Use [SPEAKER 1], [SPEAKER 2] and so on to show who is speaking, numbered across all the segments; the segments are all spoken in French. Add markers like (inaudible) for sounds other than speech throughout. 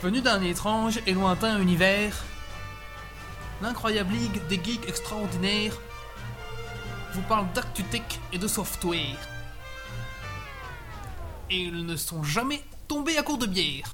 [SPEAKER 1] Venu d'un étrange et lointain univers, l'incroyable ligue des geeks extraordinaires vous parle d'actu tech et de software. Et ils ne sont jamais tombés à court de bière.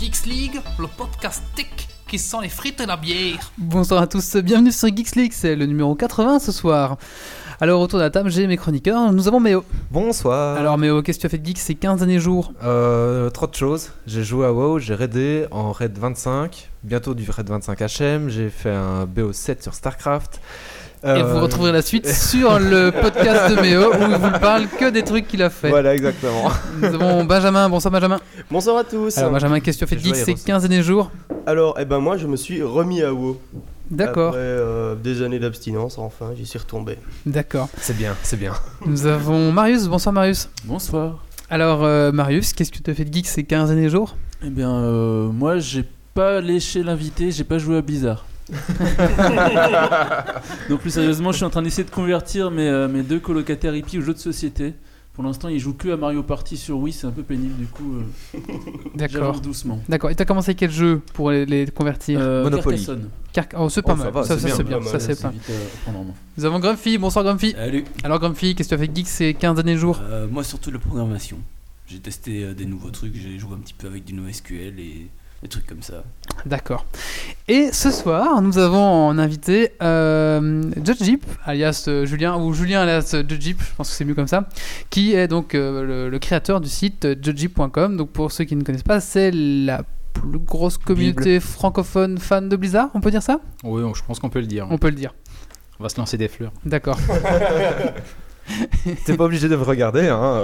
[SPEAKER 1] Geeks League, le podcast tech qui sent les frites et la bière.
[SPEAKER 2] Bonsoir à tous, bienvenue sur Geeks League, c'est le numéro 80 ce soir. Alors autour de la table, j'ai mes chroniqueurs, nous avons Méo.
[SPEAKER 3] Bonsoir.
[SPEAKER 2] Alors Méo, qu'est-ce que tu as fait de geek ces 15 derniers jours
[SPEAKER 3] Euh, trop de choses. J'ai joué à WoW, j'ai raidé en raid 25, bientôt du raid 25 HM, j'ai fait un BO7 sur StarCraft. Euh,
[SPEAKER 2] Et vous retrouverez la suite sur le podcast de Méo où il vous parle que des trucs qu'il a fait.
[SPEAKER 3] Voilà, exactement.
[SPEAKER 2] Nous avons Benjamin, bonsoir Benjamin.
[SPEAKER 4] Bonsoir à tous.
[SPEAKER 2] Alors Benjamin, qu'est-ce que tu as fait de geek
[SPEAKER 3] Joyeux
[SPEAKER 2] ces
[SPEAKER 3] Rousseau.
[SPEAKER 2] 15 derniers jours
[SPEAKER 4] Alors, eh ben moi, je me suis remis à WoW.
[SPEAKER 2] D'accord,
[SPEAKER 5] Ah,
[SPEAKER 4] Après euh, des années d'abstinence, enfin, j'y suis retombé.
[SPEAKER 2] d'accord.
[SPEAKER 3] c'est bien, c'est
[SPEAKER 2] (laughs)
[SPEAKER 3] bien.
[SPEAKER 2] Nous avons Marius, bonsoir Marius.
[SPEAKER 6] Bonsoir.
[SPEAKER 2] Alors euh, Marius, qu'est-ce que tu as fait de geek ces 15 derniers jours
[SPEAKER 6] Eh bien, euh, moi, j'ai pas léché l'invité, j'ai pas joué
[SPEAKER 2] (laughs)
[SPEAKER 6] à Blizzard. Donc, plus sérieusement, je suis en train d'essayer de convertir mes, euh, mes deux colocataires hippies aux jeux de société. Pour l'instant, ils jouent que à Mario Party sur Wii, c'est un peu pénible, du coup, euh,
[SPEAKER 2] D'accord.
[SPEAKER 6] j'avance doucement.
[SPEAKER 2] D'accord, et t'as commencé quel jeu pour les, les convertir
[SPEAKER 6] Euh,
[SPEAKER 3] Monopoly.
[SPEAKER 6] Carcassonne,
[SPEAKER 2] Carc- Oh, c'est
[SPEAKER 3] Oh,
[SPEAKER 2] pas
[SPEAKER 3] ça
[SPEAKER 2] mal,
[SPEAKER 7] Ah,
[SPEAKER 3] va,
[SPEAKER 2] ça,
[SPEAKER 3] c'est
[SPEAKER 2] ça,
[SPEAKER 3] bien.
[SPEAKER 2] c'est bien,
[SPEAKER 4] Pas
[SPEAKER 2] ça
[SPEAKER 4] mal,
[SPEAKER 2] c'est pas
[SPEAKER 6] vite euh, à prendre en main.
[SPEAKER 2] Nous avons Grumpy, bonsoir Grumpy.
[SPEAKER 8] Salut.
[SPEAKER 2] Alors Grumpy, qu'est-ce que tu as fait de geek ces 15 derniers jours
[SPEAKER 8] Euh, moi surtout la programmation. J'ai testé euh, des nouveaux trucs, j'ai joué un petit peu avec du NoSQL et des trucs comme ça.
[SPEAKER 2] D'accord. Et ce soir, nous avons en invité euh, Judge Jeep, alias euh, Julien, ou Julien alias euh, Judge Jeep, je pense que c'est mieux comme ça, qui est donc euh, le, le créateur du site euh, judgejeep.com. Donc pour ceux qui ne connaissent pas, c'est la plus grosse communauté francophone fan de Blizzard, on peut dire ça
[SPEAKER 7] Oui, on- je pense qu'on peut le dire.
[SPEAKER 2] On peut le dire.
[SPEAKER 7] On va se lancer des fleurs.
[SPEAKER 2] D'accord.
[SPEAKER 3] T'es pas obligé de me regarder, hein.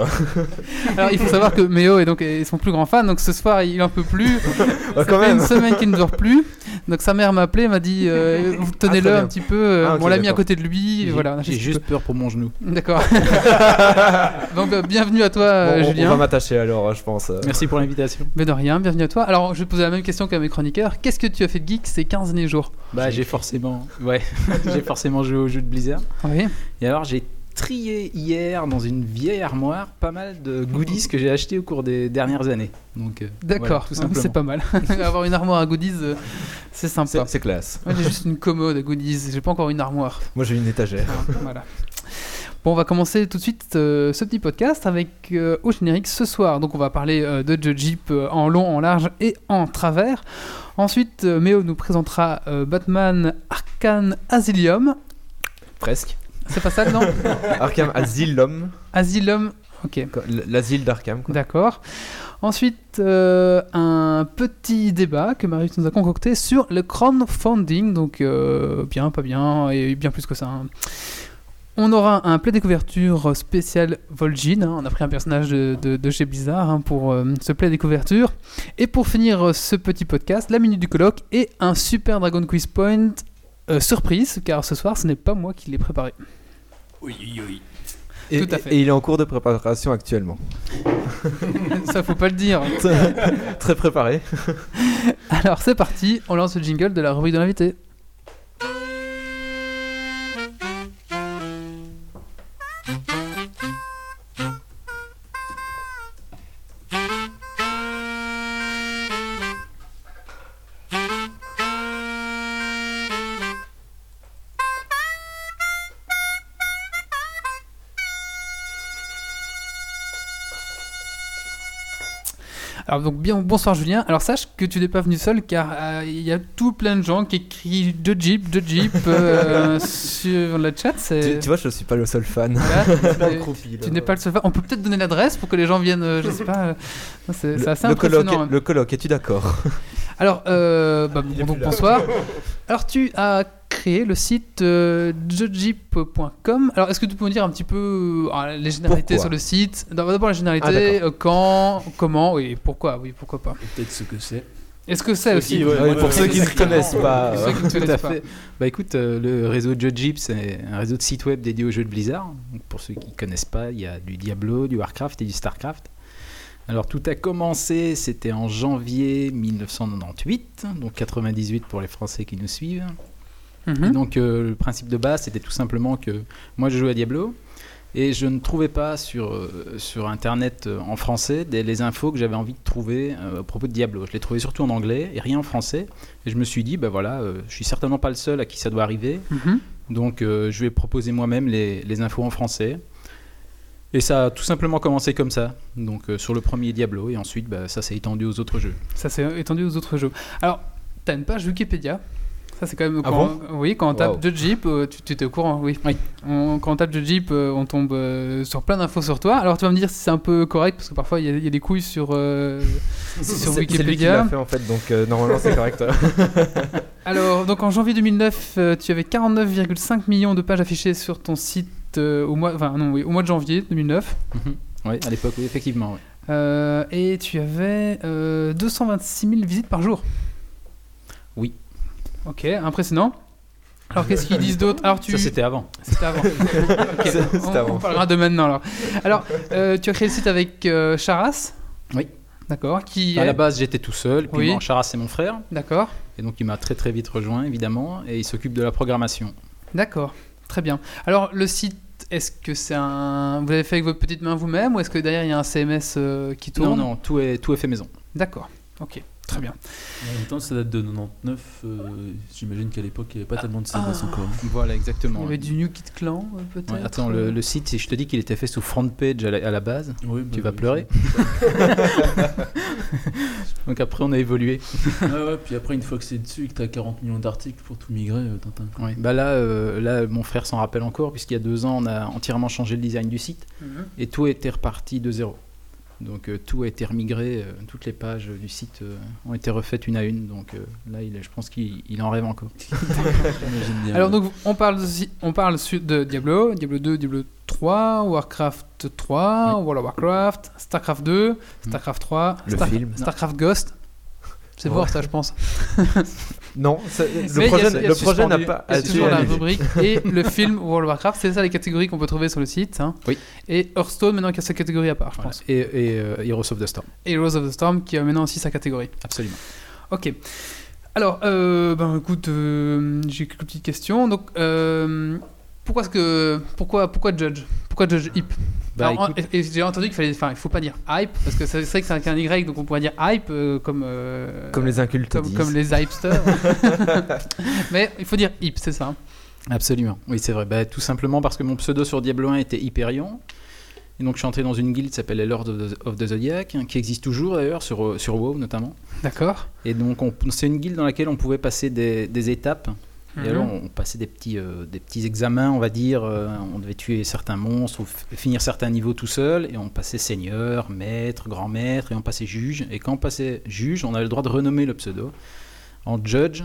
[SPEAKER 2] Alors il faut savoir que Méo est donc est son plus grand fan, donc ce soir il en peut plus.
[SPEAKER 3] Ah,
[SPEAKER 2] Ça
[SPEAKER 3] quand
[SPEAKER 2] fait
[SPEAKER 3] même.
[SPEAKER 2] une semaine qu'il ne dort
[SPEAKER 3] (laughs)
[SPEAKER 2] plus. Donc sa mère m'a appelé, m'a dit euh, vous tenez-le
[SPEAKER 3] Ah, très
[SPEAKER 2] un
[SPEAKER 3] bien.
[SPEAKER 2] petit peu. euh,
[SPEAKER 3] Ah, ok,
[SPEAKER 2] on l'a mis à
[SPEAKER 3] d'accord.
[SPEAKER 2] côté de lui. Et
[SPEAKER 7] J'ai-
[SPEAKER 2] voilà. on a fait
[SPEAKER 7] J'ai
[SPEAKER 2] ce
[SPEAKER 7] juste peur pour mon genou.
[SPEAKER 2] qu'on peut. (laughs)
[SPEAKER 3] (laughs)
[SPEAKER 2] D'accord. (laughs) Donc euh, bienvenue à toi, euh,
[SPEAKER 3] Bon, on- on, va
[SPEAKER 2] Julien.
[SPEAKER 3] m'attacher alors, je pense. euh.
[SPEAKER 7] Merci pour l'invitation.
[SPEAKER 2] Mais de rien, bienvenue à toi. Alors je vais te poser la même question qu'à mes chroniqueurs. Qu'est-ce que tu as fait de geek ces 15 derniers jours
[SPEAKER 7] Bah, j'ai forcément, (laughs) ouais, j'ai forcément joué au jeu de Blizzard.
[SPEAKER 2] Oui.
[SPEAKER 7] Et alors, j'ai trié hier dans une vieille armoire pas mal de goodies que j'ai acheté au cours des dernières années. Donc, euh, voilà,
[SPEAKER 2] D'accord.
[SPEAKER 7] tout
[SPEAKER 2] c'est
[SPEAKER 7] simplement.
[SPEAKER 2] pas mal.
[SPEAKER 3] (laughs)
[SPEAKER 2] Avoir une armoire à goodies, euh, c'est
[SPEAKER 3] C'est
[SPEAKER 2] sympa.
[SPEAKER 3] c'est classe.
[SPEAKER 2] Moi, j'ai juste une commode à goodies. J'ai pas encore une armoire.
[SPEAKER 3] Moi j'ai une étagère.
[SPEAKER 2] voilà. Bon, on va commencer tout de suite euh, ce petit podcast avec euh, au générique ce soir. Donc, on va parler euh, de Judge Jeep euh, en long, en large et en travers. Ensuite, euh, Méo nous présentera euh, Batman Arkham Asylum. (laughs)
[SPEAKER 3] Presque.
[SPEAKER 2] C'est pas ça, non
[SPEAKER 3] Arkham Asylum.
[SPEAKER 2] Asylum. Ok.
[SPEAKER 3] Quoi, l- L'asile d'Arkham, quoi.
[SPEAKER 2] D'accord. Ensuite, euh, un petit débat que Marius nous a concocté sur le crowdfunding. Donc, euh, bien, pas bien, et bien plus que ça. hein. On aura un plat découverture spécial Vol'jin. hein. On a pris un personnage de, de- de chez Blizzard hein, pour euh, ce plat découverture. Et pour finir euh, ce petit podcast, la minute du colloque et un super Dragon Quiz Point euh, surprise, car ce soir, ce n'est pas moi qui l'ai préparé. (laughs)
[SPEAKER 8] Oui, oui, oui.
[SPEAKER 3] Et,
[SPEAKER 2] tout à
[SPEAKER 3] et-
[SPEAKER 2] fait.
[SPEAKER 3] et il est en cours de
[SPEAKER 2] (laughs)
[SPEAKER 3] préparation actuellement.
[SPEAKER 2] ça, faut pas le dire.
[SPEAKER 3] Très préparé.
[SPEAKER 2] Alors, c'est parti. On lance le jingle de la rubrique de l'invité. Alors donc bien bonsoir Julien. Alors sache que tu n'es pas venu seul car euh, il y a tout plein de gens qui crient de Jeep, de Jeep
[SPEAKER 3] (laughs)
[SPEAKER 2] euh, sur le chat.
[SPEAKER 3] Tu,
[SPEAKER 2] C'est
[SPEAKER 3] tu vois, je suis pas le seul fan.
[SPEAKER 2] (laughs) Voilà,
[SPEAKER 4] Plein de
[SPEAKER 2] tu-
[SPEAKER 4] croupies, là.
[SPEAKER 2] tu n'es pas le seul. fan. On peut peut-être donner l'adresse pour que les gens viennent. euh, je sais pas. euh, non, C'est
[SPEAKER 3] Le,
[SPEAKER 2] c'est assez
[SPEAKER 3] le colloque,
[SPEAKER 2] impressionnant. hein.
[SPEAKER 3] le colloque, es-tu d'accord
[SPEAKER 2] Alors euh, bah, bon, donc,
[SPEAKER 3] (laughs)
[SPEAKER 2] bonsoir. Alors tu as créé le site euh, thejeep.com. Alors est-ce que tu peux nous dire un petit peu euh, les généralités
[SPEAKER 3] Pourquoi
[SPEAKER 2] sur le site D'abord d'abord les
[SPEAKER 3] Ah,
[SPEAKER 2] généralités,
[SPEAKER 3] d'accord.
[SPEAKER 2] euh, quand, comment oui, pourquoi, oui pourquoi pas.
[SPEAKER 8] Et peut-être ce que c'est.
[SPEAKER 2] Est-ce que c'est aussi
[SPEAKER 4] Aussi, ouais,
[SPEAKER 3] Oui,
[SPEAKER 4] ouais,
[SPEAKER 3] Pour
[SPEAKER 4] ouais,
[SPEAKER 3] ceux qui ne
[SPEAKER 4] exactement.
[SPEAKER 3] connaissent pas.
[SPEAKER 2] Pour
[SPEAKER 3] euh,
[SPEAKER 2] ceux qui ne
[SPEAKER 7] Tout à
[SPEAKER 2] connaissent pas.
[SPEAKER 7] fait. Bah écoute, euh, le réseau Judge Jeep, c'est un réseau de sites web dédié aux jeux de Blizzard. Donc, pour ceux qui ne connaissent pas, il y a du Diablo, du Warcraft et du Starcraft. Alors tout a commencé, c'était en janvier 1998, donc 98 pour les Français qui nous suivent. Et
[SPEAKER 2] Mhm.
[SPEAKER 7] donc euh, le principe de base, c'était tout simplement que moi je jouais à Diablo et je ne trouvais pas sur, euh, sur Internet euh, en français des, les infos que j'avais envie de trouver euh, à propos de Diablo. Je les trouvais surtout en anglais et rien en français. Et je me suis dit, bah voilà, euh, je suis certainement pas le seul à qui ça doit arriver.
[SPEAKER 2] Mhm.
[SPEAKER 7] Donc euh, je vais proposer moi-même les, les infos en français. Et ça a tout simplement commencé comme ça, donc euh, sur le premier Diablo, et ensuite bah, ça s'est étendu aux autres jeux.
[SPEAKER 2] Ça s'est étendu aux autres jeux. Alors, t'as une page Wikipédia. Ça, c'est quand même.
[SPEAKER 3] Ah
[SPEAKER 2] quand- oui, quand on tape
[SPEAKER 3] Waouh.
[SPEAKER 2] de Jeep, euh, tu tu t'es au courant, oui.
[SPEAKER 7] Oui.
[SPEAKER 2] On- quand on tape de Jeep, euh, on tombe euh, sur plein d'infos sur toi. Alors, tu vas me dire si c'est un peu correct, parce que parfois, il y a- il y, a des couilles sur, euh, sur
[SPEAKER 3] C'est c'est lui qui l'a
[SPEAKER 2] Wikipédia.
[SPEAKER 3] fait en fait, donc euh, (laughs) normalement c'est correct.
[SPEAKER 2] Alors, donc en janvier 2009, euh, tu avais 49,5 millions de pages affichées sur ton site euh, au, mois, enfin, non, oui, au mois de janvier 2009.
[SPEAKER 7] Oui, à l'époque, oui, effectivement. oui.
[SPEAKER 2] Euh, et tu avais euh, 226 000 visites par jour.
[SPEAKER 7] Oui.
[SPEAKER 2] Ok, impressionnant. Alors qu'est-ce qu'ils disent d'autre Alors tu.
[SPEAKER 7] Ça c'était avant.
[SPEAKER 2] C'était
[SPEAKER 7] (laughs)
[SPEAKER 2] avant. Ok,
[SPEAKER 3] C'était
[SPEAKER 2] on,
[SPEAKER 3] avant.
[SPEAKER 2] on parlera de maintenant alors. Alors, euh, tu as créé le site avec euh, Charas.
[SPEAKER 7] Oui.
[SPEAKER 2] D'accord. Qui
[SPEAKER 7] À la
[SPEAKER 2] est...
[SPEAKER 7] base j'étais tout seul, puis
[SPEAKER 2] Oui.
[SPEAKER 7] bon, Charas c'est mon frère.
[SPEAKER 2] D'accord.
[SPEAKER 7] Et donc il m'a très très vite rejoint évidemment et il s'occupe de la programmation.
[SPEAKER 2] D'accord. Très bien. Alors le site. Est-ce que c'est un. Vous l'avez fait avec votre petite main vous-même ou est-ce que derrière il y a un CMS euh, qui tourne
[SPEAKER 7] Non non, tout est tout est fait maison.
[SPEAKER 2] D'accord. Ok. Très bien.
[SPEAKER 6] En même temps, ça date de 99. euh, J'imagine qu'à l'époque, il n'y avait pas tellement de CMS
[SPEAKER 2] ah.
[SPEAKER 6] encore. hein.
[SPEAKER 7] Voilà
[SPEAKER 2] Il
[SPEAKER 7] exactement.
[SPEAKER 2] y avait du New Kid Clan euh, peut-être
[SPEAKER 7] Ouais, attends, le, le site, si je te dis qu'il était fait sous front page à la, à la base,
[SPEAKER 6] Oui, bah,
[SPEAKER 7] tu vas
[SPEAKER 6] oui,
[SPEAKER 7] pleurer. donc après on a évolué.
[SPEAKER 6] c'est- (laughs) Ouais, ouais, puis après, une fois que c'est dessus et que t'as 40 millions d'articles pour tout migrer, euh, Tintin. quoi.
[SPEAKER 7] Ouais. Bah là, euh, là mon frère s'en rappelle encore puisqu'il y a deux ans on a entièrement changé le design du site
[SPEAKER 2] Mhm.
[SPEAKER 7] et tout était reparti de zéro. Donc euh, tout a été remigré, euh, toutes les pages du site euh, ont été refaites une à une. Donc euh, là, il, est- je pense qu'il il en rêve encore.
[SPEAKER 6] J'imagine bien.
[SPEAKER 2] Alors
[SPEAKER 6] ouais.
[SPEAKER 2] donc on parle de, on parle su- de Diablo, Diablo 2, Diablo 3, Warcraft 3, World of Warcraft, Starcraft 2, Starcraft 3,
[SPEAKER 3] Mm. Le
[SPEAKER 2] Star-
[SPEAKER 3] film.
[SPEAKER 2] Starcraft Ghost. C'est
[SPEAKER 3] Ouais.
[SPEAKER 2] fort ça je pense.
[SPEAKER 3] Non, ça- le
[SPEAKER 2] Mais il y a-
[SPEAKER 3] projet,
[SPEAKER 2] il y a
[SPEAKER 3] le projet n'a
[SPEAKER 2] suspendu.
[SPEAKER 3] pas.
[SPEAKER 2] Il y a
[SPEAKER 3] a été
[SPEAKER 2] toujours la
[SPEAKER 3] annulé.
[SPEAKER 2] rubrique
[SPEAKER 3] (laughs)
[SPEAKER 2] et le film World of Warcraft, c'est ça les catégories qu'on peut trouver sur le site. hein.
[SPEAKER 7] Oui.
[SPEAKER 2] Et Hearthstone maintenant qui a sa catégorie à part je
[SPEAKER 7] Voilà.
[SPEAKER 2] pense.
[SPEAKER 7] Et, et euh, Heroes of the Storm.
[SPEAKER 2] Et Heroes of the Storm qui a maintenant aussi sa catégorie.
[SPEAKER 7] Absolument.
[SPEAKER 2] Ok. Alors, euh, ben écoute, euh, j'ai quelques petites questions. Donc, euh, pourquoi est-ce que, pourquoi, pourquoi Judge, pourquoi Judge Hip
[SPEAKER 7] Bah,
[SPEAKER 2] Alors, en-
[SPEAKER 7] écoute-
[SPEAKER 2] et- et J'ai entendu qu'il fallait, enfin, il faut pas dire hype parce que c'est c'est vrai que c'est avec un y, donc on pourrait dire hype euh, comme euh,
[SPEAKER 3] Comme les incultes
[SPEAKER 2] comme,
[SPEAKER 3] disent.
[SPEAKER 2] comme les
[SPEAKER 7] (laughs)
[SPEAKER 2] hypesters. Mais il faut dire hip, c'est ça. hein.
[SPEAKER 7] Absolument. Oui, c'est vrai. Bah, tout simplement parce que mon pseudo sur Diablo 1 était Hyperion. Et donc, je suis entré dans une guilde qui s'appelle les Lords of the- of the Zodiac, hein, qui existe toujours d'ailleurs, sur, euh, sur WoW notamment.
[SPEAKER 2] D'accord.
[SPEAKER 7] Et donc, on- c'est une guilde dans laquelle on pouvait passer des, des étapes. Et
[SPEAKER 2] Mhm.
[SPEAKER 7] alors, on passait des petits, euh, des petits examens, on va dire. euh, on devait tuer certains monstres ou f- finir certains niveaux tout seul. Et on passait seigneur, maître, grand maître, et on passait juge. Et quand on passait juge, on avait le droit de renommer le pseudo en judge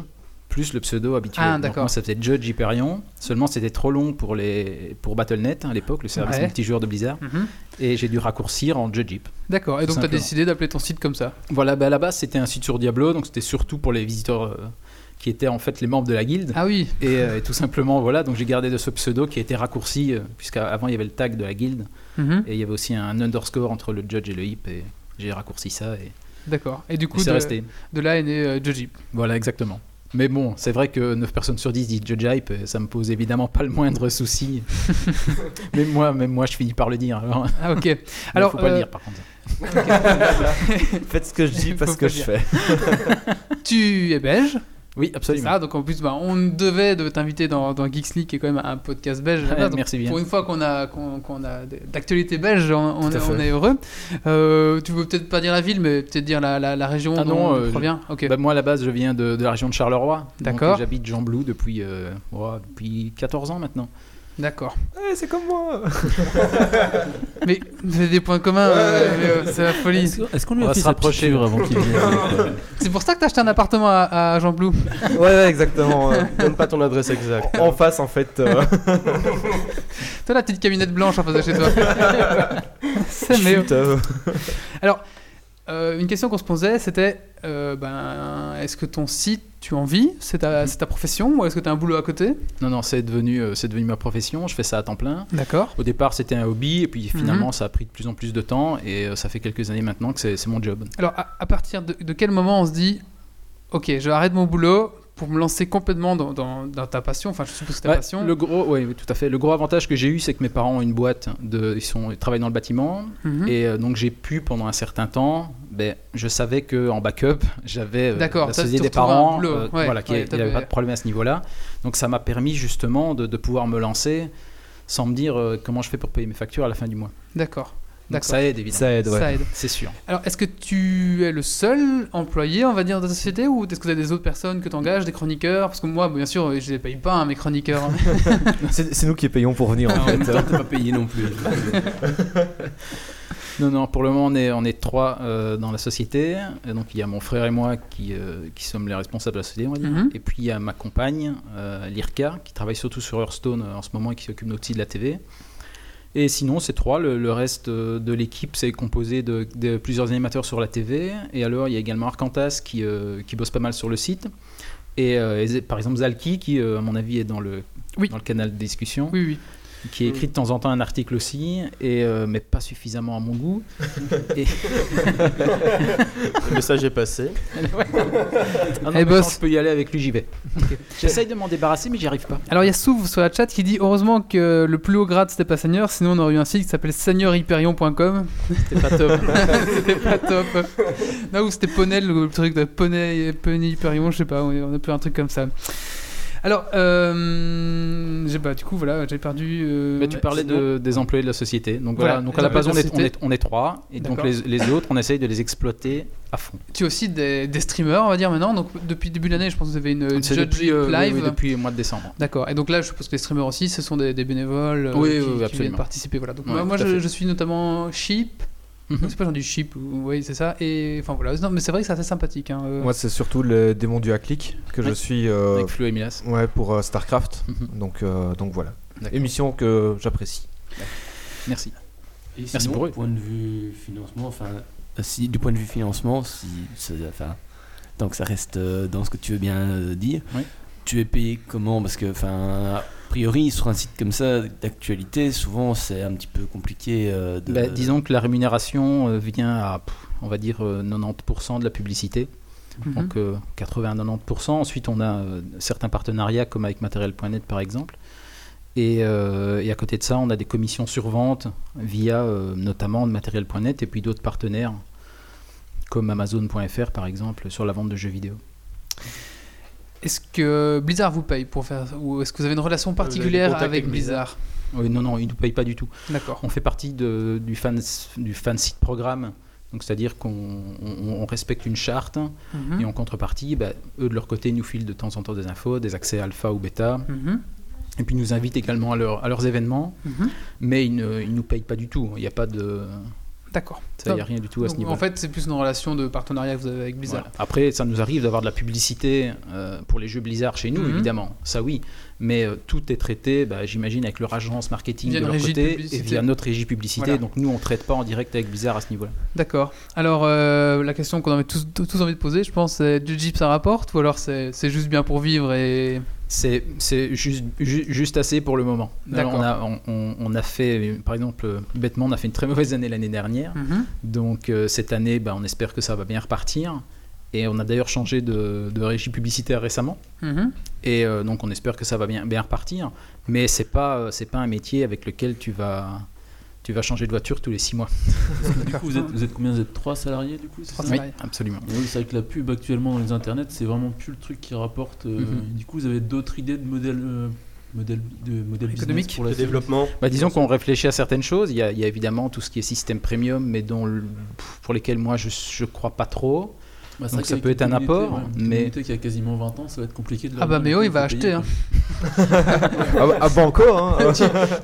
[SPEAKER 7] plus le pseudo habituel.
[SPEAKER 2] Ah,
[SPEAKER 7] Donc,
[SPEAKER 2] d'accord.
[SPEAKER 7] moi, ça faisait Judge Hyperion. Seulement, c'était trop long pour, les, pour Battle.net hein, à l'époque, le service
[SPEAKER 2] Ouais.
[SPEAKER 7] multijoueur de Blizzard.
[SPEAKER 2] Mhm.
[SPEAKER 7] Et j'ai dû raccourcir en Judge Hip.
[SPEAKER 2] D'accord. Et
[SPEAKER 7] Tout
[SPEAKER 2] donc tu as
[SPEAKER 7] simplement.
[SPEAKER 2] décidé d'appeler ton site comme ça.
[SPEAKER 7] Voilà, bah, à la base, c'était un site sur Diablo, donc c'était surtout pour les visiteurs euh, qui étaient en fait les membres de la guilde.
[SPEAKER 2] Ah oui.
[SPEAKER 7] Et, euh, et tout simplement, voilà, donc j'ai gardé de ce pseudo qui a été raccourci, euh, puisqu'avant il y avait le tag de la guilde,
[SPEAKER 2] Mhm.
[SPEAKER 7] et il y avait aussi un underscore entre le judge et le hip, et j'ai raccourci ça, et,
[SPEAKER 2] D'accord. Et du coup,
[SPEAKER 7] et c'est
[SPEAKER 2] de,
[SPEAKER 7] resté.
[SPEAKER 2] de là est né euh, Judge Hip.
[SPEAKER 7] Voilà, exactement. Mais bon, c'est vrai que 9 personnes sur 10 disent judge hype, et ça me pose évidemment pas le
[SPEAKER 2] (laughs)
[SPEAKER 7] moindre souci. même, moi, même moi, je finis par le dire, alors.
[SPEAKER 2] Ah ok. (laughs)
[SPEAKER 7] Alors,
[SPEAKER 2] Alors,
[SPEAKER 7] faut pas
[SPEAKER 2] euh,
[SPEAKER 7] le dire par contre.
[SPEAKER 3] Faites ce que je dis,
[SPEAKER 2] Faut
[SPEAKER 3] parce
[SPEAKER 2] pas
[SPEAKER 3] que je fais.
[SPEAKER 2] Tu es belge
[SPEAKER 7] Oui,
[SPEAKER 2] C'est
[SPEAKER 7] absolument.
[SPEAKER 2] ça, donc en plus, bah, on devait de t'inviter dans, dans Geeks League, qui est quand même un podcast belge.
[SPEAKER 7] Ouais,
[SPEAKER 2] Voilà, donc,
[SPEAKER 7] merci bien.
[SPEAKER 2] Pour une fois qu'on a, qu'on, qu'on a d- d'actualité belge, on, on-
[SPEAKER 3] Tout à fait.
[SPEAKER 2] on est heureux. Euh, tu veux peut-être pas dire la ville, mais peut-être dire la, la, la région
[SPEAKER 7] Ah
[SPEAKER 2] dont
[SPEAKER 7] non,
[SPEAKER 2] on
[SPEAKER 7] euh,
[SPEAKER 2] provient. Ok.
[SPEAKER 7] Bah, moi, à la base, je viens de, de la région de Charleroi. Donc, euh,
[SPEAKER 2] D'accord.
[SPEAKER 7] J'habite Jean Blou depuis, euh, oh, depuis 14 ans maintenant.
[SPEAKER 2] D'accord.
[SPEAKER 3] Eh, c'est comme moi
[SPEAKER 2] Mais c'est des points communs, euh, mais, euh, c'est la folie.
[SPEAKER 6] Est-ce que- est-ce qu'on lui
[SPEAKER 7] On
[SPEAKER 6] a
[SPEAKER 7] va
[SPEAKER 6] fait
[SPEAKER 7] se
[SPEAKER 6] sa
[SPEAKER 7] rapprocher.
[SPEAKER 6] piqûre avant qu'il vienne euh,
[SPEAKER 2] C'est pour ça que t'as acheté un appartement à, à Jean Blou.
[SPEAKER 3] Ouais, ouais, exactement. (laughs) euh,
[SPEAKER 4] Donne pas ton adresse exacte.
[SPEAKER 3] en face, en fait. euh,
[SPEAKER 2] Toi, la petite camionnette blanche en face de chez
[SPEAKER 7] (laughs)
[SPEAKER 2] toi. c'est
[SPEAKER 3] chut,
[SPEAKER 2] mieux.
[SPEAKER 3] euh,
[SPEAKER 2] Euh, une question qu'on se posait, c'était euh, ben, est-ce que ton site, tu en vis C'est ta, c'est ta profession ou est-ce que tu as un boulot à côté
[SPEAKER 7] Non, non, c'est devenu, euh, c'est devenu ma profession. Je fais ça à temps plein.
[SPEAKER 2] D'accord.
[SPEAKER 7] Au départ, c'était un hobby, et puis
[SPEAKER 2] Mhm.
[SPEAKER 7] finalement, ça a pris de plus en plus de temps, et euh, ça fait quelques années maintenant que c'est c'est mon job.
[SPEAKER 2] Alors, à, à partir de, de quel moment on se dit ok, je arrête mon boulot pour me lancer complètement dans, dans- dans ta passion Enfin, je suppose que ta
[SPEAKER 7] Ouais,
[SPEAKER 2] passion.
[SPEAKER 7] le gros, ouais, oui, tout à fait. Le gros avantage que j'ai eu, c'est que mes parents ont une boîte, de, ils, sont, ils travaillent dans le bâtiment,
[SPEAKER 2] Mhm.
[SPEAKER 7] et euh, donc j'ai pu pendant un certain temps, ben, je savais que en backup, j'avais euh,
[SPEAKER 2] D'accord,
[SPEAKER 7] la
[SPEAKER 2] ça,
[SPEAKER 7] société
[SPEAKER 2] tu
[SPEAKER 7] des
[SPEAKER 2] retrouvais un
[SPEAKER 7] parents, euh,
[SPEAKER 2] boulot, ouais,
[SPEAKER 7] voilà, qui
[SPEAKER 2] ouais,
[SPEAKER 7] il n'y avait
[SPEAKER 2] t'avais-
[SPEAKER 7] pas de problème à ce niveau-là. Donc ça m'a permis justement de, de pouvoir me lancer sans me dire euh, comment je fais pour payer mes factures à la fin du mois.
[SPEAKER 2] D'accord.
[SPEAKER 7] Donc
[SPEAKER 2] D'accord.
[SPEAKER 7] ça aide évidemment.
[SPEAKER 3] Ça aide, ouais.
[SPEAKER 2] Ça aide.
[SPEAKER 7] C'est sûr.
[SPEAKER 2] Alors, est-ce que tu es le seul employé, on va dire, dans ta société ou est-ce que tu as des autres personnes que tu engages, des chroniqueurs Parce que moi, bien sûr, je les paye pas, hein, mes chroniqueurs.
[SPEAKER 3] C'est c'est nous qui payons pour venir, en
[SPEAKER 7] Ah,
[SPEAKER 8] En même
[SPEAKER 3] fait.
[SPEAKER 8] temps, t'es
[SPEAKER 7] (laughs)
[SPEAKER 8] pas payé non plus.
[SPEAKER 7] Non, non, pour le moment, on est, on est trois euh, dans la société. Et donc, il y a mon frère et moi qui, euh, qui sommes les responsables de la société, on va dire.
[SPEAKER 2] Mhm.
[SPEAKER 7] Et puis, il y a ma compagne, euh, Lirka, qui travaille surtout sur Hearthstone euh, en ce moment et qui s'occupe aussi de la TV. Et sinon, c'est trois. Le, le reste euh, de l'équipe, c'est composé de, de plusieurs animateurs sur la TV. Et alors, il y a également Arcantas qui, euh, qui bosse pas mal sur le site. Et, euh, et par exemple, Zalki, qui, euh, à mon avis, est dans le,
[SPEAKER 2] Oui.
[SPEAKER 7] dans le canal de discussion
[SPEAKER 2] oui, oui.
[SPEAKER 7] qui écrit de temps en temps un article aussi, et, euh, mais pas suffisamment à mon goût. Et,
[SPEAKER 4] Le message est passé.
[SPEAKER 7] Ah non,
[SPEAKER 2] Eh,
[SPEAKER 7] mais
[SPEAKER 2] boss.
[SPEAKER 7] quand je peux y aller avec lui, j'y vais. (laughs) J'essaye de m'en débarrasser, mais j'y arrive pas.
[SPEAKER 2] Alors il y a Souv sur la chat qui dit heureusement que le plus haut grade c'était pas Seigneur, sinon on aurait eu un site qui s'appelle seigneurhyperion.com.
[SPEAKER 7] C'était pas top.
[SPEAKER 2] (laughs) c'était pas top. Non, ou c'était Ponel, le truc de Poney, Poney Hyperion, je sais pas, on a plus un truc comme ça. Alors, euh, j'ai- bah, du coup, voilà, j'ai perdu. euh,
[SPEAKER 7] Mais tu parlais de, des employés de la société. Donc voilà,
[SPEAKER 2] Voilà,
[SPEAKER 7] donc à la
[SPEAKER 2] les
[SPEAKER 7] base, on
[SPEAKER 2] employés de
[SPEAKER 7] est,
[SPEAKER 2] la
[SPEAKER 7] on, est, on est trois, et donc
[SPEAKER 2] D'accord.
[SPEAKER 7] les, les autres, on essaye de les exploiter à fond.
[SPEAKER 2] Tu es aussi des, des streamers, on va dire maintenant. Donc depuis le début de l'année, je pense que vous avez une une
[SPEAKER 7] C'est
[SPEAKER 2] Judge
[SPEAKER 7] euh, oui,
[SPEAKER 2] Live.
[SPEAKER 7] oui, depuis le mois de décembre.
[SPEAKER 2] D'accord. Et donc là, je suppose que les streamers aussi, ce sont des, des bénévoles euh,
[SPEAKER 7] Oui,
[SPEAKER 2] qui,
[SPEAKER 7] oui, oui,
[SPEAKER 2] qui viennent
[SPEAKER 7] absolument.
[SPEAKER 2] participer. Voilà. Donc
[SPEAKER 7] Ouais,
[SPEAKER 2] moi,
[SPEAKER 7] tout
[SPEAKER 2] moi,
[SPEAKER 7] à
[SPEAKER 2] je,
[SPEAKER 7] fait.
[SPEAKER 2] je suis notamment Sheep.
[SPEAKER 7] Mhm.
[SPEAKER 2] Donc, C'est pas genre du Sheep, ou- oui, c'est ça. Et enfin voilà. Non, mais c'est vrai que c'est assez sympathique. hein, euh.
[SPEAKER 3] (laughs) Moi, c'est surtout le démon du hacklick que je
[SPEAKER 7] Oui.
[SPEAKER 3] suis euh,
[SPEAKER 7] Avec Flo et Milas.
[SPEAKER 3] ouais, pour euh, StarCraft.
[SPEAKER 7] Mhm.
[SPEAKER 3] Donc, euh, donc voilà.
[SPEAKER 7] D'accord.
[SPEAKER 3] Émission que j'apprécie.
[SPEAKER 7] Merci.
[SPEAKER 8] Et
[SPEAKER 7] Merci
[SPEAKER 8] sinon,
[SPEAKER 7] pour eux.
[SPEAKER 8] point de vue financement, enfin, Euh, si, du point de vue financement, si, ça- enfin, tant que ça reste euh, dans ce que tu veux bien euh, dire,
[SPEAKER 7] Oui.
[SPEAKER 8] tu es payé comment Parce que, enfin, a priori, sur un site comme ça d'actualité, souvent c'est un petit peu compliqué euh, de.
[SPEAKER 7] Bah, disons que la rémunération euh, vient à, pff, on va dire, euh, 90% de la publicité.
[SPEAKER 2] Mhm.
[SPEAKER 7] donc euh, 80-90%. Ensuite, on a euh, certains partenariats comme avec Matériel.net par exemple. Et, euh, et à côté de ça, on a des commissions sur vente via euh, notamment de Matériel.net et puis d'autres partenaires comme Amazon.fr par exemple sur la vente de jeux vidéo.
[SPEAKER 2] Est-ce que Blizzard vous paye pour faire ou est-ce que vous avez une
[SPEAKER 7] Euh,
[SPEAKER 2] relation particulière
[SPEAKER 4] contacts
[SPEAKER 2] avec
[SPEAKER 4] avec
[SPEAKER 2] Blizzard,
[SPEAKER 7] Oui, Euh, non, non, ils ne nous payent pas du tout.
[SPEAKER 2] D'accord.
[SPEAKER 7] On fait partie de- du, fan, du fan site programme. Donc, c'est-à-dire qu'on on- on respecte une charte
[SPEAKER 2] Mhm.
[SPEAKER 7] et en contrepartie, bah, eux de leur côté ils nous filent de temps en temps des infos, des accès alpha ou bêta,
[SPEAKER 2] Mhm.
[SPEAKER 7] Et puis ils nous invitent également à, leur- à leurs événements,
[SPEAKER 2] Mhm.
[SPEAKER 7] mais ils ne ils nous payent pas du tout. Il n'y a pas de,
[SPEAKER 2] D'accord.
[SPEAKER 7] ça, il y a rien du tout à ce
[SPEAKER 2] Donc,
[SPEAKER 7] niveau.
[SPEAKER 2] En fait, c'est plus une relation de partenariat que vous avez avec Blizzard.
[SPEAKER 7] Après, ça nous arrive d'avoir de la publicité euh, pour les jeux Blizzard chez nous,
[SPEAKER 2] Mhm.
[SPEAKER 7] évidemment. Ça oui, mais euh, tout est traité, bah, j'imagine, avec leur agence marketing
[SPEAKER 2] Via
[SPEAKER 7] de
[SPEAKER 2] une
[SPEAKER 7] leur
[SPEAKER 2] régie de
[SPEAKER 7] côté
[SPEAKER 2] publicité.
[SPEAKER 7] et via notre régie publicité.
[SPEAKER 2] Voilà.
[SPEAKER 7] Donc nous, on ne traite pas en direct avec Blizzard à ce niveau-là.
[SPEAKER 2] D'accord. Alors, euh, la question qu'on avait tous, tous envie de poser, je pense, c'est du Jeep ça rapporte ou alors c'est c'est juste bien pour vivre et.
[SPEAKER 7] C'est c'est juste, ju- juste assez pour le moment. Alors,
[SPEAKER 2] D'accord.
[SPEAKER 7] on, a, on- on- on a fait, euh, par exemple, euh, bêtement, on a fait une très mauvaise année l'année dernière.
[SPEAKER 2] Mhm.
[SPEAKER 7] Donc euh, cette année, bah, on espère que ça va bien repartir. Et on a d'ailleurs changé de, de régie publicitaire récemment.
[SPEAKER 2] Mhm.
[SPEAKER 7] Et euh, donc on espère que ça va bien, bien repartir. Mais c'est pas euh, c'est pas un métier avec lequel tu vas tu vas changer de voiture tous les 6 mois.
[SPEAKER 6] Parce que du coup, vous
[SPEAKER 2] (laughs)
[SPEAKER 6] êtes, vous êtes combien Vous êtes trois salariés du coup c'est
[SPEAKER 2] Trois
[SPEAKER 6] ça
[SPEAKER 2] salariés.
[SPEAKER 7] Oui,
[SPEAKER 2] pareil.
[SPEAKER 7] absolument.
[SPEAKER 6] Oui, c'est vrai que la pub actuellement dans les internets, c'est vraiment plus le truc qui rapporte. euh,
[SPEAKER 7] Mhm.
[SPEAKER 6] Du coup, vous avez d'autres idées de modèles euh, modèles de modèles business
[SPEAKER 2] Économique.
[SPEAKER 6] pour la
[SPEAKER 4] Le
[SPEAKER 6] suite
[SPEAKER 4] développement.
[SPEAKER 7] Bah, disons qu'on réfléchit à certaines choses. Il y, a, il y a évidemment tout ce qui est système premium, mais dont le- pff, pour lesquels moi je ne crois pas trop.
[SPEAKER 6] Bah, c'est vrai
[SPEAKER 7] Donc ça
[SPEAKER 6] qu'avec
[SPEAKER 7] peut être
[SPEAKER 6] une
[SPEAKER 7] un
[SPEAKER 6] communauté,
[SPEAKER 7] apport,
[SPEAKER 6] ouais, une
[SPEAKER 7] mais-
[SPEAKER 6] communauté qui a quasiment 20 ans, ça va être compliqué de leur
[SPEAKER 2] Ah bah,
[SPEAKER 6] dire,
[SPEAKER 2] mais oh, il va
[SPEAKER 6] faut
[SPEAKER 2] acheter,
[SPEAKER 6] payer,
[SPEAKER 2] hein.
[SPEAKER 3] Ah, bah, à Banco, hein, euh,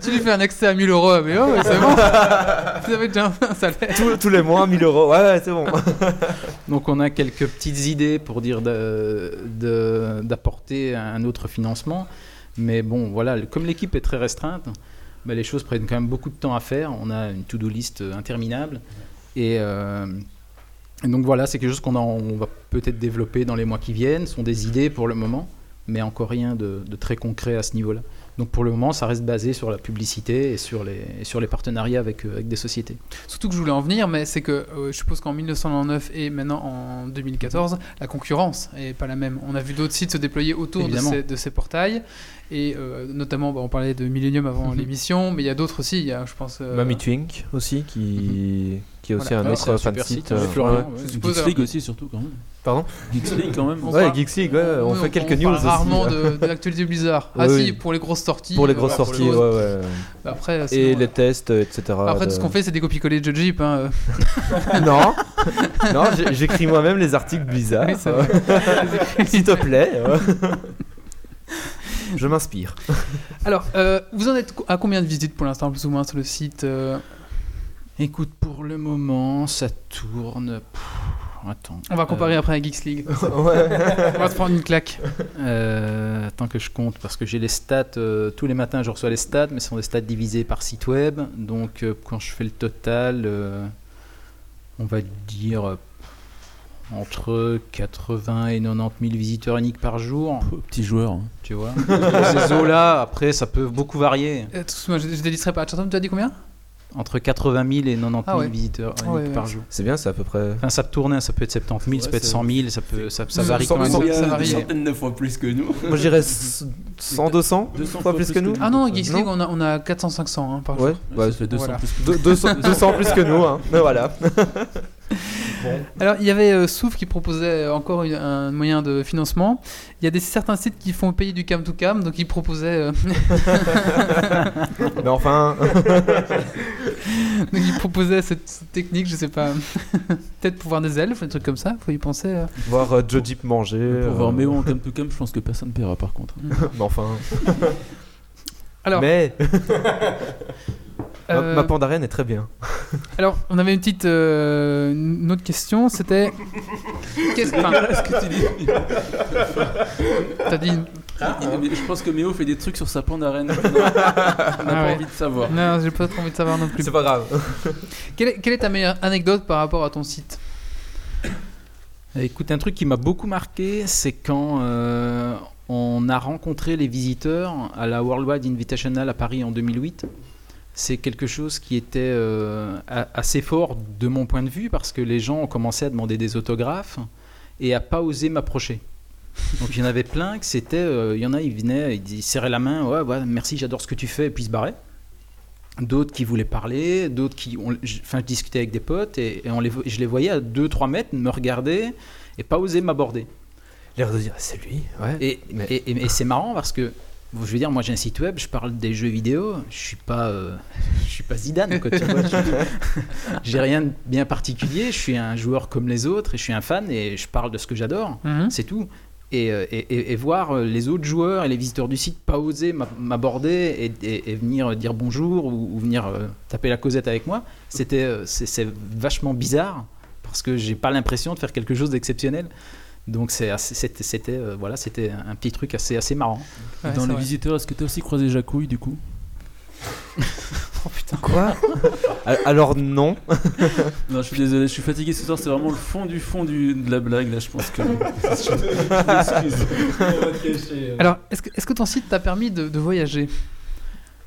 [SPEAKER 2] Tu lui fais un accès à 1000 euros, mais oh, c'est
[SPEAKER 3] (laughs)
[SPEAKER 2] bon. Vous avez déjà un salaire.
[SPEAKER 3] tous, tous les mois, 1000 euros. Ouais, ouais, c'est bon.
[SPEAKER 7] Donc on a quelques petites idées pour dire de- de- d'apporter un autre financement. Mais bon, voilà, le- comme l'équipe est très restreinte, bah, les choses prennent quand même beaucoup de temps à faire. On a une to-do list euh, interminable. Et, euh, et donc voilà, c'est quelque chose qu'on a- on va peut-être développer dans les mois qui viennent. Ce sont des idées pour le moment, mais encore rien de, de très concret à ce niveau-là. Donc pour le moment, ça reste basé sur la publicité et sur les, et sur les partenariats avec, euh, avec des sociétés.
[SPEAKER 2] Surtout que je voulais en venir, mais c'est que euh, je suppose qu'en 1999 et maintenant en 2014, la concurrence est pas la même. On a vu d'autres sites se déployer autour de
[SPEAKER 7] Évidemment.
[SPEAKER 2] ces, de ces portails, et euh, notamment, bah, on parlait de Millennium
[SPEAKER 3] (laughs)
[SPEAKER 2] avant
[SPEAKER 7] Mhm.
[SPEAKER 2] l'émission, mais il y a d'autres aussi. Il y a, je pense, euh,
[SPEAKER 3] Mami Twink aussi, qui, qui est aussi
[SPEAKER 2] Voilà.
[SPEAKER 3] un
[SPEAKER 2] Ah,
[SPEAKER 3] autre fan site. euh, ouais.
[SPEAKER 7] Florian, ouais.
[SPEAKER 2] je suppose,
[SPEAKER 6] Geeks League aussi, surtout quand même.
[SPEAKER 3] Pardon
[SPEAKER 6] Geeks League quand même.
[SPEAKER 2] On
[SPEAKER 3] Ouais,
[SPEAKER 2] parle-
[SPEAKER 3] Geeks League, ouais, on
[SPEAKER 2] Oui,
[SPEAKER 3] fait quelques
[SPEAKER 2] parle
[SPEAKER 3] news aussi.
[SPEAKER 2] rarement
[SPEAKER 3] ouais.
[SPEAKER 2] de, de l'actualité Blizzard. Ah
[SPEAKER 3] (laughs) Oui,
[SPEAKER 2] si,
[SPEAKER 3] oui.
[SPEAKER 2] pour les grosses sorties.
[SPEAKER 3] Pour les
[SPEAKER 2] euh,
[SPEAKER 3] grosses
[SPEAKER 2] voilà,
[SPEAKER 3] sorties, ouais,
[SPEAKER 2] pour-
[SPEAKER 3] ouais.
[SPEAKER 2] Après,
[SPEAKER 3] Et
[SPEAKER 2] sinon,
[SPEAKER 3] les euh.
[SPEAKER 2] euh,
[SPEAKER 3] tests, etc.
[SPEAKER 2] après tout
[SPEAKER 3] de-
[SPEAKER 2] ce
[SPEAKER 3] (laughs)
[SPEAKER 2] qu'on fait, c'est des copier-coller de Jeep. Hein. (laughs) euh. (laughs)
[SPEAKER 3] Non, non j'ai- j'écris moi-même les articles Blizzard.
[SPEAKER 2] Oui, c'est vrai.
[SPEAKER 3] S'il te plaît.
[SPEAKER 2] (laughs)
[SPEAKER 3] euh. Je m'inspire.
[SPEAKER 2] Alors, euh, vous en êtes co- à combien de visites pour l'instant, plus ou moins, sur le site euh,
[SPEAKER 7] Écoute, pour le moment, ça tourne. Pff, attends.
[SPEAKER 2] On va comparer après à Geeks
[SPEAKER 3] (laughs)
[SPEAKER 2] League. On va se prendre une claque.
[SPEAKER 7] Euh, attends que je compte, parce que j'ai les stats. euh, tous les matins, je reçois les stats, mais ce sont des stats divisés par site web. Donc, euh, quand je fais le total, euh, on va dire euh, entre 80 et 90 000 visiteurs uniques par jour.
[SPEAKER 6] Oh, Petit joueur. hein.
[SPEAKER 7] Tu
[SPEAKER 2] (laughs)
[SPEAKER 7] vois Ces eaux-là, après, ça peut beaucoup varier.
[SPEAKER 2] Euh, tout- moi, je, je délisterai pas. Chaton, tu as dit combien
[SPEAKER 7] Entre 80 000 et 90 000
[SPEAKER 2] Ah ouais.
[SPEAKER 7] visiteurs
[SPEAKER 2] Ah
[SPEAKER 7] uniques
[SPEAKER 2] ouais, ouais.
[SPEAKER 7] par jour.
[SPEAKER 3] C'est bien, c'est à peu près.
[SPEAKER 7] Enfin, ça peut tourner, ça peut être 70 000, ça
[SPEAKER 6] Ouais,
[SPEAKER 7] peut être
[SPEAKER 6] c'est-
[SPEAKER 7] 100 000, ça, peut, ça,
[SPEAKER 2] Ça-
[SPEAKER 7] ça varie quand même.
[SPEAKER 2] ça- ça
[SPEAKER 8] des
[SPEAKER 2] varie.
[SPEAKER 8] centaines de fois plus que nous.
[SPEAKER 3] Moi je dirais 100, 200
[SPEAKER 6] 200
[SPEAKER 3] fois plus que nous.
[SPEAKER 2] Ah non, Geeks
[SPEAKER 3] Euh, Non.
[SPEAKER 2] League, on a, on a 400-500 hein, par
[SPEAKER 3] Ouais,
[SPEAKER 2] jour.
[SPEAKER 3] bah,
[SPEAKER 6] ça fait 200
[SPEAKER 2] Voilà.
[SPEAKER 6] plus que
[SPEAKER 3] deux-
[SPEAKER 6] (laughs)
[SPEAKER 3] 200, 200 plus que nous, hein.
[SPEAKER 2] (laughs)
[SPEAKER 3] Mais voilà.
[SPEAKER 2] Alors, il y avait euh, Souf qui proposait euh, encore une- un moyen de financement. Il y a des, certains sites qui font payer du cam to cam, donc ils proposaient, euh, (laughs)
[SPEAKER 3] Mais enfin, (laughs)
[SPEAKER 2] donc ils proposaient cette, cette technique, je sais pas, (laughs) peut-être pouvoir des elfes, des trucs comme ça, faut y penser. euh.
[SPEAKER 3] voir euh, Joe Deep manger.
[SPEAKER 6] Pour voir
[SPEAKER 3] euh,
[SPEAKER 6] Méo en cam to cam, je pense que personne ne paiera par contre.
[SPEAKER 3] Mais enfin.
[SPEAKER 2] (laughs) Alors,
[SPEAKER 3] Mais ma-
[SPEAKER 2] euh,
[SPEAKER 3] ma pandaren est très bien.
[SPEAKER 2] alors, on avait une petite euh, une autre question, c'était. Qu'est-ce enfin,
[SPEAKER 6] Voilà ce que tu dis.
[SPEAKER 2] T'as dit. Non,
[SPEAKER 6] Il- Ah, mais Je pense que Méo fait des trucs sur sa pandarène. On n'a pas
[SPEAKER 2] ouais.
[SPEAKER 6] envie de savoir.
[SPEAKER 2] Non, j'ai pas trop envie de savoir non plus.
[SPEAKER 3] pas grave.
[SPEAKER 2] Quelle est, quelle est ta meilleure anecdote par rapport à ton site
[SPEAKER 7] Écoute, un truc qui m'a beaucoup marqué, c'est quand euh, on a rencontré les visiteurs à la Worldwide Invitational à Paris en 2008. C'est quelque chose qui était euh, a- assez fort de mon point de vue parce que les gens ont commencé à demander des autographes et à pas oser m'approcher. Donc il y en avait plein que c'était, euh, il y en a ils venaient, ils, ils serraient la main, ouais, ouais, merci, j'adore ce que tu fais et puis ils se barraient. D'autres qui voulaient parler, d'autres qui, on- je- enfin je discutais avec des potes et, et on les, vo- je les voyais à 2-3 mètres me regarder et pas oser m'aborder.
[SPEAKER 3] L'air de dire, c'est lui. Ouais.
[SPEAKER 7] Et,
[SPEAKER 3] Mais-
[SPEAKER 7] et- et- et c'est marrant parce que, je veux dire, moi j'ai un site web, je parle des jeux vidéo, je suis pas, euh, (laughs) je suis pas Zidane, quoi, tu vois, je- j'ai rien de bien particulier, je suis un joueur comme les autres, et je suis un fan et je parle de ce que j'adore, c'est tout. Et, euh, et- et- et voir euh, les autres joueurs et les visiteurs du site pas oser m'a- m'aborder et, et- et venir euh, dire bonjour ou, ou venir euh, taper la causette avec moi, c'était euh, c'est c'est vachement bizarre parce que j'ai pas l'impression de faire quelque chose d'exceptionnel. Donc c'est assez- c'était c'était, euh, voilà, c'était un petit truc assez assez marrant.
[SPEAKER 2] Ouais,
[SPEAKER 6] Dans
[SPEAKER 2] c'est
[SPEAKER 6] les
[SPEAKER 2] vrai.
[SPEAKER 6] visiteurs, est-ce que t'as aussi croisé Jacouille du coup
[SPEAKER 3] Quoi (laughs) Ah Al- Alors non.
[SPEAKER 6] Non, je suis désolé, je suis fatigué ce soir, c'est vraiment le fond du fond du, de la blague là, je pense que. je m'excuse. On va te cacher, euh.
[SPEAKER 2] Alors, est-ce que, est-ce que ton site t'a permis de, de voyager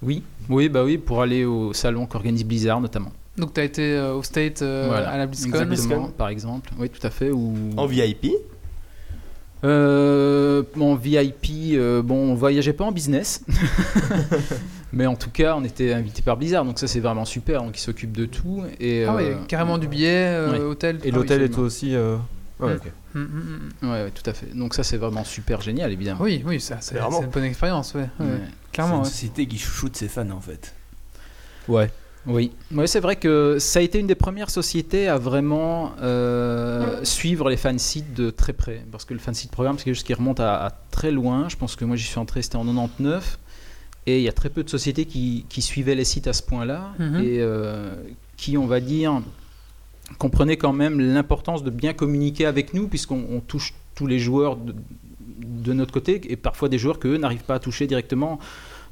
[SPEAKER 7] Oui, oui, bah oui, pour aller au salon qu'organise Blizzard notamment.
[SPEAKER 2] Donc, t'as été euh, au State euh,
[SPEAKER 7] Voilà,
[SPEAKER 2] à la BlizzCon.
[SPEAKER 7] Exactement, par exemple. Oui, tout à fait. Ou
[SPEAKER 4] En VIP
[SPEAKER 7] Euh, en VIP, euh, bon, on voyageait pas en business, (laughs) mais en tout cas, on était invité par Blizzard, donc ça c'est vraiment super. Donc ils s'occupent de tout et
[SPEAKER 2] Ah ouais,
[SPEAKER 7] euh,
[SPEAKER 2] carrément du billet, euh,
[SPEAKER 7] ouais.
[SPEAKER 2] hôtel.
[SPEAKER 3] Et
[SPEAKER 2] ah oui,
[SPEAKER 3] l'hôtel et
[SPEAKER 2] c'est
[SPEAKER 3] tout aussi. euh, ouais, ok.
[SPEAKER 2] bien. Mm, mm, mm.
[SPEAKER 7] Ouais, ouais, tout à fait. Donc ça c'est vraiment super génial, évidemment.
[SPEAKER 2] Oui, oui, ça, c'est
[SPEAKER 4] Clairement.
[SPEAKER 2] c'est une bonne expérience, ouais. ouais,
[SPEAKER 7] Ouais.
[SPEAKER 2] Clairement, ouais.
[SPEAKER 8] C'est une société qui chouchoute ses fans en fait.
[SPEAKER 7] Ouais. Oui, ouais, c'est vrai que ça a été une des premières sociétés à vraiment euh, suivre les fansites de très près. Parce que le fansite programme, c'est quelque chose qui remonte à, à très loin. Je pense que moi, j'y suis entré, c'était en 99. Et il y a très peu de sociétés qui, qui suivaient les sites à ce point-là.
[SPEAKER 2] Mhm.
[SPEAKER 7] Et euh, qui, on va dire, comprenaient quand même l'importance de bien communiquer avec nous, puisqu'on on touche tous les joueurs de, de notre côté, et parfois des joueurs qu'eux n'arrivent pas à toucher directement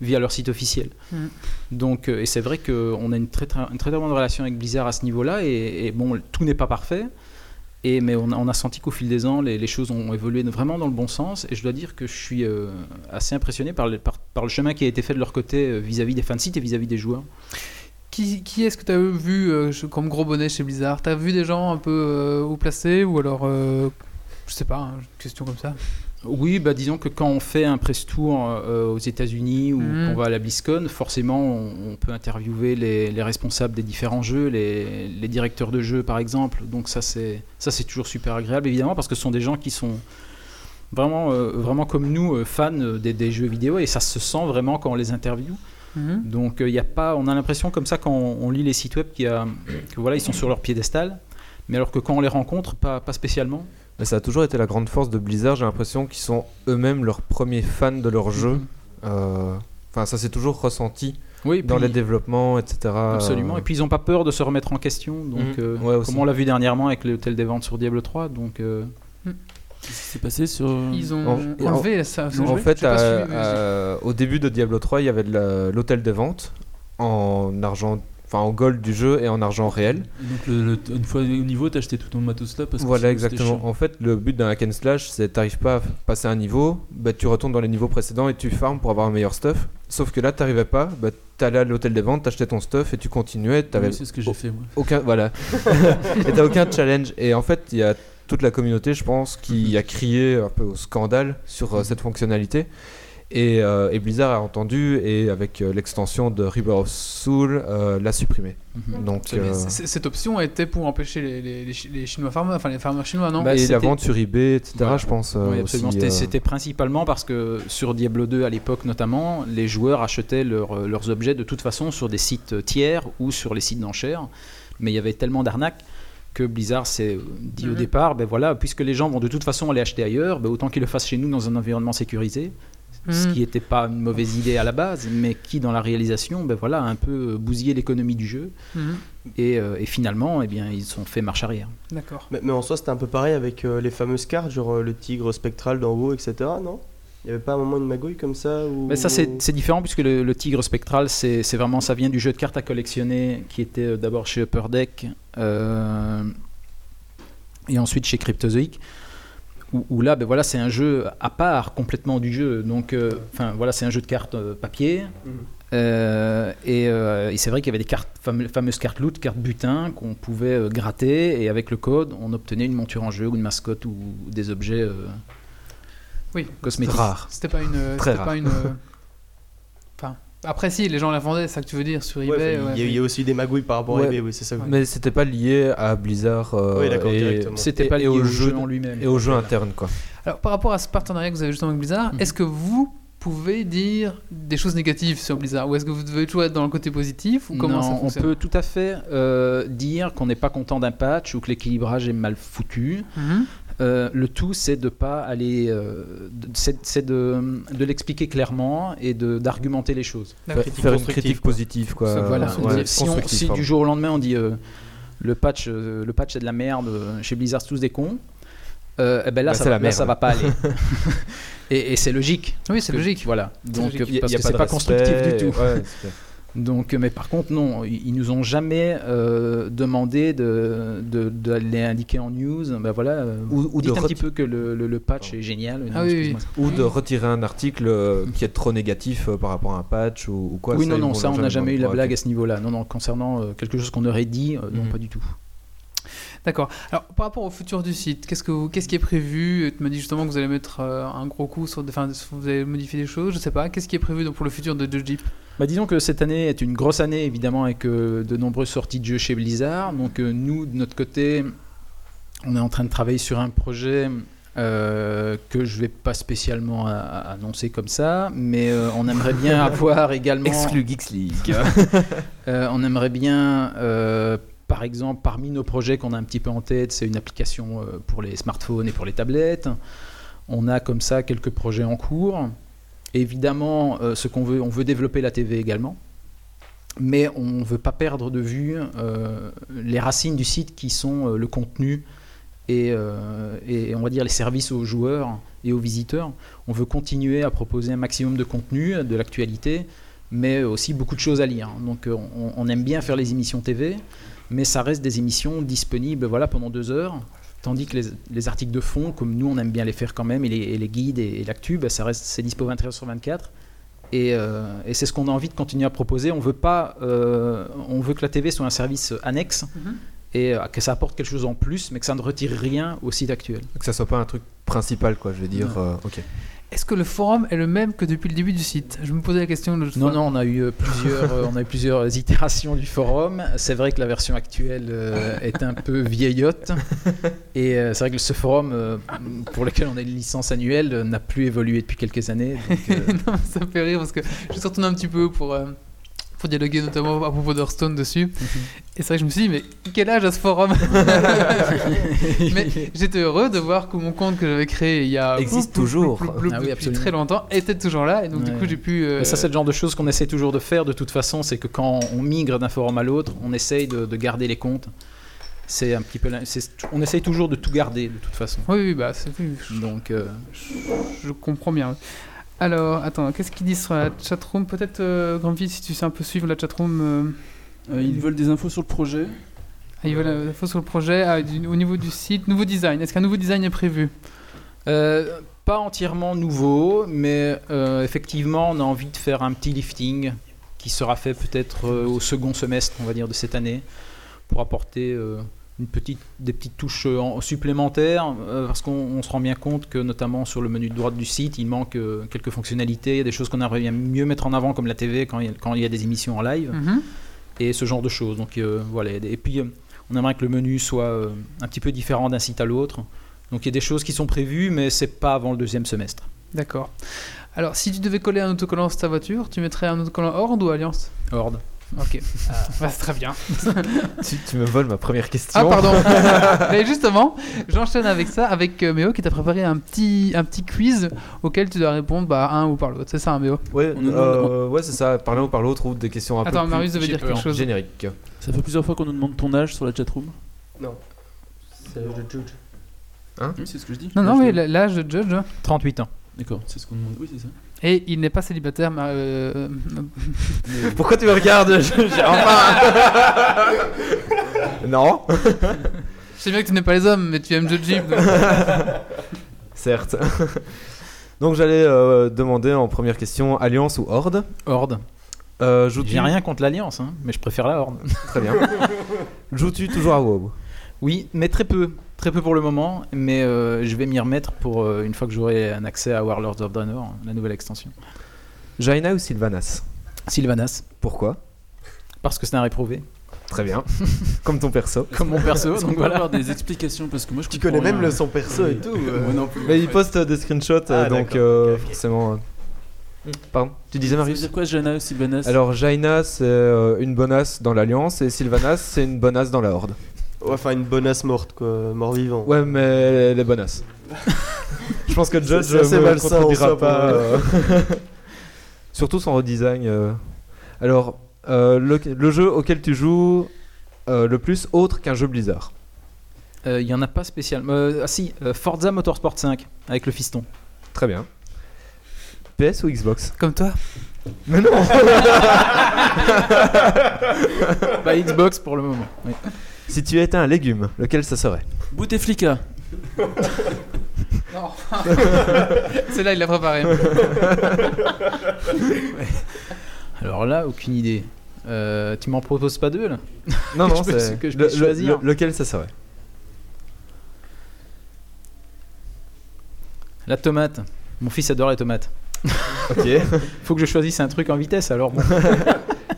[SPEAKER 7] via leur site officiel.
[SPEAKER 2] Mhm.
[SPEAKER 7] Donc, euh, et c'est vrai qu'on a une très, très, une très bonne relation avec Blizzard à ce niveau-là, et, et bon, tout n'est pas parfait, et, mais on a, on a senti qu'au fil des ans, les, les choses ont évolué vraiment dans le bon sens, et je dois dire que je suis euh, assez impressionné par le, par, par le chemin qui a été fait de leur côté euh, vis-à-vis des fansites et vis-à-vis des joueurs.
[SPEAKER 2] Qui, qui est-ce que t'as vu euh, je- comme gros bonnet chez Blizzard T'as vu des gens un peu euh, haut placés ou alors, euh, je sais pas, hein, une question comme ça.
[SPEAKER 7] Oui, bah disons que quand on fait un press tour euh, aux États-Unis ou
[SPEAKER 2] Mhm.
[SPEAKER 7] qu'on va à la BlizzCon, forcément on, on peut interviewer les, les responsables des différents jeux, les, les directeurs de jeux par exemple. Donc ça c'est ça c'est toujours super agréable évidemment parce que ce sont des gens qui sont vraiment euh, vraiment comme nous euh, fans euh, des, des jeux vidéo et ça se sent vraiment quand on les interviewe.
[SPEAKER 2] Mhm.
[SPEAKER 7] Donc il y a pas, on a l'impression comme ça quand on, on lit les sites web qu'il y a, que voilà ils sont sur leur piédestal, mais alors que quand on les rencontre pas pas spécialement.
[SPEAKER 3] Mais ça a toujours été la grande force de Blizzard. J'ai l'impression qu'ils sont eux-mêmes leurs premiers fans de leur jeu. Euh, Enfin, ça s'est toujours ressenti
[SPEAKER 7] Oui,
[SPEAKER 3] dans
[SPEAKER 7] puis-
[SPEAKER 3] les développements, etc.
[SPEAKER 7] Absolument.
[SPEAKER 3] Euh,
[SPEAKER 7] Et puis ils n'ont pas peur de se remettre en question. Donc,
[SPEAKER 3] Mhm.
[SPEAKER 7] euh,
[SPEAKER 3] Ouais, aussi.
[SPEAKER 7] comme on l'a vu dernièrement avec l'hôtel des ventes sur Diablo 3. Donc, euh,
[SPEAKER 6] Qu'est-ce qui s'est passé sur.
[SPEAKER 2] Ils ont
[SPEAKER 3] en-
[SPEAKER 2] enlevé ça.
[SPEAKER 3] En
[SPEAKER 2] je-
[SPEAKER 3] fait,
[SPEAKER 2] j'ai pas
[SPEAKER 3] à-
[SPEAKER 2] suivi,
[SPEAKER 3] à-
[SPEAKER 2] euh,
[SPEAKER 3] au début de Diablo 3, il y avait la- l'hôtel de vente en argent, enfin en gold du jeu et en argent réel.
[SPEAKER 6] Et Donc, le- le- une fois au niveau, t'as acheté tout ton matos là parce que.
[SPEAKER 3] Voilà,
[SPEAKER 6] sinon, c'était
[SPEAKER 3] exactement. En fait, le but d'un hack and slash, c'est t'arrives pas à passer un niveau, bah, tu retournes dans les niveaux précédents et tu farmes pour avoir un meilleur stuff. Sauf que là, t'arrivais pas, bah, t'allais à l'hôtel des ventes, t'achetais ton stuff et tu continuais,
[SPEAKER 6] chiant.
[SPEAKER 3] t'avais
[SPEAKER 6] Oui, c'est ce que
[SPEAKER 7] Oh.
[SPEAKER 6] j'ai fait, moi.
[SPEAKER 3] aucun,
[SPEAKER 6] (laughs)
[SPEAKER 3] voilà, et t'as aucun challenge. Et en fait, il y a toute la communauté, je pense, qui a crié un peu au scandale sur euh, cette fonctionnalité. Et, euh, et Blizzard a entendu et avec euh, l'extension de River of Soul euh, l'a supprimé.
[SPEAKER 7] Mhm.
[SPEAKER 3] Donc
[SPEAKER 2] mais
[SPEAKER 3] euh,
[SPEAKER 2] c- c- cette option était pour empêcher les, les- les Chi- les chinois farmers, enfin les farmers chinois, non
[SPEAKER 7] Bah,
[SPEAKER 3] et la
[SPEAKER 7] c'était-
[SPEAKER 3] vente sur eBay, etc.
[SPEAKER 7] Voilà.
[SPEAKER 3] Je pense. euh,
[SPEAKER 7] oui, absolument.
[SPEAKER 3] aussi,
[SPEAKER 7] C'était-
[SPEAKER 3] euh,
[SPEAKER 7] C'était principalement parce que sur Diablo 2 à l'époque notamment, les joueurs achetaient leur- euh, leurs objets de toute façon sur des sites tiers ou sur les sites d'enchères. Mais il y avait tellement d'arnaques que Blizzard s'est dit au
[SPEAKER 2] Mhm.
[SPEAKER 7] départ, ben voilà, puisque les gens vont de toute façon aller acheter ailleurs, ben autant qu'ils le fassent chez nous dans un environnement sécurisé. ce
[SPEAKER 2] Mhm.
[SPEAKER 7] qui n'était pas une mauvaise idée à la base, mais qui dans la réalisation, ben voilà, a un peu bousillé l'économie du jeu.
[SPEAKER 2] Mhm.
[SPEAKER 7] Et, euh, et finalement, eh bien, ils sont fait marche arrière.
[SPEAKER 2] D'accord.
[SPEAKER 4] Mais, mais en soi, c'était un peu pareil avec euh, les fameuses cartes, genre euh, le tigre spectral d'en haut, etc. Non Il n'y avait pas un moment une magouille comme ça ou...
[SPEAKER 7] Mais ça, c'est c'est différent puisque le, le tigre spectral, c'est c'est vraiment, ça vient du jeu de cartes à collectionner qui était euh, d'abord chez Upper Deck euh, et ensuite chez Cryptozoic. Où, où là, ben voilà, c'est un jeu à part complètement du jeu. Donc, euh, enfin, voilà, c'est un jeu de cartes euh, papier.
[SPEAKER 4] Mhm.
[SPEAKER 7] Euh, et euh, et c'est vrai qu'il y avait des cartes, fame- fameuses cartes loot, cartes butin qu'on pouvait euh, gratter et avec le code, on obtenait une monture en jeu ou une mascotte ou des objets euh,
[SPEAKER 2] Oui.
[SPEAKER 7] cosmétiques.
[SPEAKER 3] Rare.
[SPEAKER 2] C'était pas une. euh,
[SPEAKER 3] Très
[SPEAKER 2] c'était
[SPEAKER 3] rare.
[SPEAKER 2] pas
[SPEAKER 4] (laughs)
[SPEAKER 2] une. euh, Enfin, après si, les gens la vendaient, c'est ça que tu veux dire sur
[SPEAKER 4] Ouais,
[SPEAKER 2] eBay.
[SPEAKER 4] enfin,
[SPEAKER 2] ouais,
[SPEAKER 4] il y a- il y,
[SPEAKER 2] mais-
[SPEAKER 4] a aussi des magouilles par rapport
[SPEAKER 3] Ouais.
[SPEAKER 4] à eBay, oui, c'est ça.
[SPEAKER 3] Mais c'était pas lié à Blizzard euh,
[SPEAKER 4] Oui, d'accord,
[SPEAKER 3] et,
[SPEAKER 4] directement.
[SPEAKER 7] C'était
[SPEAKER 3] Et-
[SPEAKER 7] pas
[SPEAKER 3] et
[SPEAKER 7] lié
[SPEAKER 3] au
[SPEAKER 7] au
[SPEAKER 3] jeu
[SPEAKER 7] jeu
[SPEAKER 3] de-
[SPEAKER 7] en lui-même.
[SPEAKER 3] et au jeu
[SPEAKER 7] Voilà.
[SPEAKER 3] interne quoi.
[SPEAKER 2] Alors, par rapport à ce partenariat que vous avez justement avec Blizzard,
[SPEAKER 7] Mhm.
[SPEAKER 2] est-ce que vous pouvez dire des choses négatives sur Blizzard Ou est-ce que vous devez toujours être dans le côté positif Ou comment
[SPEAKER 7] Non,
[SPEAKER 2] ça
[SPEAKER 7] on
[SPEAKER 2] fonctionne
[SPEAKER 7] peut tout à fait euh, dire qu'on n'est pas content d'un patch ou que l'équilibrage est mal foutu.
[SPEAKER 2] Mhm.
[SPEAKER 7] Euh, le tout, c'est de pas aller, euh, de- c'est c'est de, de l'expliquer clairement et de- d'argumenter les choses. Euh,
[SPEAKER 2] D'accord.
[SPEAKER 4] Critique
[SPEAKER 3] Faire une
[SPEAKER 4] constructive,
[SPEAKER 3] critique
[SPEAKER 4] quoi.
[SPEAKER 3] positive quoi.
[SPEAKER 2] Ça,
[SPEAKER 7] Voilà.
[SPEAKER 2] ouais,
[SPEAKER 7] on dit-
[SPEAKER 2] ouais,
[SPEAKER 7] si on-
[SPEAKER 3] constructive,
[SPEAKER 7] si
[SPEAKER 3] pardon.
[SPEAKER 7] du jour au lendemain on dit euh, le patch, euh, le patch c'est de la merde, euh, chez Blizzard c'est tous des cons, euh, eh ben là,
[SPEAKER 3] Bah,
[SPEAKER 7] ça,
[SPEAKER 3] c'est
[SPEAKER 7] va-
[SPEAKER 3] la
[SPEAKER 7] là,
[SPEAKER 3] merde.
[SPEAKER 7] ça va pas aller. (laughs) et et c'est logique.
[SPEAKER 2] Oui, c'est
[SPEAKER 7] Que-
[SPEAKER 2] logique.
[SPEAKER 7] Voilà. Donc
[SPEAKER 2] logique.
[SPEAKER 7] euh,
[SPEAKER 3] Il y a-
[SPEAKER 7] parce
[SPEAKER 3] il y a
[SPEAKER 7] que c'est
[SPEAKER 3] de
[SPEAKER 7] pas constructif du
[SPEAKER 3] respect,
[SPEAKER 7] tout.
[SPEAKER 3] ouais, c'est-
[SPEAKER 7] Donc, euh, mais par contre, non, ils ils nous ont jamais euh, demandé de, de, de les indiquer en news. Ben voilà, euh,
[SPEAKER 3] Ou- ou de
[SPEAKER 7] dites un
[SPEAKER 3] ret-
[SPEAKER 7] petit peu que le, le- le patch est génial.
[SPEAKER 2] Ah oui,
[SPEAKER 7] excuse-moi.
[SPEAKER 3] ou de retirer un article euh, qui est trop négatif euh, par rapport à un patch ou, ou quoi.
[SPEAKER 7] Oui,
[SPEAKER 3] ça,
[SPEAKER 7] non,
[SPEAKER 3] ils
[SPEAKER 7] non,
[SPEAKER 3] vont
[SPEAKER 7] ça, on
[SPEAKER 3] leur
[SPEAKER 7] n'a jamais eu la
[SPEAKER 3] demander.
[SPEAKER 7] blague à ce niveau-là. Non, non, concernant euh, quelque chose qu'on aurait dit, euh, non,
[SPEAKER 3] Mhm.
[SPEAKER 7] pas du tout.
[SPEAKER 2] D'accord. Alors, par rapport au futur du site, qu'est-ce, que vous- qu'est-ce qui est prévu Tu m'as dit justement que vous allez mettre euh, un gros coup sur. Enfin, vous allez modifier des choses, je sais pas. Qu'est-ce qui est prévu donc, pour le futur de Judge Deep
[SPEAKER 7] Bah, disons que cette année est une grosse année, évidemment, avec euh, de nombreuses sorties de jeux chez Blizzard. Donc, euh, nous, de notre côté, on est en train de travailler sur un projet euh, que je vais pas spécialement a- a- annoncer comme ça, mais euh, on aimerait bien avoir également.
[SPEAKER 8] Exclu Geeks League.
[SPEAKER 7] Euh, on aimerait bien, euh, par exemple, parmi nos projets qu'on a un petit peu en tête, c'est une application euh, pour les smartphones et pour les tablettes. On a comme ça quelques projets en cours. Évidemment, euh, ce qu'on veut, on veut développer la TV également. Mais on ne veut pas perdre de vue euh, les racines du site qui sont euh, le contenu et, euh, et on va dire les services aux joueurs et aux visiteurs. On veut continuer à proposer un maximum de contenu, de l'actualité, mais aussi beaucoup de choses à lire. Donc euh, on, on aime bien faire les émissions TV, mais ça reste des émissions disponibles voilà, pendant deux heures, tandis que les, les articles de fond, comme nous on aime bien les faire quand même, et les, et les guides et, et l'actu, bah, ça reste, c'est dispo 23 sur 24. Et, euh, et c'est ce qu'on a envie de continuer à proposer. On veut pas, euh, on veut que la TV soit un service annexe
[SPEAKER 2] Mhm.
[SPEAKER 7] et euh, que ça apporte quelque chose en plus, mais que ça ne retire rien au site actuel.
[SPEAKER 3] Que ça soit pas un truc principal, quoi, je veux dire. euh, ok.
[SPEAKER 2] Est-ce que le forum est le même que depuis le début du site Je me posais la question l'autre
[SPEAKER 7] Non,
[SPEAKER 2] fois.
[SPEAKER 7] non, on a eu euh, plusieurs, euh, on a eu plusieurs (laughs) itérations du forum. C'est vrai que la version actuelle euh, est un peu vieillotte. Et euh, c'est vrai que ce forum, euh, pour lequel on a une licence annuelle, euh, n'a plus évolué depuis quelques années. Donc, euh,
[SPEAKER 2] (laughs) Non, ça me fait rire parce que je suis retourné un petit peu pour, euh, pour dialoguer notamment à propos d'Hearthstone dessus.
[SPEAKER 7] Mhm.
[SPEAKER 2] Et c'est vrai que je me suis dit, mais quel âge à ce
[SPEAKER 7] (laughs)
[SPEAKER 2] forum (laughs) Mais j'étais heureux de voir que mon compte que j'avais créé il y a.
[SPEAKER 8] Existe
[SPEAKER 2] plou, plou,
[SPEAKER 8] toujours.
[SPEAKER 2] plou, plou, plou,
[SPEAKER 7] Ah oui,
[SPEAKER 2] depuis
[SPEAKER 7] absolument.
[SPEAKER 2] très longtemps était toujours là. Et donc, du
[SPEAKER 7] Ouais.
[SPEAKER 2] coup, j'ai pu. euh, (laughs)
[SPEAKER 7] Mais ça, c'est le genre de choses qu'on essaie toujours de faire. De toute façon, c'est que quand on migre d'un forum à l'autre, on essaye de, de garder les comptes. C'est un petit peu, la- c'est- on essaye toujours de tout garder de toute façon.
[SPEAKER 2] Oui, oui, bah, c'est- oui, je,
[SPEAKER 7] Donc, euh,
[SPEAKER 2] je comprends bien. Alors, attends, qu'est-ce qu'ils disent sur la chatroom Peut-être, euh, Granville, si tu sais un peu suivre la chatroom. euh,
[SPEAKER 6] Euh,
[SPEAKER 7] Oh.
[SPEAKER 6] ils veulent des infos sur le projet.
[SPEAKER 2] Ah, ils veulent euh, des infos sur le projet. Ah, du- au niveau du site, nouveau design. Est-ce qu'un nouveau design est prévu
[SPEAKER 7] Euh, pas entièrement nouveau, mais euh, effectivement, on a envie de faire un petit lifting qui sera fait peut-être euh, au second semestre, on va dire, de cette année, pour apporter euh, une petite, des petites touches euh, en- supplémentaires, euh, parce qu'on on se rend bien compte que notamment sur le menu de droite du site, il manque euh, quelques fonctionnalités, il y a des choses qu'on aimerait bien mieux mettre en avant, comme la TV quand il y a, quand il y a des émissions en live
[SPEAKER 2] Mhm.
[SPEAKER 7] et ce genre de choses. Donc euh, voilà. Et puis euh, on aimerait que le menu soit euh, un petit peu différent d'un site à l'autre. Donc il y a des choses qui sont prévues, mais c'est pas avant le deuxième semestre.
[SPEAKER 2] D'accord. Alors, si tu devais coller un autocollant sur ta voiture, tu mettrais un autocollant Horde ou Alliance
[SPEAKER 7] Horde.
[SPEAKER 2] Ok. Bah, c'est très bien.
[SPEAKER 3] tu, tu me voles ma première
[SPEAKER 2] Ah,
[SPEAKER 3] question.
[SPEAKER 2] pardon. Mais justement, j'enchaîne avec ça, avec euh, Méo qui t'a préparé un petit, un petit quiz auquel tu dois répondre bah, à un ou par l'autre. C'est ça, hein, Méo
[SPEAKER 3] Ouais,
[SPEAKER 6] On nous
[SPEAKER 3] euh, ouais c'est ça, par l'un ou par l'autre, ou des questions un
[SPEAKER 2] Attends,
[SPEAKER 3] peu
[SPEAKER 2] Marius
[SPEAKER 3] plus euh,
[SPEAKER 2] devait dire quelque chose.
[SPEAKER 3] génériques.
[SPEAKER 6] Ça fait plusieurs fois qu'on nous demande ton âge sur la chatroom.
[SPEAKER 4] C'est l'âge de Judge.
[SPEAKER 6] Oui, c'est ce que je dis.
[SPEAKER 2] Non, non,
[SPEAKER 6] L'âge
[SPEAKER 2] mais
[SPEAKER 6] de-
[SPEAKER 2] l'âge de Judge. hein.
[SPEAKER 7] 38 ans.
[SPEAKER 6] D'accord, c'est ce qu'on demande. Oui, c'est ça.
[SPEAKER 2] Et il n'est pas célibataire, mais, euh,
[SPEAKER 3] Pourquoi tu me regardes Je- j'ai- Enfin Non,
[SPEAKER 2] Je sais bien que tu n'es pas les hommes, mais tu aimes Judge Jeep. donc-
[SPEAKER 3] certes. (laughs) Donc j'allais euh, demander en première question Alliance ou Horde
[SPEAKER 7] Horde.
[SPEAKER 3] euh, joues-tu-
[SPEAKER 7] J'ai rien contre l'Alliance, hein, mais je préfère la Horde.
[SPEAKER 3] Très (laughs) bien. Joues-tu toujours à WoW
[SPEAKER 7] Oui, mais très peu. Très peu pour le moment, mais euh, je vais m'y remettre pour euh, une fois que j'aurai un accès à Warlords of Draenor, la nouvelle extension.
[SPEAKER 3] Jaina ou Sylvanas
[SPEAKER 7] Sylvanas,
[SPEAKER 3] Pourquoi
[SPEAKER 7] parce que c'est un réprouvé,
[SPEAKER 3] Très (laughs) bien. Comme ton perso.
[SPEAKER 7] comme
[SPEAKER 6] (laughs)
[SPEAKER 7] mon perso,
[SPEAKER 6] Est-ce qu'on
[SPEAKER 7] donc
[SPEAKER 6] peut
[SPEAKER 7] voilà.
[SPEAKER 6] avoir des explications parce que moi je
[SPEAKER 4] Tu
[SPEAKER 6] comprends
[SPEAKER 4] connais
[SPEAKER 6] rien.
[SPEAKER 4] même le son perso et (laughs) tout. euh.
[SPEAKER 6] Moi non plus.
[SPEAKER 3] Mais il poste euh, des screenshots, euh,
[SPEAKER 4] Ah,
[SPEAKER 3] donc
[SPEAKER 4] d'accord,
[SPEAKER 3] euh,
[SPEAKER 4] ok, Hmm. ok.
[SPEAKER 3] forcément. euh. Pardon Tu disais
[SPEAKER 6] Ça veut
[SPEAKER 3] Marius
[SPEAKER 6] dire quoi, Jana ou Sylvanas
[SPEAKER 3] Alors Jaina c'est euh, une bonasse dans l'Alliance et Sylvanas c'est une bonasse dans la Horde.
[SPEAKER 4] Ouais, enfin une bonasse morte quoi, mort vivant.
[SPEAKER 3] Ouais mais elle est
[SPEAKER 4] (laughs)
[SPEAKER 3] bonasse. Je pense que Judge
[SPEAKER 4] C'est assez
[SPEAKER 3] me
[SPEAKER 4] malsain en
[SPEAKER 3] contredira
[SPEAKER 4] soi,
[SPEAKER 3] pas.
[SPEAKER 4] pour (laughs)
[SPEAKER 3] euh. Surtout son redesign. euh. Alors euh, le, le jeu auquel tu joues euh, le plus autre qu'un jeu Blizzard.
[SPEAKER 7] Euh, Il y en a pas spécialement. Euh, ah si, euh, Forza Motorsport 5, avec le fiston.
[SPEAKER 3] Très bien. PS ou Xbox
[SPEAKER 2] Comme toi
[SPEAKER 3] Mais non (laughs)
[SPEAKER 7] Pas Bah, Xbox pour le moment. oui.
[SPEAKER 3] Si tu étais un légume, lequel ça serait
[SPEAKER 6] Bouteflika.
[SPEAKER 2] Non. Celle-là, il l'a préparé.
[SPEAKER 7] Alors là, aucune idée. Euh, tu m'en proposes pas deux là
[SPEAKER 3] Non,
[SPEAKER 7] Que
[SPEAKER 3] non,
[SPEAKER 7] je peux-
[SPEAKER 3] c'est
[SPEAKER 7] que je
[SPEAKER 3] le-
[SPEAKER 7] puisse
[SPEAKER 3] le-
[SPEAKER 7] choisir.
[SPEAKER 3] le- lequel ça serait
[SPEAKER 7] La tomate. Mon fils adore les tomates.
[SPEAKER 3] Ok.
[SPEAKER 7] (laughs) Faut que je choisisse un truc en vitesse alors. bon.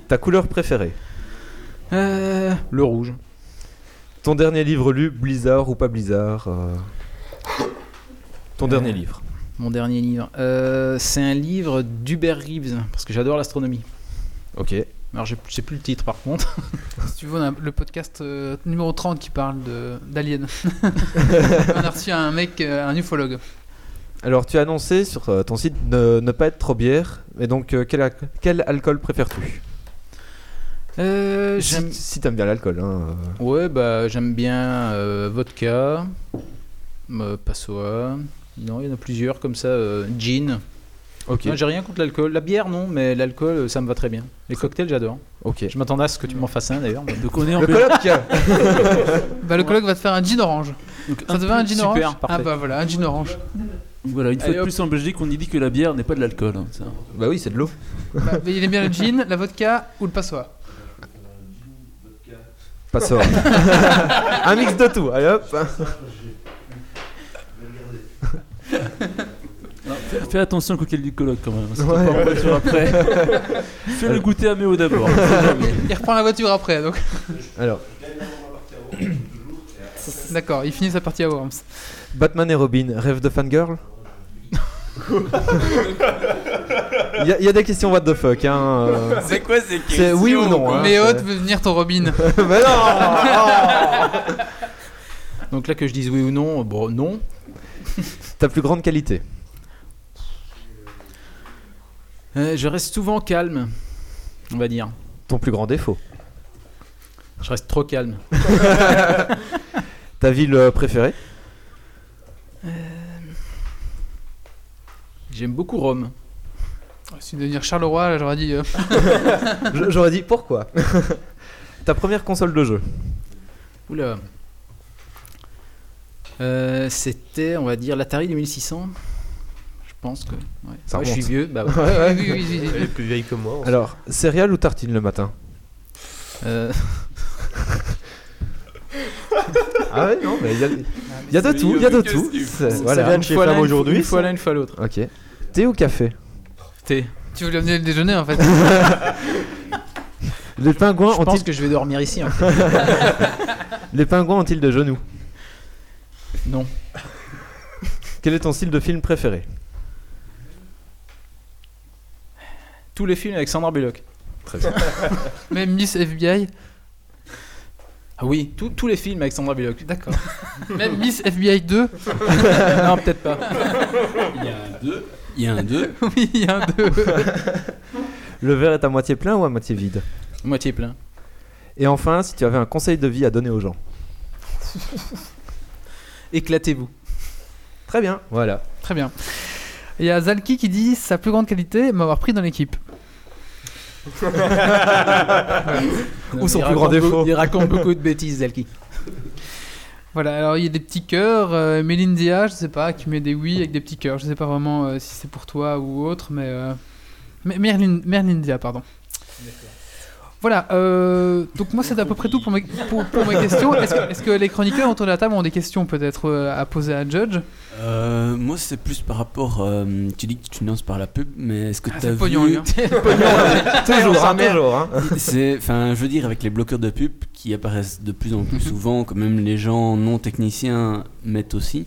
[SPEAKER 3] Ta couleur préférée
[SPEAKER 7] (laughs) Euh, le rouge.
[SPEAKER 3] Ton dernier livre lu, Blizzard ou pas Blizzard euh, Ton
[SPEAKER 7] Euh.
[SPEAKER 3] dernier livre.
[SPEAKER 7] Mon dernier livre. Euh, c'est un livre d'Hubert Reeves parce que j'adore l'astronomie.
[SPEAKER 3] Ok.
[SPEAKER 7] Alors je je sais plus le titre par contre.
[SPEAKER 2] Si tu veux, on a le podcast euh, numéro 30 qui parle de- d'aliens. on a reçu un mec, euh, un ufologue.
[SPEAKER 3] Alors, tu as annoncé sur euh, ton site ne, ne pas être trop bière. Et donc, euh, quel, ac- quel alcool préfères-tu
[SPEAKER 7] Euh, (laughs) j'aime.
[SPEAKER 3] Si, si t'aimes bien l'alcool. Hein, euh.
[SPEAKER 7] Ouais bah j'aime bien euh, vodka, euh, Passoa. Non, il y en a plusieurs comme ça. euh, gin.
[SPEAKER 3] Ok.
[SPEAKER 7] Non, j'ai rien contre l'alcool. La bière non, mais l'alcool euh, ça me va très bien. Les cocktails j'adore.
[SPEAKER 3] ok.
[SPEAKER 7] Je m'attendais à ce que tu m'en fasses un d'ailleurs. mais-
[SPEAKER 6] Donc on est en
[SPEAKER 3] Le
[SPEAKER 6] Belgique.
[SPEAKER 3] colloque
[SPEAKER 2] Bah, le collègue va te faire un gin orange.
[SPEAKER 7] Donc,
[SPEAKER 2] Ça te va un gin
[SPEAKER 7] Super,
[SPEAKER 2] orange Ah
[SPEAKER 7] parfait.
[SPEAKER 2] bah voilà, un gin orange.
[SPEAKER 6] Voilà, une fois
[SPEAKER 7] Allez,
[SPEAKER 6] de
[SPEAKER 7] hop.
[SPEAKER 6] plus en Belgique, on y dit que la bière n'est pas de l'alcool. hein, ça.
[SPEAKER 3] (laughs) Bah oui, c'est de l'eau.
[SPEAKER 2] Bah, mais il aime bien le gin, la vodka ou le passoa.
[SPEAKER 3] Pas ça. (laughs) Un mix de tout. Allez hop.
[SPEAKER 6] Alors, fais, fais attention au coquel du colloque quand même. hein, C'est
[SPEAKER 3] Ouais.
[SPEAKER 6] pas en voiture après.
[SPEAKER 7] (laughs)
[SPEAKER 6] fais
[SPEAKER 7] Euh.
[SPEAKER 6] le goûter à Méo d'abord. hein,
[SPEAKER 2] Il reprend la voiture après, donc.
[SPEAKER 3] Alors,
[SPEAKER 2] D'accord, il finit sa partie à Worms.
[SPEAKER 3] Batman et Robin, rêve de (laughs) fangirl Il y, a- il y a des questions what the fuck. Hein. euh.
[SPEAKER 8] C'est quoi ces
[SPEAKER 3] C'est oui ou non hein,
[SPEAKER 2] mais
[SPEAKER 3] c'est-
[SPEAKER 2] Haute veut venir ton Robin.
[SPEAKER 3] (laughs) Mais non oh.
[SPEAKER 7] Donc là que je dise oui ou non, euh, bon non.
[SPEAKER 3] Ta plus grande qualité
[SPEAKER 7] Euh, je reste souvent calme, on va dire.
[SPEAKER 3] Ton plus grand défaut
[SPEAKER 7] Je reste trop calme.
[SPEAKER 3] Ta ville euh, préférée
[SPEAKER 7] J'aime beaucoup Rome.
[SPEAKER 2] Si devenir Charleroi, là, j'aurais dit. euh,
[SPEAKER 3] J- J'aurais dit pourquoi (laughs) Ta première console de jeu
[SPEAKER 7] Oula. Euh, C'était, on va dire, l'Atari 2600. Je pense que. Ouais.
[SPEAKER 3] Ça
[SPEAKER 7] Ouais, je suis
[SPEAKER 3] remonte.
[SPEAKER 7] vieux. Bah ouais.
[SPEAKER 3] Ah
[SPEAKER 2] oui, oui, oui, oui,
[SPEAKER 4] Elle
[SPEAKER 2] oui.
[SPEAKER 4] est plus vieille que moi. en fait.
[SPEAKER 3] Alors, céréales ou tartines le matin
[SPEAKER 7] Euh,
[SPEAKER 3] (laughs) Ah ouais, non, mais il y a, il y a de
[SPEAKER 8] c'est
[SPEAKER 3] tout, il y a de
[SPEAKER 8] Yomi
[SPEAKER 3] tout.
[SPEAKER 8] Castillo.
[SPEAKER 3] C'est-
[SPEAKER 4] Ça
[SPEAKER 3] euh, Voilà.
[SPEAKER 4] vient de
[SPEAKER 7] une
[SPEAKER 4] chez
[SPEAKER 7] fois
[SPEAKER 4] Flamme
[SPEAKER 7] l'un, une
[SPEAKER 4] aujourd'hui,
[SPEAKER 7] fois- Une fois
[SPEAKER 4] ça
[SPEAKER 7] l'un, une fois l'autre.
[SPEAKER 3] Ok. Thé ou café
[SPEAKER 7] Thé.
[SPEAKER 2] Tu veux lui amener le déjeuner en fait.
[SPEAKER 3] Les pingouins
[SPEAKER 7] Je pense
[SPEAKER 3] ont-ils
[SPEAKER 7] que je vais dormir ici. hein. en fait.
[SPEAKER 3] (laughs) les pingouins ont-ils de genoux
[SPEAKER 7] Non.
[SPEAKER 3] Quel est ton style de film préféré
[SPEAKER 7] Tous les films avec Sandra Bullock.
[SPEAKER 2] Même Miss FBI.
[SPEAKER 7] Ah oui, tous- tous les films avec Sandra Bullock.
[SPEAKER 2] D'accord. Même Miss FBI 2.
[SPEAKER 7] (laughs) non, peut-être pas.
[SPEAKER 8] Il y a un 2. Il y a un 2.
[SPEAKER 2] (laughs) Oui, il y a un 2.
[SPEAKER 3] Le verre est à moitié plein ou à moitié vide
[SPEAKER 7] Moitié plein.
[SPEAKER 3] Et enfin, si tu avais un conseil de vie à donner aux gens
[SPEAKER 7] Éclatez-vous.
[SPEAKER 3] Très bien, voilà.
[SPEAKER 2] Très bien. Il y a Zalki qui dit sa plus grande qualité, m'avoir pris dans l'équipe.
[SPEAKER 7] Non,
[SPEAKER 3] son
[SPEAKER 7] il
[SPEAKER 3] plus grand
[SPEAKER 7] raconte
[SPEAKER 3] défaut.
[SPEAKER 7] beau- Il raconte beaucoup de bêtises, Zelki.
[SPEAKER 2] Voilà, alors il y a des petits cœurs. Euh, Mélindia, je sais pas, qui met des oui avec des petits cœurs. Je sais pas vraiment euh, si c'est pour toi ou autre, mais. Euh... mais- Merlin- Merlindia, pardon. Voilà, euh, donc moi c'est à peu près tout pour mes, pour, pour mes questions. Est-ce que, est-ce que les chroniqueurs autour de la table ont des questions peut-être euh, à poser à Judge
[SPEAKER 8] Euh, moi, c'est plus par rapport. euh, tu dis que tu te lances par la pub, mais est-ce que
[SPEAKER 2] Ah,
[SPEAKER 8] tu
[SPEAKER 2] c'est
[SPEAKER 8] as
[SPEAKER 2] le pognon, lui,
[SPEAKER 8] vu
[SPEAKER 2] hein.
[SPEAKER 3] toujours, hein, toujours. hein.
[SPEAKER 8] C'est, enfin, je veux dire, avec les bloqueurs de pub qui apparaissent de plus en plus souvent, quand même les gens non techniciens mettent aussi.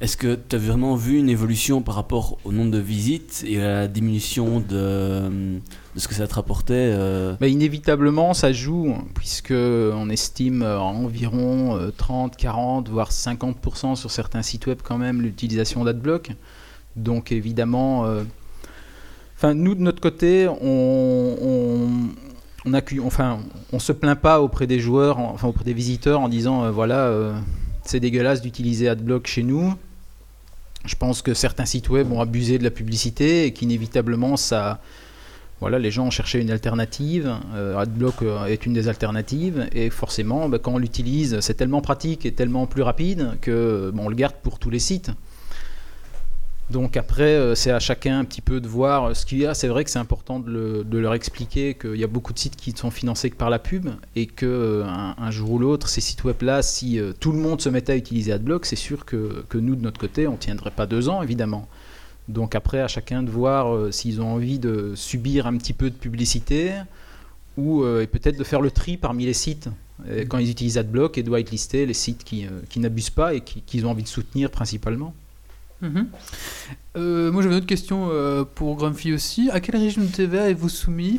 [SPEAKER 8] Est-ce que tu as vraiment vu une évolution par rapport au nombre de visites et à la diminution de, de ce que ça te rapportait euh,
[SPEAKER 7] Bah, inévitablement, ça joue, puisque on estime euh, à environ euh, 30, 40, voire 50% sur certains sites web quand même l'utilisation d'adblock. Donc évidemment, euh, enfin nous de notre côté, on, on, on accueille- enfin on se plaint pas auprès des joueurs, en- enfin auprès des visiteurs en disant euh, voilà euh, c'est dégueulasse d'utiliser adblock chez nous. Je pense que certains sites web ont abusé de la publicité et qu'inévitablement ça voilà, les gens ont cherché une alternative. euh, Adblock euh, est une des alternatives. Et forcément, bah, quand on l'utilise, c'est tellement pratique et tellement plus rapide que bon, on le garde pour tous les sites. Donc après, euh, c'est à chacun un petit peu de voir euh, ce qu'il y a. C'est vrai que c'est important de, le- de leur expliquer qu'il y a beaucoup de sites qui ne sont financés que par la pub et que euh, un, un jour ou l'autre, ces sites web-là, si euh, tout le monde se mettait à utiliser AdBlock, c'est sûr que, que nous, de notre côté, on ne tiendrait pas deux ans, évidemment. Donc après, à chacun de voir euh, s'ils ont envie de subir un petit peu de publicité ou euh, et peut-être de faire le tri parmi les sites euh, quand ils utilisent AdBlock et de whitelister les sites qui, euh, qui n'abusent pas et qui- qu'ils ont envie de soutenir principalement.
[SPEAKER 2] Mhm. Euh, moi j'avais une autre question euh, pour Grumpy aussi. À quel régime de TVA êtes-vous soumis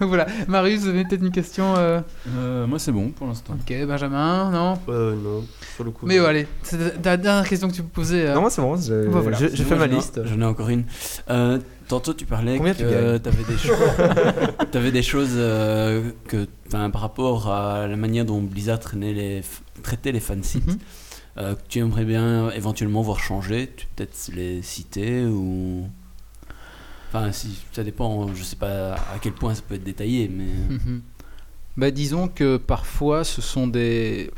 [SPEAKER 2] Donc voilà, Marius, vous avez peut-être une question euh,
[SPEAKER 6] Euh, moi, c'est bon pour l'instant.
[SPEAKER 2] Ok, Benjamin, non
[SPEAKER 4] Euh, non, sur le coup.
[SPEAKER 2] Mais
[SPEAKER 4] non.
[SPEAKER 2] ouais, allez, c'est la- la dernière question que tu peux poser. euh.
[SPEAKER 3] Non, moi c'est bon, j'ai
[SPEAKER 2] Bah, voilà.
[SPEAKER 3] j'ai- j'ai fait
[SPEAKER 8] Sinon,
[SPEAKER 3] ma
[SPEAKER 8] j'en ai-
[SPEAKER 3] liste.
[SPEAKER 6] hein.
[SPEAKER 8] J'en ai Euh, encore une. Euh, tantôt, tu parlais
[SPEAKER 3] Combien tu
[SPEAKER 8] que tu avais des choses, avais des choses euh, que, enfin, par rapport à la manière dont Blizzard traînait les f- traitait les fansites,
[SPEAKER 2] Mhm.
[SPEAKER 8] euh, que tu aimerais bien éventuellement voir changer. Tu peux peut-être les citer ou. Enfin, si, ça dépend, je sais pas à quel point ça peut être détaillé, mais.
[SPEAKER 7] Mhm. Bah, disons que parfois, ce sont des.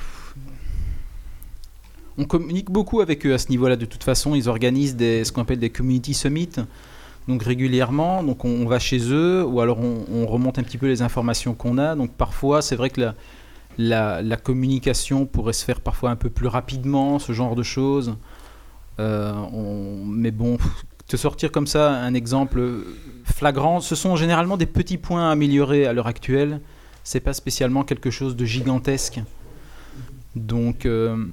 [SPEAKER 7] On communique beaucoup avec eux à ce niveau-là. De toute façon, ils organisent des, ce qu'on appelle des community summits. Donc régulièrement, donc on, on va chez eux ou alors on, on remonte un petit peu les informations qu'on a. Donc parfois, c'est vrai que la, la, la communication pourrait se faire parfois un peu plus rapidement, ce genre de choses. Euh, on- mais bon, te sortir comme ça un exemple flagrant, ce sont généralement des petits points à améliorer à l'heure actuelle. C'est pas spécialement quelque chose de gigantesque. Donc euh,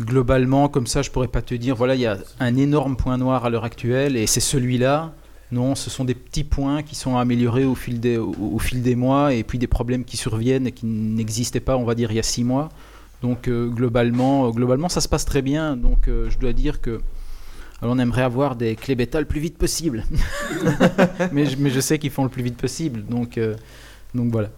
[SPEAKER 7] globalement, comme ça, je pourrais pas te dire voilà, il y a un énorme point noir à l'heure actuelle et c'est celui-là. Non, ce sont des petits points qui sont améliorés au fil des au, au fil des mois et puis des problèmes qui surviennent et qui n'existaient pas, on va dire, il y a six mois. Donc euh, globalement, euh, globalement, ça se passe très bien. Donc euh, je dois dire que alors on aimerait avoir des clés bêta le plus vite possible. (laughs) mais, je, mais je sais qu'ils font le plus vite possible, donc, euh, donc voilà.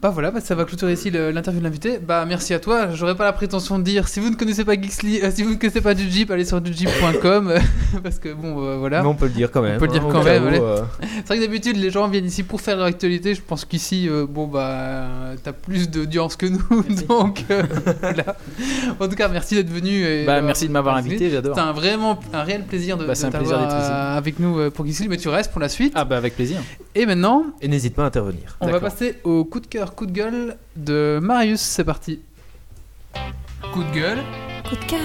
[SPEAKER 2] Bah voilà, bah ça va clôturer ici le- l'interview de l'invité. Bah merci à toi. J'aurais pas la prétention de dire si vous ne connaissez pas Geeksly, euh, si vous ne connaissez pas Jujip, allez sur jujip.com euh, (laughs) parce que bon euh, voilà.
[SPEAKER 3] Mais on peut le dire quand même.
[SPEAKER 2] peut le dire
[SPEAKER 3] hein, au
[SPEAKER 2] quand
[SPEAKER 3] cas
[SPEAKER 2] même,
[SPEAKER 3] où,
[SPEAKER 2] allez.
[SPEAKER 3] euh,
[SPEAKER 2] C'est vrai que d'habitude les gens viennent ici pour faire leur actualité. Je pense qu'ici euh, bon bah t'as plus d'audience que nous (laughs) donc euh, voilà. En tout cas merci d'être venu. Et, euh,
[SPEAKER 7] Bah,
[SPEAKER 2] d'avoir-
[SPEAKER 7] merci de m'avoir
[SPEAKER 2] participé.
[SPEAKER 7] invité, j'adore.
[SPEAKER 2] C'est un vraiment un réel plaisir de,
[SPEAKER 7] Bah, c'est
[SPEAKER 2] de
[SPEAKER 7] un plaisir
[SPEAKER 2] t'avoir,
[SPEAKER 7] d'être ici.
[SPEAKER 2] euh, avec nous euh, pour Geeksly, mais tu restes pour la suite.
[SPEAKER 7] Ah bah avec plaisir.
[SPEAKER 2] Et maintenant
[SPEAKER 3] Et n'hésite pas à intervenir.
[SPEAKER 2] on va
[SPEAKER 7] D'accord.
[SPEAKER 2] passer au coup de cœur, coup de gueule de Marius. C'est parti. Coup de gueule.
[SPEAKER 5] Coup de cœur.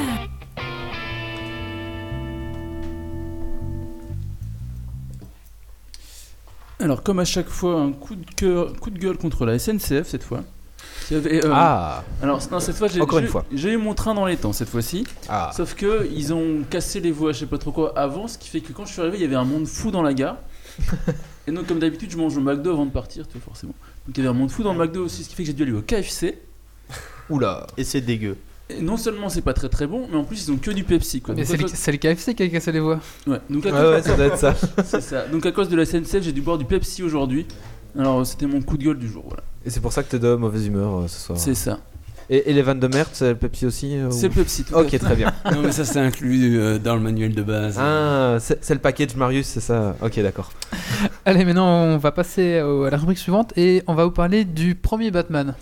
[SPEAKER 6] Alors, comme à chaque fois, un coup de, cœur, coup de gueule contre la SNCF cette fois. Et, euh,
[SPEAKER 3] Ah,
[SPEAKER 6] Alors, non, cette fois, j'ai,
[SPEAKER 3] Encore une
[SPEAKER 6] j'ai-
[SPEAKER 3] fois.
[SPEAKER 6] j'ai eu mon train dans les temps cette fois-ci.
[SPEAKER 3] ah.
[SPEAKER 6] Sauf que ils ont cassé les voies, je sais pas trop quoi, avant, ce qui fait que quand je suis arrivé, il y avait un monde fou dans
[SPEAKER 3] (laughs)
[SPEAKER 6] la gare. Et donc, comme d'habitude, je mange au McDo avant de partir, tu vois, forcément. Donc, il y avait un monde fou dans le McDo aussi, ce qui fait que j'ai dû aller au KFC.
[SPEAKER 3] Oula.
[SPEAKER 4] Et c'est dégueu.
[SPEAKER 6] Et non seulement c'est pas très très bon, mais en plus ils ont que du Pepsi quoi.
[SPEAKER 2] Mais
[SPEAKER 6] Donc,
[SPEAKER 2] c'est
[SPEAKER 6] à
[SPEAKER 2] le,
[SPEAKER 6] cause-
[SPEAKER 2] c'est le KFC qui a cassé les voies.
[SPEAKER 6] ouais, donc
[SPEAKER 3] Ouais,
[SPEAKER 6] à cause-
[SPEAKER 3] ouais, ça doit être ça.
[SPEAKER 6] c'est ça. Donc à cause de la SNCF, j'ai dû boire du Pepsi aujourd'hui. Alors c'était mon coup de gueule du jour, voilà.
[SPEAKER 3] Et c'est pour ça que t'es de mauvaise humeur euh, ce soir.
[SPEAKER 6] C'est ça.
[SPEAKER 3] Et, et les vannes de merde, c'est le Pepsi aussi euh,
[SPEAKER 6] C'est
[SPEAKER 3] ou-
[SPEAKER 6] le Pepsi. tout à fait.
[SPEAKER 3] Ok, très bien.
[SPEAKER 8] Non, mais ça, c'est inclus euh, dans le manuel de base.
[SPEAKER 3] Ah, c'est c'est le package Marius, c'est ça Ok, d'accord.
[SPEAKER 2] Allez, maintenant on va passer au- à la rubrique suivante et on va vous parler du premier Batman.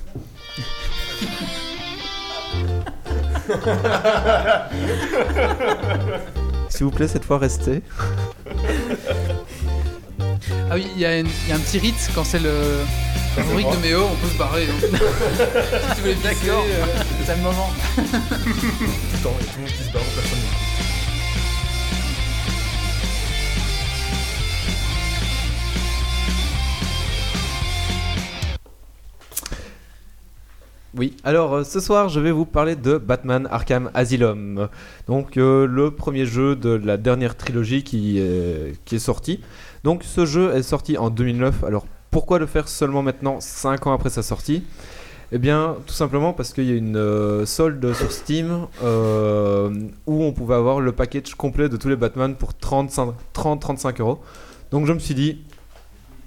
[SPEAKER 3] S'il vous plaît, cette fois, restez.
[SPEAKER 2] Ah oui, il y, a une- il y a un petit rite quand c'est le. La rubrique de Méo, on peut se barrer. (laughs) hein. si tu veux d'accord, c'est le moment.
[SPEAKER 9] Putain, et tout le monde qui se barre, personne n'écoute.
[SPEAKER 3] Oui. Alors, euh, ce soir, je vais vous parler de Batman Arkham Asylum. Donc, euh, le premier jeu de la dernière trilogie qui, est- qui est sorti. Donc, ce jeu est sorti en 2009. Alors, pourquoi le faire seulement maintenant, 5 ans après sa sortie eh bien, tout simplement parce qu'il y a une euh, solde sur Steam euh, où on pouvait avoir le package complet de tous les Batman pour 30-35 euros. Donc je me suis dit,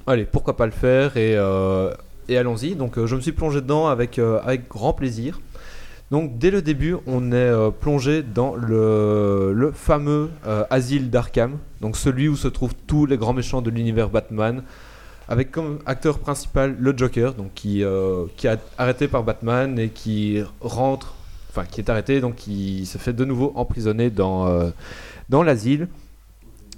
[SPEAKER 3] allez, pourquoi pas le faire et, euh, et allons-y. Donc euh, je me suis plongé dedans avec, euh, avec grand plaisir. Donc dès le début, on est euh, plongé dans le, le fameux euh, asile d'Arkham, donc celui où se trouvent tous les grands méchants de l'univers Batman. avec comme acteur principal le Joker, donc qui, euh, qui est arrêté par Batman et qui rentre, enfin qui est arrêté, donc qui se fait de nouveau emprisonner dans, euh, dans l'asile.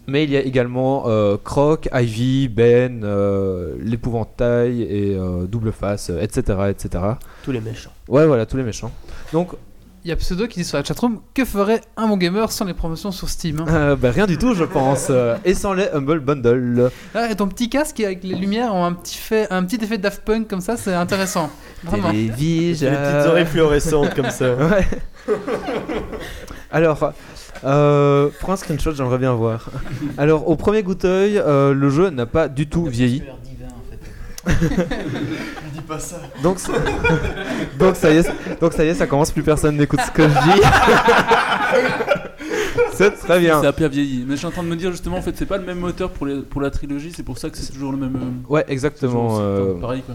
[SPEAKER 3] Mais il y a également euh, Croc, Ivy, Ben, euh, l'épouvantail et euh, Double Face, euh, etc., etc.
[SPEAKER 4] Tous les méchants.
[SPEAKER 3] Ouais, voilà, tous les méchants. Donc, (laughs)
[SPEAKER 2] Il y a Pseudo qui dit sur la chatroom Que ferait un bon gamer sans les promotions sur Steam hein
[SPEAKER 3] euh, bah, rien du tout, je pense. Euh, et sans les Humble Bundle.
[SPEAKER 2] Ah, et ton petit casque avec les lumières ont un petit, fait, un petit effet Daft Punk comme ça, c'est intéressant. Vraiment.
[SPEAKER 4] J'ai
[SPEAKER 3] Télévision.
[SPEAKER 4] les petites oreilles fluorescentes comme
[SPEAKER 3] (laughs)
[SPEAKER 4] ça.
[SPEAKER 3] Ouais. Alors, euh, prends un screenshot, j'aimerais bien voir. Alors, au premier goût d'œil, euh, le jeu n'a pas du tout vieilli. (laughs)
[SPEAKER 9] Dis pas ça.
[SPEAKER 3] Donc, ça- donc, ça y est, donc ça y est, ça commence, plus personne n'écoute ce que je dis. C'est très bien.
[SPEAKER 6] Ça a bien vieilli. Mais je suis en train de me dire justement, en fait, c'est pas le même moteur pour, les, pour la trilogie, c'est pour ça que c'est toujours le même. euh,
[SPEAKER 3] Ouais,
[SPEAKER 6] c'est toujours-
[SPEAKER 3] exactement.
[SPEAKER 6] c'est
[SPEAKER 3] euh,
[SPEAKER 6] pareil quoi.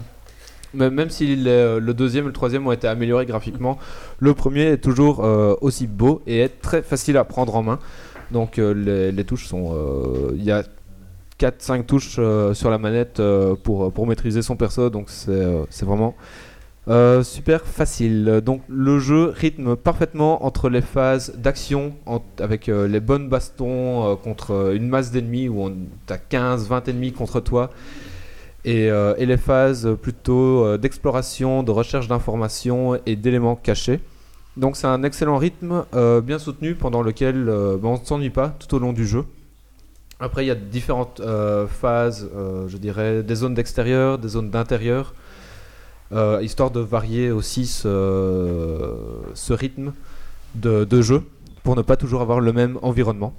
[SPEAKER 3] mais même si les- le deuxième et le troisième ont été améliorés graphiquement, le premier est toujours euh, aussi beau et est très facile à prendre en main. Donc euh, les, les touches sont... euh, Il y a 4-5 touches euh, sur la manette euh, pour, pour maîtriser son perso, donc c'est euh, c'est vraiment euh, super facile. Donc le jeu rythme parfaitement entre les phases d'action, en- avec euh, les bonnes bastons euh, contre euh, une masse d'ennemis où on- t'as 15-20 ennemis contre toi, et, euh, et les phases euh, plutôt euh, d'exploration, de recherche d'informations et d'éléments cachés. Donc c'est un excellent rythme, euh, bien soutenu, pendant lequel euh, ben, on ne s'ennuie pas tout au long du jeu. Après, il y a différentes euh, phases, euh, je dirais, des zones d'extérieur, des zones d'intérieur, euh, histoire de varier aussi ce, ce rythme de, de jeu, pour ne pas toujours avoir le même environnement.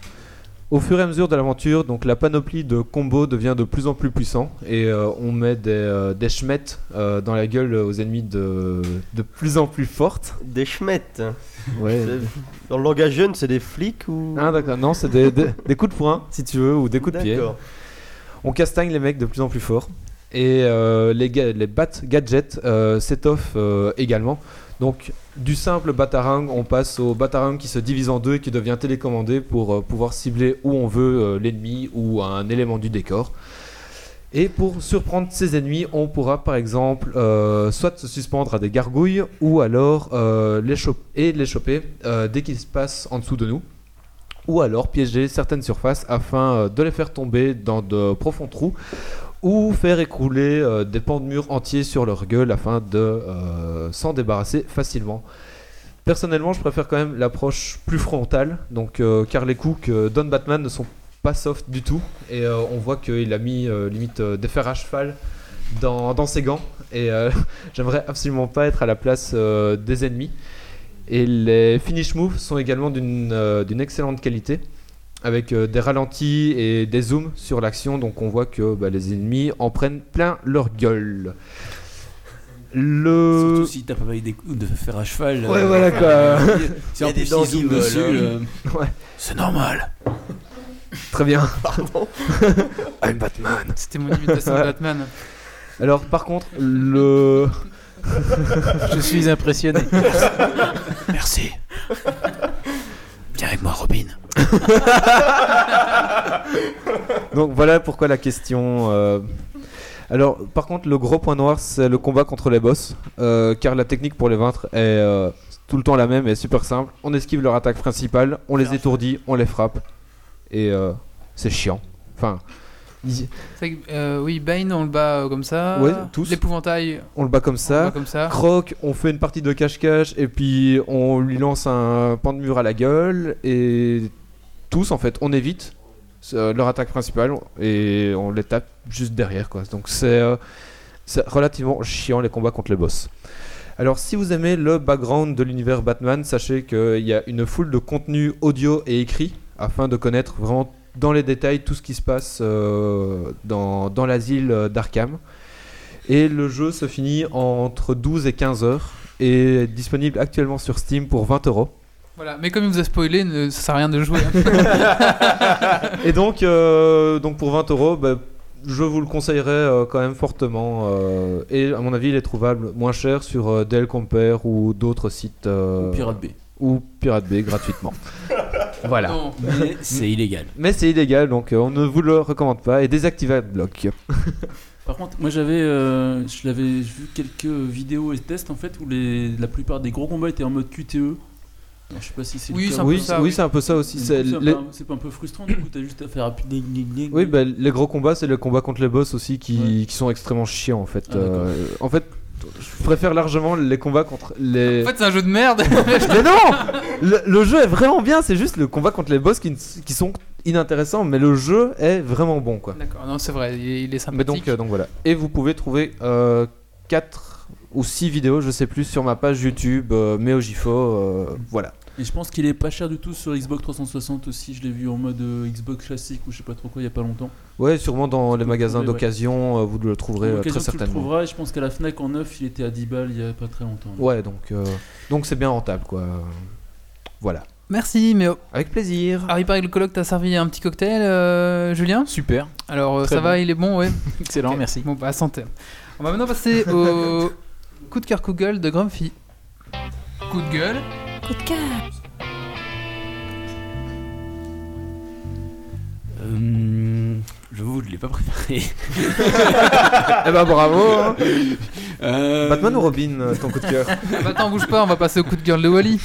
[SPEAKER 3] Au fur et à mesure de l'aventure, donc la panoplie de combos devient de plus en plus puissant et euh, on met des, euh, des schmettes euh, dans la gueule aux ennemis de, de plus en plus fortes.
[SPEAKER 4] Des schmettes.
[SPEAKER 3] Ouais.
[SPEAKER 4] C'est- Dans le langage jeune, c'est des flics ou.
[SPEAKER 3] Ah d'accord, non, c'est des, des- des coups de poing si tu veux ou des coups de pied.
[SPEAKER 4] D'accord.
[SPEAKER 3] On castagne les mecs de plus en plus fort. Et euh, les, ga- les bat gadgets euh, s'étoffent euh, également. Donc du simple batarang, on passe au batarang qui se divise en deux et qui devient télécommandé pour euh, pouvoir cibler où on veut euh, l'ennemi ou un élément du décor. Et pour surprendre ses ennemis, on pourra par exemple euh, soit se suspendre à des gargouilles ou alors euh, les chop- et les choper euh, dès qu'ils se passent en dessous de nous ou alors piéger certaines surfaces afin euh, de les faire tomber dans de profonds trous ou faire écrouler euh, des pans de murs entiers sur leur gueule afin de euh, s'en débarrasser facilement. Personnellement, je préfère quand même l'approche plus frontale, donc euh, car les coups que donne Batman ne sont pas soft du tout et euh, on voit qu'il a mis euh, limite euh, des fers à cheval dans, dans ses gants et euh, (laughs) j'aimerais absolument pas être à la place euh, des ennemis. Et les finish moves sont également d'une euh, d'une excellente qualité, avec euh, des ralentis et des zooms sur l'action, donc on voit que bah, les ennemis en prennent plein leur gueule. Le...
[SPEAKER 8] Surtout si t'as pas avec des coups de fer à cheval.
[SPEAKER 3] euh, Ouais,
[SPEAKER 8] euh,
[SPEAKER 3] voilà,
[SPEAKER 8] (laughs)
[SPEAKER 3] quoi.
[SPEAKER 8] Si Il y en a des plus dents ils qui zooment volent, dessus, euh,
[SPEAKER 3] (laughs) Ouais.
[SPEAKER 8] c'est normal.
[SPEAKER 3] Très bien. (laughs)
[SPEAKER 2] C'était mon imitation de Batman.
[SPEAKER 3] Alors par contre, le...
[SPEAKER 7] Je suis impressionné.
[SPEAKER 8] Merci. Viens avec moi, Robin.
[SPEAKER 3] Donc voilà pourquoi la question. euh. Alors, par contre, le gros point noir, c'est le combat contre les boss, euh, car la technique pour les vaincre est euh, tout le temps la même et super simple. On esquive leur attaque principale, on les étourdit, on les frappe, et euh, c'est chiant. Enfin, ils-
[SPEAKER 2] C'est vrai que, euh, oui, Bane, on le bat euh, comme ça.
[SPEAKER 3] Ouais, tous.
[SPEAKER 2] L'épouvantail,
[SPEAKER 3] on le bat comme
[SPEAKER 2] on le bat
[SPEAKER 3] ça.
[SPEAKER 2] comme ça.
[SPEAKER 3] Croc, on fait une partie de cache-cache et puis on lui lance un pan de mur à la gueule et tous en fait, on évite euh, leur attaque principale et on les tape juste derrière quoi. Donc c'est euh, c'est relativement chiant les combats contre les boss. Alors si vous aimez le background de l'univers Batman, sachez qu'il y a une foule de contenus audio et écrit afin de connaître vraiment dans les détails tout ce qui se passe euh, dans, dans l'asile euh, d'Arkham. Et le jeu se finit entre 12 et 15 heures et est disponible actuellement sur Steam pour 20 euros.
[SPEAKER 2] Voilà. Mais comme il vous a spoilé, ne- ça sert à rien de jouer. hein.
[SPEAKER 3] Et donc, euh, donc pour 20 euros, bah, je vous le conseillerais euh, quand même fortement. euh, et à mon avis, il est trouvable moins cher sur euh, Dell Compare ou d'autres sites. euh,
[SPEAKER 8] Ou Pirate B.
[SPEAKER 3] Ou Pirate Bay gratuitement. voilà.
[SPEAKER 2] Bon.
[SPEAKER 8] Mais c'est illégal.
[SPEAKER 3] Mais c'est illégal, donc euh, on ne vous le recommande pas. Et désactivez bloc.
[SPEAKER 6] Par contre, moi j'avais, euh, je l'avais j'ai vu quelques vidéos et tests en fait où les, la plupart des gros combats étaient en mode QTE. Alors, je sais pas si c'est
[SPEAKER 1] Oui,
[SPEAKER 6] le
[SPEAKER 1] c'est
[SPEAKER 6] cas.
[SPEAKER 1] un peu
[SPEAKER 3] Oui,
[SPEAKER 1] ça,
[SPEAKER 3] oui,
[SPEAKER 1] oui.
[SPEAKER 3] c'est un peu ça aussi.
[SPEAKER 6] Du coup,
[SPEAKER 3] c'est
[SPEAKER 6] c'est un
[SPEAKER 3] les-
[SPEAKER 6] peu un- c'est pas un peu frustrant du coup, t'as juste à faire rapide. ding, ding, ding,
[SPEAKER 3] Oui,
[SPEAKER 6] ding.
[SPEAKER 3] bah, les gros combats, c'est les combats contre les boss aussi qui, qui sont extrêmement chiants en fait.
[SPEAKER 6] Ah, d'accord.
[SPEAKER 3] Euh, en fait, je préfère largement les combats contre les. (laughs)
[SPEAKER 6] (laughs)
[SPEAKER 2] En fait, c'est un jeu de merde. (laughs)
[SPEAKER 3] mais non le, le jeu est vraiment bien, c'est juste le combat contre les boss qui, ne s- qui sont inintéressants, mais le jeu est vraiment bon quoi.
[SPEAKER 2] D'accord, non, c'est vrai, il est, il est
[SPEAKER 3] Mais
[SPEAKER 2] sympathique.
[SPEAKER 3] donc, euh, donc voilà. Et vous pouvez trouver 4 ou 6 vidéos, je sais plus, sur ma page YouTube, euh, Meojifo. euh, voilà.
[SPEAKER 6] Et je pense qu'il est pas cher du tout sur Xbox 360 aussi. Je l'ai vu en mode euh, Xbox classique ou je sais pas trop quoi il y a pas longtemps.
[SPEAKER 3] Ouais, sûrement dans les magasins
[SPEAKER 6] trouver, ouais.
[SPEAKER 3] d'occasion, euh, vous le trouverez euh,
[SPEAKER 6] Dans l'occasion,
[SPEAKER 3] très
[SPEAKER 6] tu le
[SPEAKER 3] certainement.
[SPEAKER 6] trouveras. Et je pense qu'à la Fnac en neuf, il était à 10 balles il y a pas très longtemps.
[SPEAKER 3] Ouais, donc euh, donc c'est bien rentable quoi. Voilà.
[SPEAKER 2] Merci, mais euh,
[SPEAKER 3] Avec plaisir.
[SPEAKER 2] Harry Paris, le colloque, t'as servi un petit cocktail, euh, Julien
[SPEAKER 7] Super,
[SPEAKER 2] Alors, euh,
[SPEAKER 7] Très
[SPEAKER 2] ça va, il est bon, ouais.
[SPEAKER 7] excellent,
[SPEAKER 2] Ok.
[SPEAKER 7] merci.
[SPEAKER 2] Bon, bah, santé. On va maintenant passer
[SPEAKER 3] (laughs)
[SPEAKER 2] au coup de cœur, coup de gueule de Grumpy. Coup de gueule
[SPEAKER 5] Coup de cœur.
[SPEAKER 8] Euh, je vous, je l'ai pas préparé. Ah.
[SPEAKER 3] Eh ben
[SPEAKER 8] (laughs)
[SPEAKER 3] bravo. hein.
[SPEAKER 8] (laughs) Euh,
[SPEAKER 3] Batman ou Robin, euh, ton coup de
[SPEAKER 8] (laughs)
[SPEAKER 3] cœur
[SPEAKER 2] Ah bah, Attends, bouge pas, on va passer au coup de gueule de Wally.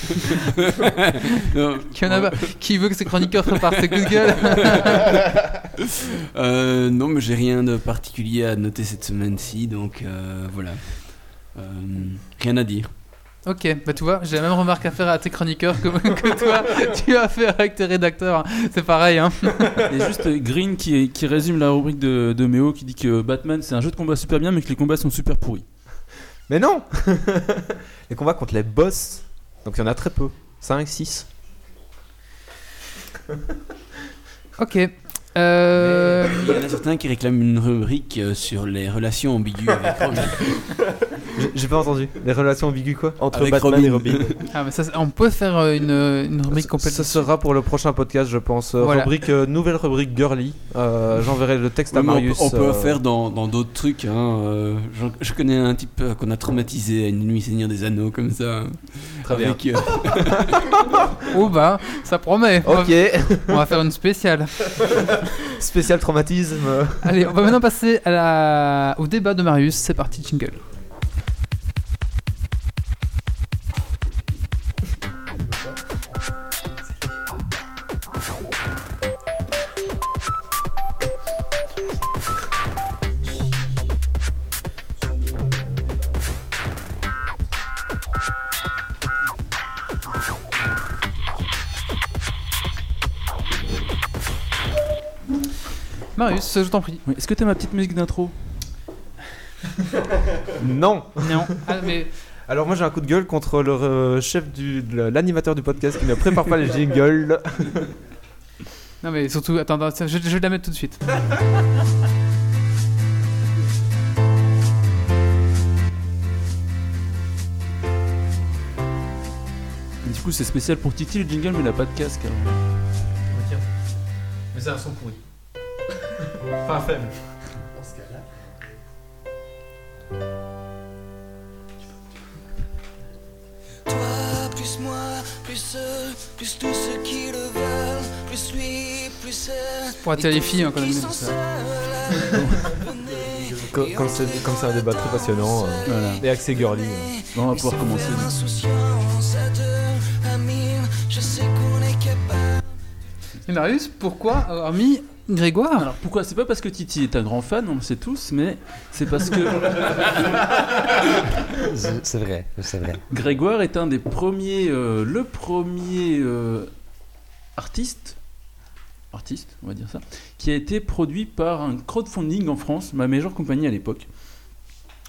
[SPEAKER 8] non,
[SPEAKER 2] Qui, en a pas- qui veut que ses chroniqueurs préparent ses coups de gueule
[SPEAKER 8] euh, non, mais j'ai rien de particulier à noter cette semaine-ci, donc euh, voilà. Euh, rien à
[SPEAKER 6] (laughs)
[SPEAKER 8] dire.
[SPEAKER 2] Ok, bah tu vois, j'ai la même remarque à faire à tes chroniqueurs que, (laughs) que toi, tu as fait avec tes rédacteurs. C'est pareil, hein.
[SPEAKER 6] Il y a juste euh, Green qui, qui résume la rubrique de, de Méo qui dit que Batman c'est un jeu de combat super bien mais que les combats sont super pourris.
[SPEAKER 3] Mais non (laughs) Les combats contre les boss, donc il y en a très peu. 5, 6.
[SPEAKER 2] Ok. Euh...
[SPEAKER 8] Il y en a certains qui réclament une rubrique euh, sur les relations ambiguës avec
[SPEAKER 10] (laughs)
[SPEAKER 8] Robin.
[SPEAKER 3] J'ai pas entendu. Les relations ambiguës quoi
[SPEAKER 4] Entre
[SPEAKER 8] Avec
[SPEAKER 4] Batman et
[SPEAKER 3] (laughs)
[SPEAKER 8] Robin.
[SPEAKER 4] Robin.
[SPEAKER 2] Ah, mais ça, c'est- on peut faire euh, une, une rubrique complète.
[SPEAKER 3] Ça sera pour le prochain podcast, je pense. Euh,
[SPEAKER 2] Voilà.
[SPEAKER 3] Rubrique, euh, nouvelle rubrique girly. Euh, J'enverrai le texte à
[SPEAKER 8] Oui, mais on
[SPEAKER 3] Marius.
[SPEAKER 8] peut- on peut
[SPEAKER 3] euh,
[SPEAKER 8] faire dans dans d'autres trucs. hein, euh, je, je connais un type euh, qu'on a traumatisé à une nuit Seigneur des Anneaux comme ça.
[SPEAKER 3] Très bien.
[SPEAKER 8] avec, euh,
[SPEAKER 2] Oh bah, ça promet. On va-
[SPEAKER 3] Ok, (laughs)
[SPEAKER 2] On va faire une spéciale.
[SPEAKER 3] spécial traumatisme.
[SPEAKER 2] Allez, on va maintenant passer à la... au débat de Marius. C'est parti, jingle. Marius, je t'en prie.
[SPEAKER 6] Oui, Est-ce que t'as ma petite musique d'intro
[SPEAKER 3] Non
[SPEAKER 2] Non. Ah, mais
[SPEAKER 3] Alors moi j'ai un coup de gueule contre le euh, chef du... de l'animateur du podcast qui ne prépare pas les jingles.
[SPEAKER 2] Non mais surtout, attends, attends, tiens, je, je vais la mettre tout de suite.
[SPEAKER 6] Du coup c'est spécial pour Titi le jingle mais il a pas de casque. hein. alors.
[SPEAKER 1] Mais c'est un son pourri.
[SPEAKER 9] Enfin faible.
[SPEAKER 10] Toi, plus moi, plus eux, plus tous ceux qui le veulent, plus lui, plus celle.
[SPEAKER 2] Pour attirer les filles, hein, quand même.
[SPEAKER 10] Qui sont seuls
[SPEAKER 3] Co- Comme c'est comme c'est un débat très passionnant euh,
[SPEAKER 6] Voilà.
[SPEAKER 3] et euh. axé girly.
[SPEAKER 6] Bon, on va pouvoir commencer. du coup.
[SPEAKER 10] Insouciance à deux, à mille, je sais qu'on est capable.
[SPEAKER 2] Mais Marius, pourquoi avoir mis Grégoire
[SPEAKER 6] Alors pourquoi C'est pas parce que Titi est un grand fan, on le sait tous, mais c'est parce que
[SPEAKER 11] (laughs) C'est vrai, c'est vrai.
[SPEAKER 6] Grégoire est un des premiers, euh, le premier euh, artiste, artiste, on va dire ça, qui a été produit par un crowdfunding en France, ma meilleure compagnie à l'époque.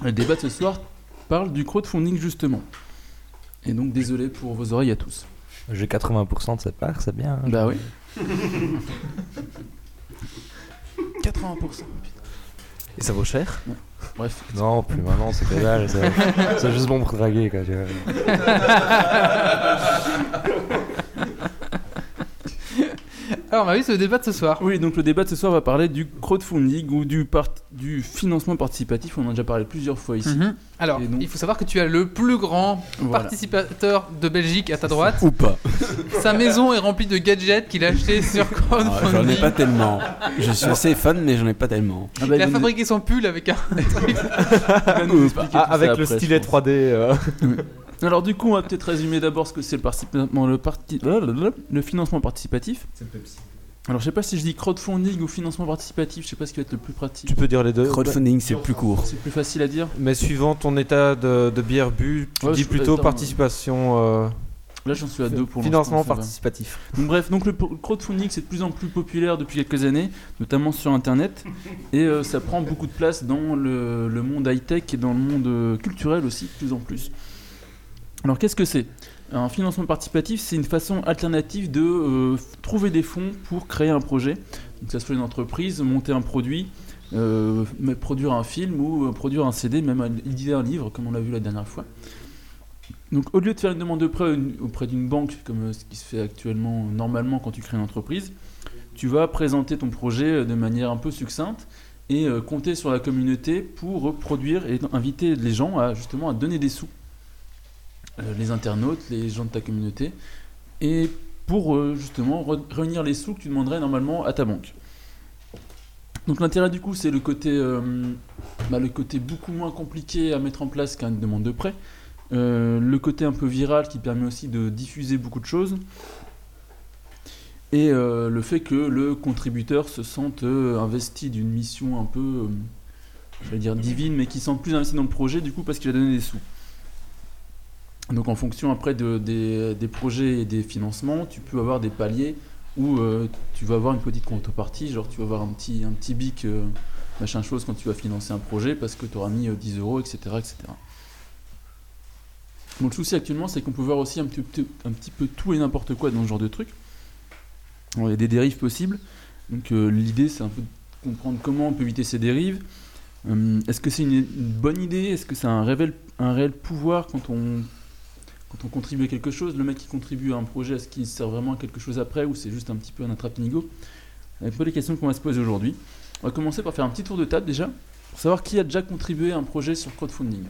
[SPEAKER 6] Le débat de ce soir parle du crowdfunding justement. Et donc désolé pour vos oreilles à tous.
[SPEAKER 11] J'ai 80% de cette part, c'est bien. hein.
[SPEAKER 6] Bah oui. 80%. putain.
[SPEAKER 3] Et ça vaut cher
[SPEAKER 6] Bref.
[SPEAKER 11] Non, plus maintenant, c'est que dalle. C'est c'est juste bon pour draguer, quoi. tu vois.
[SPEAKER 2] Alors, bah oui, c'est le débat de ce soir.
[SPEAKER 6] Oui, donc le débat de ce soir va parler du crowdfunding ou du, part- du financement participatif. On en a déjà parlé plusieurs fois ici.
[SPEAKER 2] Mhm. Alors,
[SPEAKER 6] Et donc-
[SPEAKER 2] il faut savoir que tu as le plus grand
[SPEAKER 3] Mhm.
[SPEAKER 6] Voilà.
[SPEAKER 2] participateur de Belgique à ta droite.
[SPEAKER 8] Ou pas.
[SPEAKER 2] Sa maison est remplie de gadgets qu'il a
[SPEAKER 8] (laughs)
[SPEAKER 2] achetés sur
[SPEAKER 8] Ah, J'en ai
[SPEAKER 2] crowdfunding.
[SPEAKER 8] pas tellement. Je suis assez fan, mais j'en ai pas
[SPEAKER 10] euh,
[SPEAKER 8] tellement.
[SPEAKER 6] Ah bah,
[SPEAKER 2] Il a
[SPEAKER 6] il va nous-
[SPEAKER 2] fabriqué son pull avec un truc.
[SPEAKER 6] il va nous expliquer
[SPEAKER 3] Ah,
[SPEAKER 6] tout ça
[SPEAKER 3] avec le
[SPEAKER 6] après, je
[SPEAKER 3] stylet
[SPEAKER 6] pense.
[SPEAKER 3] 3D. euh,
[SPEAKER 6] Alors du coup, on va peut-être résumer d'abord ce que c'est le, participation- le, parti- le financement participatif. Alors je sais pas si je dis crowdfunding ou financement participatif, je sais pas ce qui va être le plus pratique.
[SPEAKER 3] tu peux dire les
[SPEAKER 10] bah,
[SPEAKER 3] deux.
[SPEAKER 8] Crowdfunding, c'est plus court.
[SPEAKER 6] C'est plus facile à dire.
[SPEAKER 3] Mais suivant ton état de, de bière bu, tu
[SPEAKER 6] Ouais,
[SPEAKER 3] dis
[SPEAKER 6] je-
[SPEAKER 3] plutôt
[SPEAKER 6] attends,
[SPEAKER 3] participation. euh,
[SPEAKER 6] Là j'en suis à deux pour
[SPEAKER 3] Financement
[SPEAKER 6] l'instant, ça va.
[SPEAKER 3] participatif.
[SPEAKER 6] Donc bref, donc le pro- crowdfunding c'est de plus en plus populaire depuis quelques années, notamment sur internet, et euh, ça prend beaucoup de place dans le, le monde high-tech et dans le monde euh, culturel aussi, de plus en plus. Alors qu'est-ce que c'est Un financement participatif, c'est une façon alternative de euh, f- trouver des fonds pour créer un projet, donc ça se fait une entreprise, monter un produit, euh, mais produire un film ou euh, produire un CD, même un- éditer un livre comme on l'a vu la dernière fois. Donc au lieu de faire une demande de prêt une- auprès d'une banque, comme euh, ce qui se fait actuellement euh, normalement quand tu crées une entreprise, tu vas présenter ton projet euh, de manière un peu succincte et euh, compter sur la communauté pour produire et inviter les gens à justement à donner des sous. Euh, les internautes, les gens de ta communauté, et pour euh, justement re- réunir les sous que tu demanderais normalement à ta banque. Donc l'intérêt du coup c'est le côté euh, bah, le côté beaucoup moins compliqué à mettre en place qu'une demande de prêt. Euh, le côté un peu viral qui permet aussi de diffuser beaucoup de choses. Et euh, le fait que le contributeur se sente euh, investi d'une mission un peu, euh, j'allais dire divine, mais qui sente plus investi dans le projet du coup parce qu'il a donné des sous. Donc en fonction après de- des, des projets et des financements, tu peux avoir des paliers où euh, tu vas avoir une petite contrepartie, genre tu vas avoir un petit, un petit bic, euh, machin chose quand tu vas financer un projet parce que tu auras mis euh, 10 euros, etc. etc. Bon, le souci actuellement, c'est qu'on peut voir aussi un petit, peu- un petit peu tout et n'importe quoi dans ce genre de truc. Alors, il y a des dérives possibles. Donc euh, l'idée, c'est un peu de comprendre comment on peut éviter ces dérives. Hum, Est-ce que c'est une, une bonne idée Est-ce que c'est un, rével- un réel pouvoir quand on, quand on contribue à quelque chose Le mec qui contribue à un projet, est-ce qu'il sert vraiment à quelque chose après ou c'est juste un petit peu un attrape-nigo C'est un peu les questions qu'on va se poser aujourd'hui. On va commencer par faire un petit tour de table déjà, pour savoir qui a déjà contribué à un projet sur crowdfunding.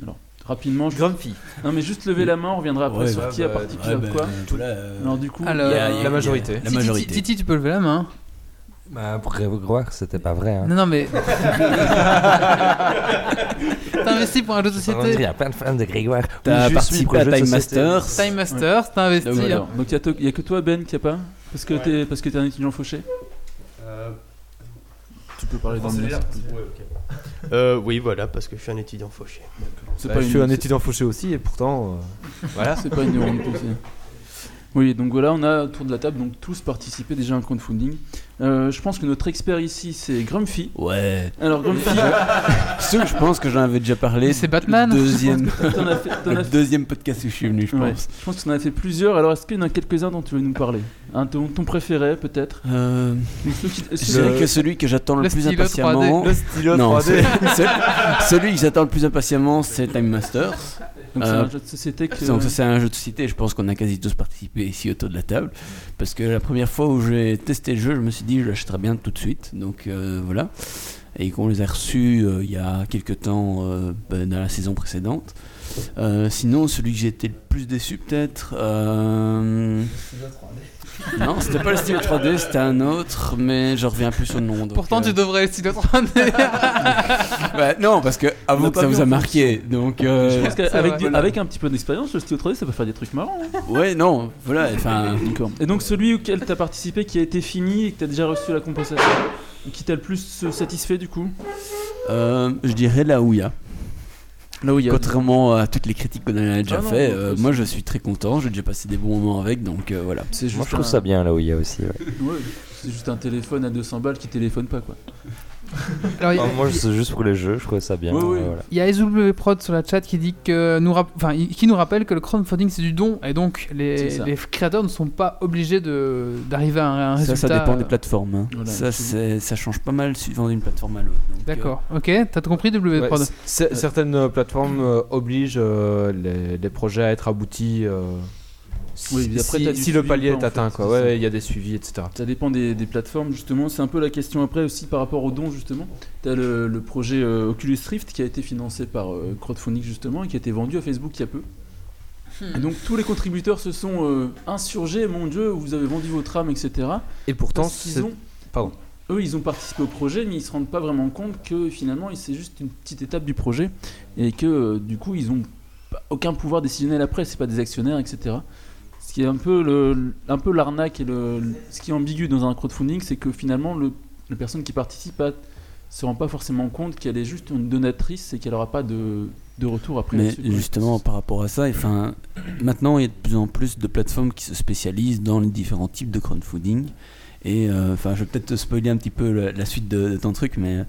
[SPEAKER 6] Alors, rapidement, je
[SPEAKER 3] Grumpy.
[SPEAKER 6] non mais juste lever la main, on reviendra après
[SPEAKER 8] Ouais,
[SPEAKER 6] sur
[SPEAKER 8] bah, euh,
[SPEAKER 6] qui a
[SPEAKER 3] bah,
[SPEAKER 6] participé à quoi. Alors du coup,
[SPEAKER 10] euh,
[SPEAKER 2] Alors,
[SPEAKER 8] Il y a- il y a-
[SPEAKER 3] la majorité.
[SPEAKER 8] La
[SPEAKER 2] Titi,
[SPEAKER 8] majorité.
[SPEAKER 2] Titi, tu peux lever la main.
[SPEAKER 11] Bah, pour croire, c'était pas vrai. Hein.
[SPEAKER 2] Non, non,
[SPEAKER 11] (laughs)
[SPEAKER 2] mais. t'as investi pour un jeu de
[SPEAKER 11] Par contre, Il y
[SPEAKER 2] société.
[SPEAKER 11] a plein de fans de Grégoire.
[SPEAKER 8] T'as
[SPEAKER 11] Oui, je suis pour
[SPEAKER 8] participé
[SPEAKER 11] le
[SPEAKER 8] à
[SPEAKER 11] jeu de
[SPEAKER 8] Time
[SPEAKER 11] société.
[SPEAKER 8] Masters.
[SPEAKER 2] Time Master, t'as investi.
[SPEAKER 8] Ah
[SPEAKER 6] donc il
[SPEAKER 2] hein.
[SPEAKER 6] y, a to- y a que toi Ben qui a pas parce que t'es parce que t'es un étudiant fauché.
[SPEAKER 3] Euh,
[SPEAKER 6] Tu peux parler dans le micro.
[SPEAKER 4] Euh, oui, voilà, parce que je suis un étudiant fauché.
[SPEAKER 6] C'est
[SPEAKER 3] Bah,
[SPEAKER 6] pas
[SPEAKER 3] je
[SPEAKER 6] une-
[SPEAKER 3] suis un
[SPEAKER 6] c'est-
[SPEAKER 3] étudiant fauché aussi et pourtant. euh,
[SPEAKER 6] Voilà, c'est pas une
[SPEAKER 3] (laughs)
[SPEAKER 6] demande poussée. Oui, donc voilà, on a autour de la table donc tous participé déjà à un crowdfunding. Euh, je pense que notre expert ici c'est Grumpy.
[SPEAKER 8] Ouais.
[SPEAKER 3] (laughs)
[SPEAKER 6] Alors Grumpy,
[SPEAKER 8] Ceux, je pense que j'en avais déjà parlé.
[SPEAKER 2] Mais c'est Batman.
[SPEAKER 8] Le deuxième,
[SPEAKER 6] t'en as fait, t'en
[SPEAKER 8] le
[SPEAKER 6] as fait-
[SPEAKER 8] deuxième podcast où je suis venu, je
[SPEAKER 6] Ouais,
[SPEAKER 8] pense.
[SPEAKER 6] je pense que t'en as fait plusieurs. Alors est-ce qu'il y en a quelques-uns dont tu veux nous parler Un ton, ton préféré peut-être
[SPEAKER 8] Euh,
[SPEAKER 6] Ou ceux qui-
[SPEAKER 8] je
[SPEAKER 6] ceux-
[SPEAKER 8] dirais que celui que j'attends le,
[SPEAKER 2] le
[SPEAKER 8] plus
[SPEAKER 2] stylo 3D.
[SPEAKER 8] impatiemment.
[SPEAKER 3] Le stylo
[SPEAKER 8] Non,
[SPEAKER 3] 3D.
[SPEAKER 8] ce- ce- celui que j'attends le plus impatiemment, c'est Time Masters.
[SPEAKER 6] Donc c'est un
[SPEAKER 8] Euh,
[SPEAKER 6] jeu de société que.
[SPEAKER 8] Donc ça c'est un jeu de société, je pense qu'on a quasi tous participé ici autour de la table, parce que la première fois où j'ai testé le jeu, je me suis dit je l'achèterai bien tout de suite, donc euh, voilà. Et qu'on les a reçus euh, il y a quelques temps euh, ben, dans la saison précédente. Euh, sinon, celui que j'ai été le plus déçu peut-être... euh, Non, c'était pas le stylo 3D, c'était un autre, mais je reviens plus au nom. donc,
[SPEAKER 2] Pourtant,
[SPEAKER 8] euh,
[SPEAKER 2] tu devrais le stylo 3D.
[SPEAKER 8] bah, non, parce que
[SPEAKER 6] On a
[SPEAKER 8] avant que
[SPEAKER 6] pas
[SPEAKER 8] ça
[SPEAKER 6] vu
[SPEAKER 8] vous
[SPEAKER 6] en
[SPEAKER 8] a
[SPEAKER 6] plus.
[SPEAKER 8] marqué,
[SPEAKER 6] (laughs)
[SPEAKER 8] donc... euh,
[SPEAKER 6] Je pense
[SPEAKER 2] c'est
[SPEAKER 6] qu'avec
[SPEAKER 2] vrai.
[SPEAKER 6] du- avec un petit peu d'expérience, le stylo 3D ça peut faire des trucs marrants. hein.
[SPEAKER 8] Ouais, non, voilà, enfin...
[SPEAKER 6] Et donc celui auquel t'as participé qui a été fini et que t'as déjà reçu la compensation, qui t'a le plus satisfait du coup
[SPEAKER 8] euh, je dirais la Ouya.
[SPEAKER 6] Là où il y a.
[SPEAKER 8] Contrairement à toutes les critiques qu'on en a déjà
[SPEAKER 6] Ah non,
[SPEAKER 8] fait,
[SPEAKER 6] non,
[SPEAKER 8] euh,
[SPEAKER 6] c'est-
[SPEAKER 8] moi je suis très content, j'ai déjà passé des bons moments avec, donc euh, voilà.
[SPEAKER 6] C'est
[SPEAKER 11] Moi, je
[SPEAKER 6] juste, un...
[SPEAKER 11] trouve ça bien là où il y a aussi. ouais.
[SPEAKER 6] ouais, c'est juste un téléphone à 200 balles qui téléphone pas quoi.
[SPEAKER 2] Alors, il y a-
[SPEAKER 11] Enfin, moi, c'est juste pour les jeux, je trouve ça bien.
[SPEAKER 6] Oui, oui.
[SPEAKER 11] euh, voilà.
[SPEAKER 2] il y a SW Prod sur la chat qui dit que nous rap- enfin, il- qui nous rappelle que le crowdfunding c'est du don et donc
[SPEAKER 6] C'est
[SPEAKER 2] les,
[SPEAKER 6] ça.
[SPEAKER 2] les créateurs ne sont pas obligés de d'arriver à un, un
[SPEAKER 8] Ça,
[SPEAKER 2] résultat.
[SPEAKER 8] ça dépend des
[SPEAKER 2] euh,
[SPEAKER 8] plateformes. hein.
[SPEAKER 6] Voilà,
[SPEAKER 8] ça,
[SPEAKER 6] absolument.
[SPEAKER 8] c'est- ça change pas mal suivant d'une plateforme à l'autre. donc,
[SPEAKER 2] D'accord. Ok. T'as tout compris W
[SPEAKER 3] Ouais,
[SPEAKER 2] Prod.
[SPEAKER 3] c- c- Certaines euh, plateformes euh, obligent euh, les, les projets à être aboutis euh,
[SPEAKER 6] Oui, mais après,
[SPEAKER 3] si,
[SPEAKER 6] t'as du
[SPEAKER 3] si le
[SPEAKER 6] suivi
[SPEAKER 3] palier
[SPEAKER 6] ou
[SPEAKER 3] est
[SPEAKER 6] pas, en
[SPEAKER 3] atteint,
[SPEAKER 6] fait,
[SPEAKER 3] quoi.
[SPEAKER 6] c'est
[SPEAKER 3] Ouais,
[SPEAKER 6] ça.
[SPEAKER 3] ouais, il y a des suivis, etc.
[SPEAKER 6] Ça dépend des, des plateformes, justement. C'est un peu la question après aussi par rapport aux dons, justement. Tu as le, le projet euh, Oculus Rift qui a été financé par euh, Crowdfunding, justement, et qui a été vendu à Facebook il y a peu. Et donc tous les contributeurs se sont euh, insurgés, mon Dieu, vous avez vendu votre âme, etc.
[SPEAKER 3] Et pourtant,
[SPEAKER 6] Parce qu'ils
[SPEAKER 3] c'est-
[SPEAKER 6] ont-
[SPEAKER 3] Pardon.
[SPEAKER 6] eux, ils ont participé au projet, mais ils se rendent pas vraiment compte que finalement, c'est juste une petite étape du projet et que euh, du coup, ils ont pas- aucun pouvoir décisionnel après. C'est pas des actionnaires, etc. Ce qui est un peu le, un peu l'arnaque et le, le- ce qui est ambigu dans un crowdfunding, c'est que finalement, le, la personne qui participe à se rend pas forcément compte qu'elle est juste une donatrice et qu'elle aura pas de, de retour après.
[SPEAKER 8] Mais
[SPEAKER 6] là-dessus, quoi.
[SPEAKER 8] justement, par rapport à ça, enfin, maintenant, il y a de plus en plus de plateformes qui se spécialisent dans les différents types de crowdfunding. Et euh, enfin, je vais peut-être te spoiler un petit peu la, la suite de, de ton truc, mais euh,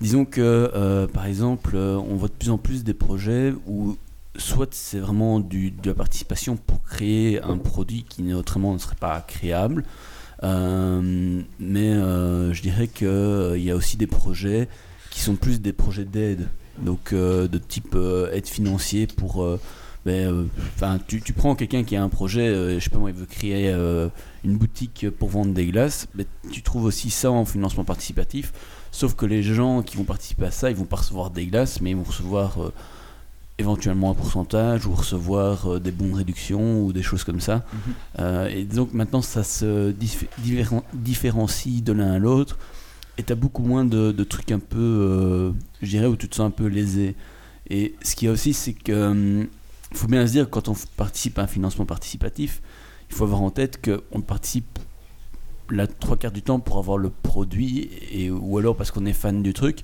[SPEAKER 8] disons que, euh, par exemple, euh, on voit de plus en plus des projets où soit c'est vraiment du, de la participation pour créer un produit qui ne- autrement ne serait pas créable, euh, mais euh, je dirais qu'il y a aussi des projets qui sont plus des projets d'aide, donc euh, de type euh, aide financière pour. euh, ben, euh, 'fin, tu, tu prends quelqu'un qui a un projet, euh, je sais pas moi, il veut créer euh, une boutique pour vendre des glaces, ben, tu trouves aussi ça en financement participatif, sauf que les gens qui vont participer à ça, ils vont pas recevoir des glaces, mais ils vont recevoir euh, éventuellement un pourcentage ou recevoir euh, des bons de réduction ou des choses comme ça. Euh, et donc maintenant, ça se dif- euh, différen- différencie de l'un à l'autre. Et t'as beaucoup moins de, de trucs un peu, euh, je dirais, où tu te sens un peu lésé. Et ce qu'il y a aussi, c'est que hum, faut bien se dire, quand on f- participe à un financement participatif, il faut avoir en tête qu'on participe la trois quarts du temps pour avoir le produit et ou alors parce qu'on est fan du truc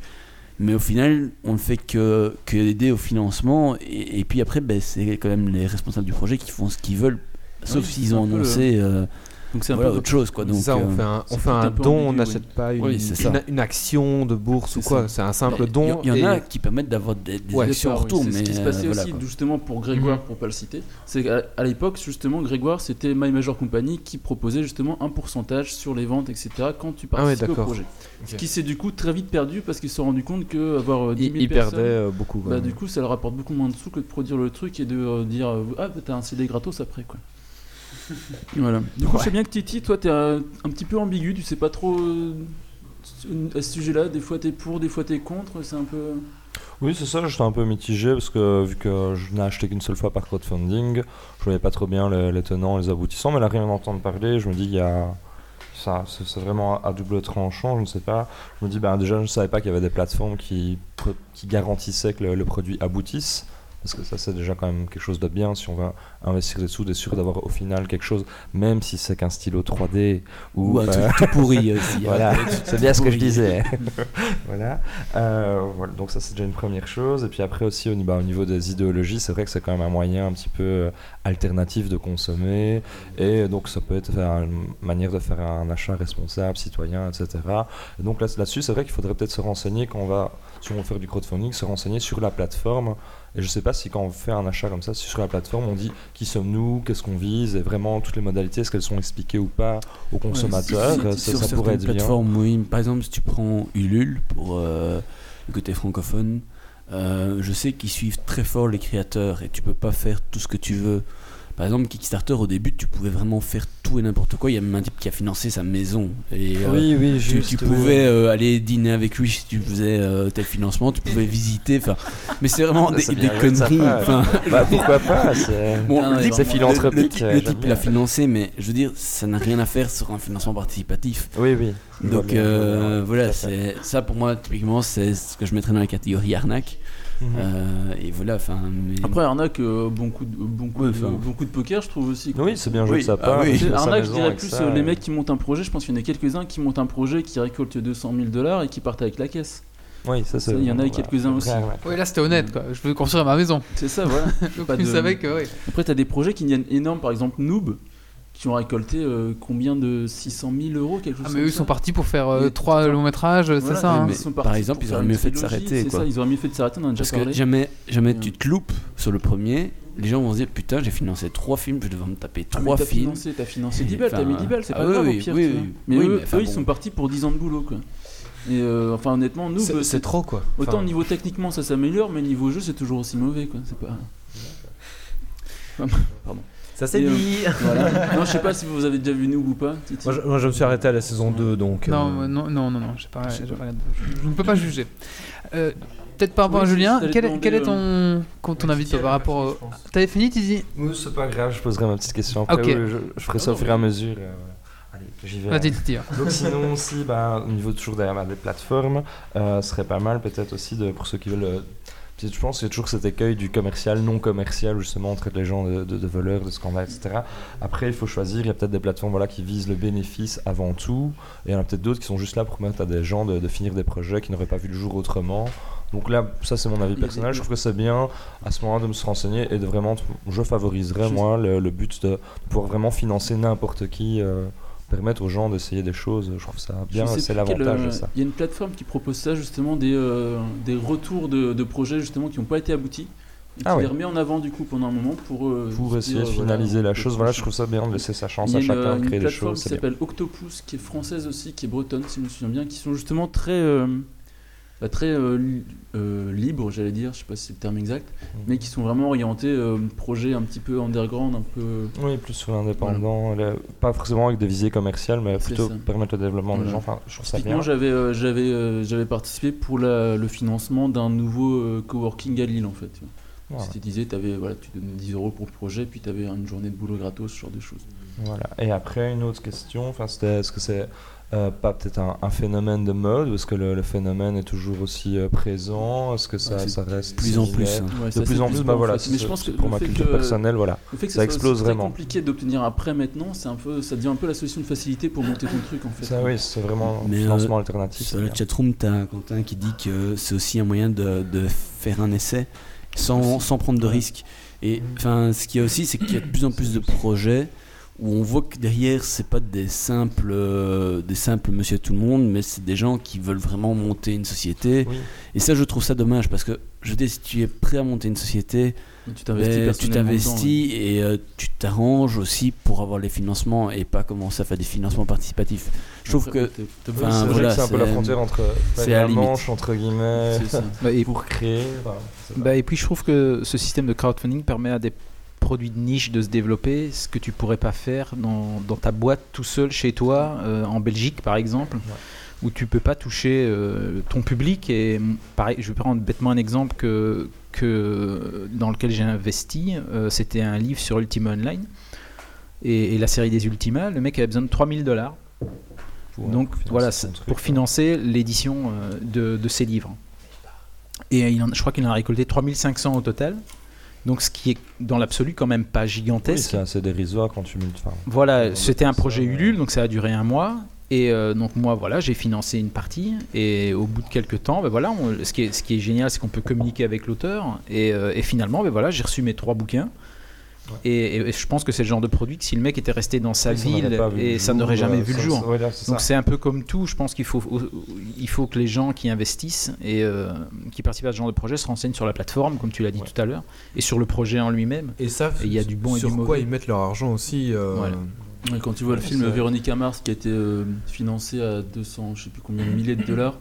[SPEAKER 8] mais au final on ne fait que, que aider au financement et, et puis après ben, c'est quand même les responsables du projet qui font ce qu'ils veulent sauf
[SPEAKER 6] Oui,
[SPEAKER 8] s'ils
[SPEAKER 6] c'est
[SPEAKER 8] ont
[SPEAKER 6] un peu le-
[SPEAKER 8] annoncé euh,
[SPEAKER 6] Donc c'est un
[SPEAKER 8] voilà,
[SPEAKER 6] peu-
[SPEAKER 8] autre chose quoi donc
[SPEAKER 3] C'est ça, on
[SPEAKER 8] euh,
[SPEAKER 3] fait un, on
[SPEAKER 8] c'est
[SPEAKER 3] fait
[SPEAKER 8] peut-être
[SPEAKER 3] un
[SPEAKER 8] peu
[SPEAKER 3] don, on
[SPEAKER 8] ambigu,
[SPEAKER 3] n'achète
[SPEAKER 8] oui.
[SPEAKER 3] pas une,
[SPEAKER 8] Oui, c'est ça.
[SPEAKER 3] une- une action de bourse ou quoi.
[SPEAKER 8] ça.
[SPEAKER 3] C'est un simple
[SPEAKER 8] Mais
[SPEAKER 3] don.
[SPEAKER 8] il y, il y en a
[SPEAKER 3] et-
[SPEAKER 8] qui permettent d'avoir des, des
[SPEAKER 3] Ouais.
[SPEAKER 8] actions en retour
[SPEAKER 6] Oui, c'est
[SPEAKER 8] mais
[SPEAKER 6] ce qui se
[SPEAKER 8] euh,
[SPEAKER 6] passait
[SPEAKER 8] voilà,
[SPEAKER 6] aussi
[SPEAKER 8] quoi.
[SPEAKER 6] justement pour Grégoire pour pas le citer c'est qu'à à l'époque justement Grégoire c'était My Major Company qui proposait justement un pourcentage sur les ventes etc quand tu
[SPEAKER 3] Ah ouais,
[SPEAKER 6] participais au
[SPEAKER 3] d'accord.
[SPEAKER 6] projet ce
[SPEAKER 3] Ok.
[SPEAKER 6] qui s'est du coup très vite perdu parce qu'ils se sont rendu compte que avoir euh, 10
[SPEAKER 3] Ils-
[SPEAKER 6] 000
[SPEAKER 3] ils
[SPEAKER 6] personnes,
[SPEAKER 3] perdaient, euh, beaucoup, ouais.
[SPEAKER 6] bah, du coup ça leur apporte beaucoup moins de sous que de produire le truc et de euh, dire euh, ah bah, t'as un CD gratos après quoi
[SPEAKER 3] (laughs)
[SPEAKER 6] voilà. Du coup, je sais bien que Titi, toi, t'es euh, un, petit peu ambigu, tu sais pas trop euh, à ce sujet-là. Des fois, t'es pour, des fois, t'es contre. C'est un peu.
[SPEAKER 11] Oui, c'est ça, j'étais un peu mitigé parce que vu que je n'ai acheté qu'une seule fois par crowdfunding, je voyais pas trop bien les, les tenants et les aboutissants, mais là, rien d'entendre parler, je me dis, il y a. Ça, c'est c'est vraiment à double tranchant, je ne sais pas. Je me dis, ben, déjà, je ne savais pas qu'il y avait des plateformes qui, pro- qui garantissaient que le, le produit aboutisse. Parce que ça, c'est déjà quand même quelque chose de bien. Si on va investir des sous, d'être sûr d'avoir au final quelque chose, même si c'est qu'un stylo 3D ou, euh,
[SPEAKER 8] Ou un truc tout pourri aussi, hein.
[SPEAKER 11] voilà, c'est bien ce que je
[SPEAKER 8] Pourri. (laughs)
[SPEAKER 11] disais. voilà. Euh, voilà. Donc ça c'est déjà une première chose. Et puis après aussi au, ni- bah, au niveau des idéologies, c'est vrai que c'est quand même un moyen un petit peu euh, alternatif de consommer. Et donc ça peut être enfin, une manière de faire un achat responsable, citoyen, etc. Et donc là- là-dessus, c'est vrai qu'il faudrait peut-être se renseigner quand on va, si on veut faire du crowdfunding, se renseigner sur la plateforme. Et je sais pas si quand on fait un achat comme ça, si sur la plateforme, on dit qui sommes-nous, qu'est-ce qu'on vise, et vraiment toutes les modalités, est-ce qu'elles sont expliquées ou pas aux consommateurs.
[SPEAKER 8] Ouais,
[SPEAKER 11] euh,
[SPEAKER 8] si-
[SPEAKER 11] ça,
[SPEAKER 8] sur
[SPEAKER 11] ça
[SPEAKER 8] certaines
[SPEAKER 11] pourrait être bien.
[SPEAKER 8] plateformes, oui. Par exemple, si tu prends Ulule pour euh, le côté francophone, euh, je sais qu'ils suivent très fort les créateurs et tu peux pas faire tout ce que tu veux. Par exemple, Kickstarter, au début, tu pouvais vraiment faire tout et n'importe quoi. Il y a même un type qui a financé sa maison. Et, euh,
[SPEAKER 11] Oui, oui,
[SPEAKER 8] tu-
[SPEAKER 11] juste,
[SPEAKER 8] tu,
[SPEAKER 11] oui.
[SPEAKER 8] pouvais euh, aller dîner avec lui si tu faisais euh, tel financement, tu pouvais visiter. enfin, Mais c'est vraiment
[SPEAKER 11] Ça,
[SPEAKER 8] des,
[SPEAKER 11] ça
[SPEAKER 8] des
[SPEAKER 11] mérite sa
[SPEAKER 8] conneries.
[SPEAKER 11] part.
[SPEAKER 8] enfin,
[SPEAKER 11] Bah, pourquoi pas, c'est-
[SPEAKER 8] le
[SPEAKER 11] C'est
[SPEAKER 8] type- le-
[SPEAKER 11] philanthropique,
[SPEAKER 8] le type-
[SPEAKER 11] euh,
[SPEAKER 8] Le
[SPEAKER 11] j'aime
[SPEAKER 8] type
[SPEAKER 11] bien.
[SPEAKER 8] l'a financé, mais je veux dire, ça n'a rien à faire sur un financement participatif.
[SPEAKER 11] Oui, oui. Je vois
[SPEAKER 8] Donc
[SPEAKER 11] bien,
[SPEAKER 8] euh,
[SPEAKER 11] je vois bien, ouais,
[SPEAKER 8] voilà,
[SPEAKER 11] tout à fait.
[SPEAKER 8] c'est ça pour moi typiquement c'est ce que je mettrais dans la catégorie arnaque.
[SPEAKER 11] Mhm.
[SPEAKER 8] Euh, et voilà, enfin. mais-
[SPEAKER 6] Après, arnaque, euh, bon, coup de, bon, coup de, bon coup de poker, je trouve aussi. quoi.
[SPEAKER 11] Oui, c'est bien joué de sa
[SPEAKER 6] Ah
[SPEAKER 11] part,
[SPEAKER 6] oui.
[SPEAKER 11] il fait sa
[SPEAKER 6] Arnaque, je
[SPEAKER 11] maison
[SPEAKER 6] dirais
[SPEAKER 11] avec
[SPEAKER 6] plus
[SPEAKER 11] ça,
[SPEAKER 6] euh, les
[SPEAKER 11] et-
[SPEAKER 6] mecs qui montent un projet. Je pense qu'il y en a quelques-uns qui montent un projet, qui récoltent 200 000 dollars et qui partent avec la caisse.
[SPEAKER 11] Oui, ça, c'est
[SPEAKER 6] Il y en a
[SPEAKER 11] vraiment,
[SPEAKER 6] quelques-uns
[SPEAKER 11] voilà,
[SPEAKER 6] aussi.
[SPEAKER 11] c'est vrai, ouais.
[SPEAKER 2] Oui, là c'était honnête quoi. Je veux construire ma maison.
[SPEAKER 6] C'est ça, voilà.
[SPEAKER 2] Donc
[SPEAKER 6] Pas
[SPEAKER 2] tu
[SPEAKER 6] de-
[SPEAKER 2] savais que Ah, oui.
[SPEAKER 6] (laughs) Après, t'as des projets qui viennent énormes, par exemple Noob, qui ont récolté euh, combien de 600 000 euros, quelque chose
[SPEAKER 2] Ah,
[SPEAKER 6] comme
[SPEAKER 2] mais eux ils
[SPEAKER 6] ça.
[SPEAKER 2] sont partis pour faire
[SPEAKER 6] Il y
[SPEAKER 2] euh,
[SPEAKER 6] a
[SPEAKER 2] trois longs métrages, c'est
[SPEAKER 6] Voilà,
[SPEAKER 2] ça hein
[SPEAKER 6] mais ils sont
[SPEAKER 8] par
[SPEAKER 6] partis
[SPEAKER 8] exemple,
[SPEAKER 6] pour
[SPEAKER 8] ils
[SPEAKER 6] faire
[SPEAKER 8] auraient
[SPEAKER 6] une
[SPEAKER 8] mieux fait de
[SPEAKER 6] trilogie,
[SPEAKER 8] s'arrêter,
[SPEAKER 6] C'est
[SPEAKER 8] quoi.
[SPEAKER 6] ça, ils auraient mieux fait de s'arrêter, on en a déjà
[SPEAKER 8] Parce que
[SPEAKER 6] parlé.
[SPEAKER 8] jamais, jamais tu te loupes sur le premier, les gens vont se dire putain j'ai financé trois films, je vais devoir me taper
[SPEAKER 6] Ah, mais
[SPEAKER 8] trois
[SPEAKER 6] t'as
[SPEAKER 8] films.
[SPEAKER 6] financé, t'as financé
[SPEAKER 8] Et
[SPEAKER 6] 10 balles, t'as mis
[SPEAKER 8] enfin,
[SPEAKER 6] 10 balles, c'est
[SPEAKER 8] ah
[SPEAKER 6] pas
[SPEAKER 8] oui,
[SPEAKER 6] grave
[SPEAKER 8] oui,
[SPEAKER 6] au pire.
[SPEAKER 8] oui,
[SPEAKER 6] tu vois.
[SPEAKER 8] oui.
[SPEAKER 6] Mais
[SPEAKER 8] Oui,
[SPEAKER 6] eux,
[SPEAKER 8] mais enfin,
[SPEAKER 6] eux, ils
[SPEAKER 8] bon.
[SPEAKER 6] sont partis pour 10 ans de boulot, quoi. Et euh, enfin, honnêtement, nous,
[SPEAKER 3] C'est- c'est trop, quoi.
[SPEAKER 6] Autant
[SPEAKER 3] Enfin-
[SPEAKER 6] niveau techniquement, ça s'améliore, mais niveau jeu, c'est toujours aussi mauvais, quoi. C'est pas. Pardon. Ça
[SPEAKER 5] c'est
[SPEAKER 6] (laughs)
[SPEAKER 5] dit.
[SPEAKER 6] Non, je sais pas si vous avez déjà vu Noob ou pas. Titi.
[SPEAKER 3] Moi je, moi, je me suis arrêté à la saison 2, donc. euh,
[SPEAKER 2] Non, euh, non, non, non, non, j'ai pas-
[SPEAKER 3] je sais
[SPEAKER 2] j'ai
[SPEAKER 3] pas.
[SPEAKER 2] pas regardé. je, je ne peux pas juger. Euh, Peut-être par rapport à Julien, quel, est- quel est ton, quand ton invité par rapport au... T'avais fini, Tizi
[SPEAKER 11] Oui, c'est pas grave, je poserai ma petite question après.
[SPEAKER 2] Ok.
[SPEAKER 11] oui, je, je ferai ça au fur et à mesure. euh, voilà. Allez, j'y vais.
[SPEAKER 2] Vas-y, Titi, hein. alors.
[SPEAKER 11] Donc sinon, si, ben, au niveau toujours derrière des plateformes, euh, ce serait pas mal peut-être aussi de, pour ceux qui veulent... euh, puis je pense qu'il y a toujours cet écueil du commercial, non commercial, où justement on traite les gens de, de- de voleurs, de scandales, etc. Après, il faut choisir, il y a peut-être des plateformes voilà, qui visent le bénéfice avant tout, et il y en a peut-être d'autres qui sont juste là pour permettre à des gens de, de finir des projets qui n'auraient pas vu le jour autrement. Donc là, ça c'est mon avis personnel, je trouve que c'est bien à ce moment-là de se renseigner et de vraiment, je favoriserais moi le, le but de pouvoir vraiment financer n'importe qui, euh, permettre aux gens d'essayer des choses, je trouve ça bien,
[SPEAKER 6] Je sais
[SPEAKER 11] c'est
[SPEAKER 6] plus quel,
[SPEAKER 11] l'avantage de
[SPEAKER 6] euh,
[SPEAKER 11] ça.
[SPEAKER 6] Il y a une plateforme qui propose ça justement, des, euh, des retours de, de projets justement qui n'ont pas été aboutis. Et
[SPEAKER 11] Ah
[SPEAKER 6] qui
[SPEAKER 11] oui.
[SPEAKER 6] les remet en avant du coup pendant un moment pour, euh,
[SPEAKER 11] Pour
[SPEAKER 6] se
[SPEAKER 11] essayer
[SPEAKER 6] dire,
[SPEAKER 11] de
[SPEAKER 6] euh,
[SPEAKER 11] finaliser
[SPEAKER 6] voilà,
[SPEAKER 11] la chose, voilà, je trouve ça bien de laisser sa chance
[SPEAKER 6] Il y a
[SPEAKER 11] à
[SPEAKER 6] une, euh,
[SPEAKER 11] chacun
[SPEAKER 6] une
[SPEAKER 11] de créer des
[SPEAKER 6] plateforme
[SPEAKER 11] choses,
[SPEAKER 6] qui
[SPEAKER 11] c'est bien.
[SPEAKER 6] s'appelle Octopus, qui est française aussi, qui est bretonne, si je me souviens bien, qui sont justement très, euh, bah, très euh, li- euh, libres, j'allais dire, je sais pas si c'est le terme exact,
[SPEAKER 11] Mhm.
[SPEAKER 6] mais qui sont vraiment orientés euh, projet un petit peu underground, un peu. euh,
[SPEAKER 11] Oui, plus sur l'indépendant, le- pas forcément avec des visées commerciales, mais plutôt
[SPEAKER 6] ça.
[SPEAKER 11] permettre le développement des
[SPEAKER 6] Voilà.
[SPEAKER 11] gens, enfin, je trouve ça bien.
[SPEAKER 6] Typiquement, j'avais euh, j'avais euh, j'avais participé pour la- le financement d'un nouveau euh, coworking à Lille en fait. tu vois.
[SPEAKER 11] Voilà.
[SPEAKER 6] C'était disait, t'avais, voilà, tu donnais 10 euros pour le projet, puis tu avais une journée de boulot gratos, ce genre de choses.
[SPEAKER 11] Voilà. Et après, une autre question, enfin, c'était est-ce que c'est euh, pas peut-être un, un phénomène de mode ou est-ce que le, le phénomène est toujours aussi euh, présent Est-ce que ça,
[SPEAKER 6] Ouais, Ah, c'est
[SPEAKER 11] ça reste
[SPEAKER 8] de plus en plus,
[SPEAKER 11] similaire
[SPEAKER 8] hein.
[SPEAKER 6] Ouais,
[SPEAKER 11] De
[SPEAKER 6] ça,
[SPEAKER 11] plus
[SPEAKER 6] c'est
[SPEAKER 11] en plus, bah
[SPEAKER 6] en
[SPEAKER 11] voilà,
[SPEAKER 6] fait. mais je pense que
[SPEAKER 11] c'est pour
[SPEAKER 6] le
[SPEAKER 11] ma
[SPEAKER 6] fait
[SPEAKER 11] culture
[SPEAKER 6] que- euh,
[SPEAKER 11] personnelle, voilà,
[SPEAKER 6] le fait que
[SPEAKER 11] ça
[SPEAKER 6] soit
[SPEAKER 11] explose
[SPEAKER 6] très
[SPEAKER 11] vraiment.
[SPEAKER 6] compliqué d'obtenir après maintenant, c'est un peu, ça devient un peu la solution de facilité pour monter ton truc en fait.
[SPEAKER 11] Ça, oui, c'est vraiment
[SPEAKER 8] Mais,
[SPEAKER 11] un financement
[SPEAKER 8] euh,
[SPEAKER 11] alternatif.
[SPEAKER 8] Sur
[SPEAKER 11] c'est
[SPEAKER 8] la
[SPEAKER 11] bien.
[SPEAKER 8] chatroom, t'as Quentin qui dit que c'est aussi un moyen de, de faire un essai sans, sans prendre de risques. Et enfin, ce qu'il y a aussi, c'est qu'il y a de plus en plus de projets où on voit que derrière, c'est pas des simples, euh, des simples Monsieur Tout le Monde, mais c'est des gens qui veulent vraiment monter une société.
[SPEAKER 11] Oui.
[SPEAKER 8] Et ça, je trouve ça dommage parce que je veux dire, si tu es prêt à monter une société,
[SPEAKER 6] Mais tu t'investis
[SPEAKER 8] ben, tu
[SPEAKER 6] personnellement
[SPEAKER 8] t'investis
[SPEAKER 6] dedans, oui.
[SPEAKER 8] et euh, tu t'arranges aussi pour avoir les financements et pas commencer à faire des financements participatifs. Je trouve
[SPEAKER 6] Après,
[SPEAKER 8] que
[SPEAKER 6] t'es- t'es-
[SPEAKER 8] enfin,
[SPEAKER 11] Oui, c'est vrai
[SPEAKER 8] voilà,
[SPEAKER 11] que c'est un peu la
[SPEAKER 8] c'est-
[SPEAKER 11] frontière entre
[SPEAKER 8] c'est à la limite.
[SPEAKER 11] manche, entre guillemets,
[SPEAKER 6] C'est ça.
[SPEAKER 7] Bah, et-
[SPEAKER 11] pour créer. voilà, c'est ça.
[SPEAKER 7] Bah, et puis je trouve que ce système de crowdfunding permet à des produits de niche de se développer, ce que tu pourrais pas faire dans, dans ta boîte tout seul chez toi, euh, en Belgique par exemple, où tu peux pas toucher euh, ton public. Et mm, pareil, je vais prendre bêtement un exemple que, que dans lequel j'ai investi, euh, c'était un livre sur Ultima Online et, et la série des Ultimas. Le mec avait besoin de 3000 dollars.
[SPEAKER 11] euh,
[SPEAKER 7] Donc voilà, c'est pour financer l'édition euh, de, de ces livres. Et il en- je crois qu'il en a récolté 3500 au total. Donc ce qui est dans l'absolu quand même pas
[SPEAKER 11] Oui,
[SPEAKER 7] gigantesque.
[SPEAKER 11] c'est assez dérisoire quand tu multiplies. enfin,
[SPEAKER 7] Voilà, c'était un projet Ulule, donc ça a duré un mois. Et euh, donc moi, voilà, j'ai financé une partie. Et au bout de quelques temps, ben voilà, on- ce, qui est, ce qui est génial, c'est qu'on peut communiquer avec l'auteur. Et, euh, et finalement, ben voilà, j'ai reçu mes trois bouquins. Et, et- et je pense que c'est le genre de produit que si le mec était resté dans sa
[SPEAKER 11] Oui, ça n'aurait
[SPEAKER 7] ville
[SPEAKER 11] pas vu
[SPEAKER 7] et
[SPEAKER 11] le
[SPEAKER 7] ça
[SPEAKER 11] jour,
[SPEAKER 7] n'aurait jamais
[SPEAKER 11] euh,
[SPEAKER 7] vu le
[SPEAKER 11] ça-
[SPEAKER 7] jour.
[SPEAKER 11] ça- voilà, c'est
[SPEAKER 7] donc
[SPEAKER 11] ça.
[SPEAKER 7] c'est un peu comme tout. Je pense qu'il faut, il faut que les gens qui investissent et euh, qui participent à ce genre de projet se renseignent sur la plateforme, comme tu l'as dit tout à l'heure, et sur le projet en lui-même.
[SPEAKER 3] Et ça,
[SPEAKER 7] il y a du bon et
[SPEAKER 3] sur
[SPEAKER 7] du
[SPEAKER 3] quoi
[SPEAKER 7] mauvais.
[SPEAKER 3] ils mettent leur argent aussi. euh,
[SPEAKER 7] Voilà.
[SPEAKER 6] Ouais, quand tu vois le
[SPEAKER 3] Ouais,
[SPEAKER 6] film
[SPEAKER 3] c'est-
[SPEAKER 6] Véronica Mars qui a été euh, financé à 200, je sais plus combien de milliers de dollars,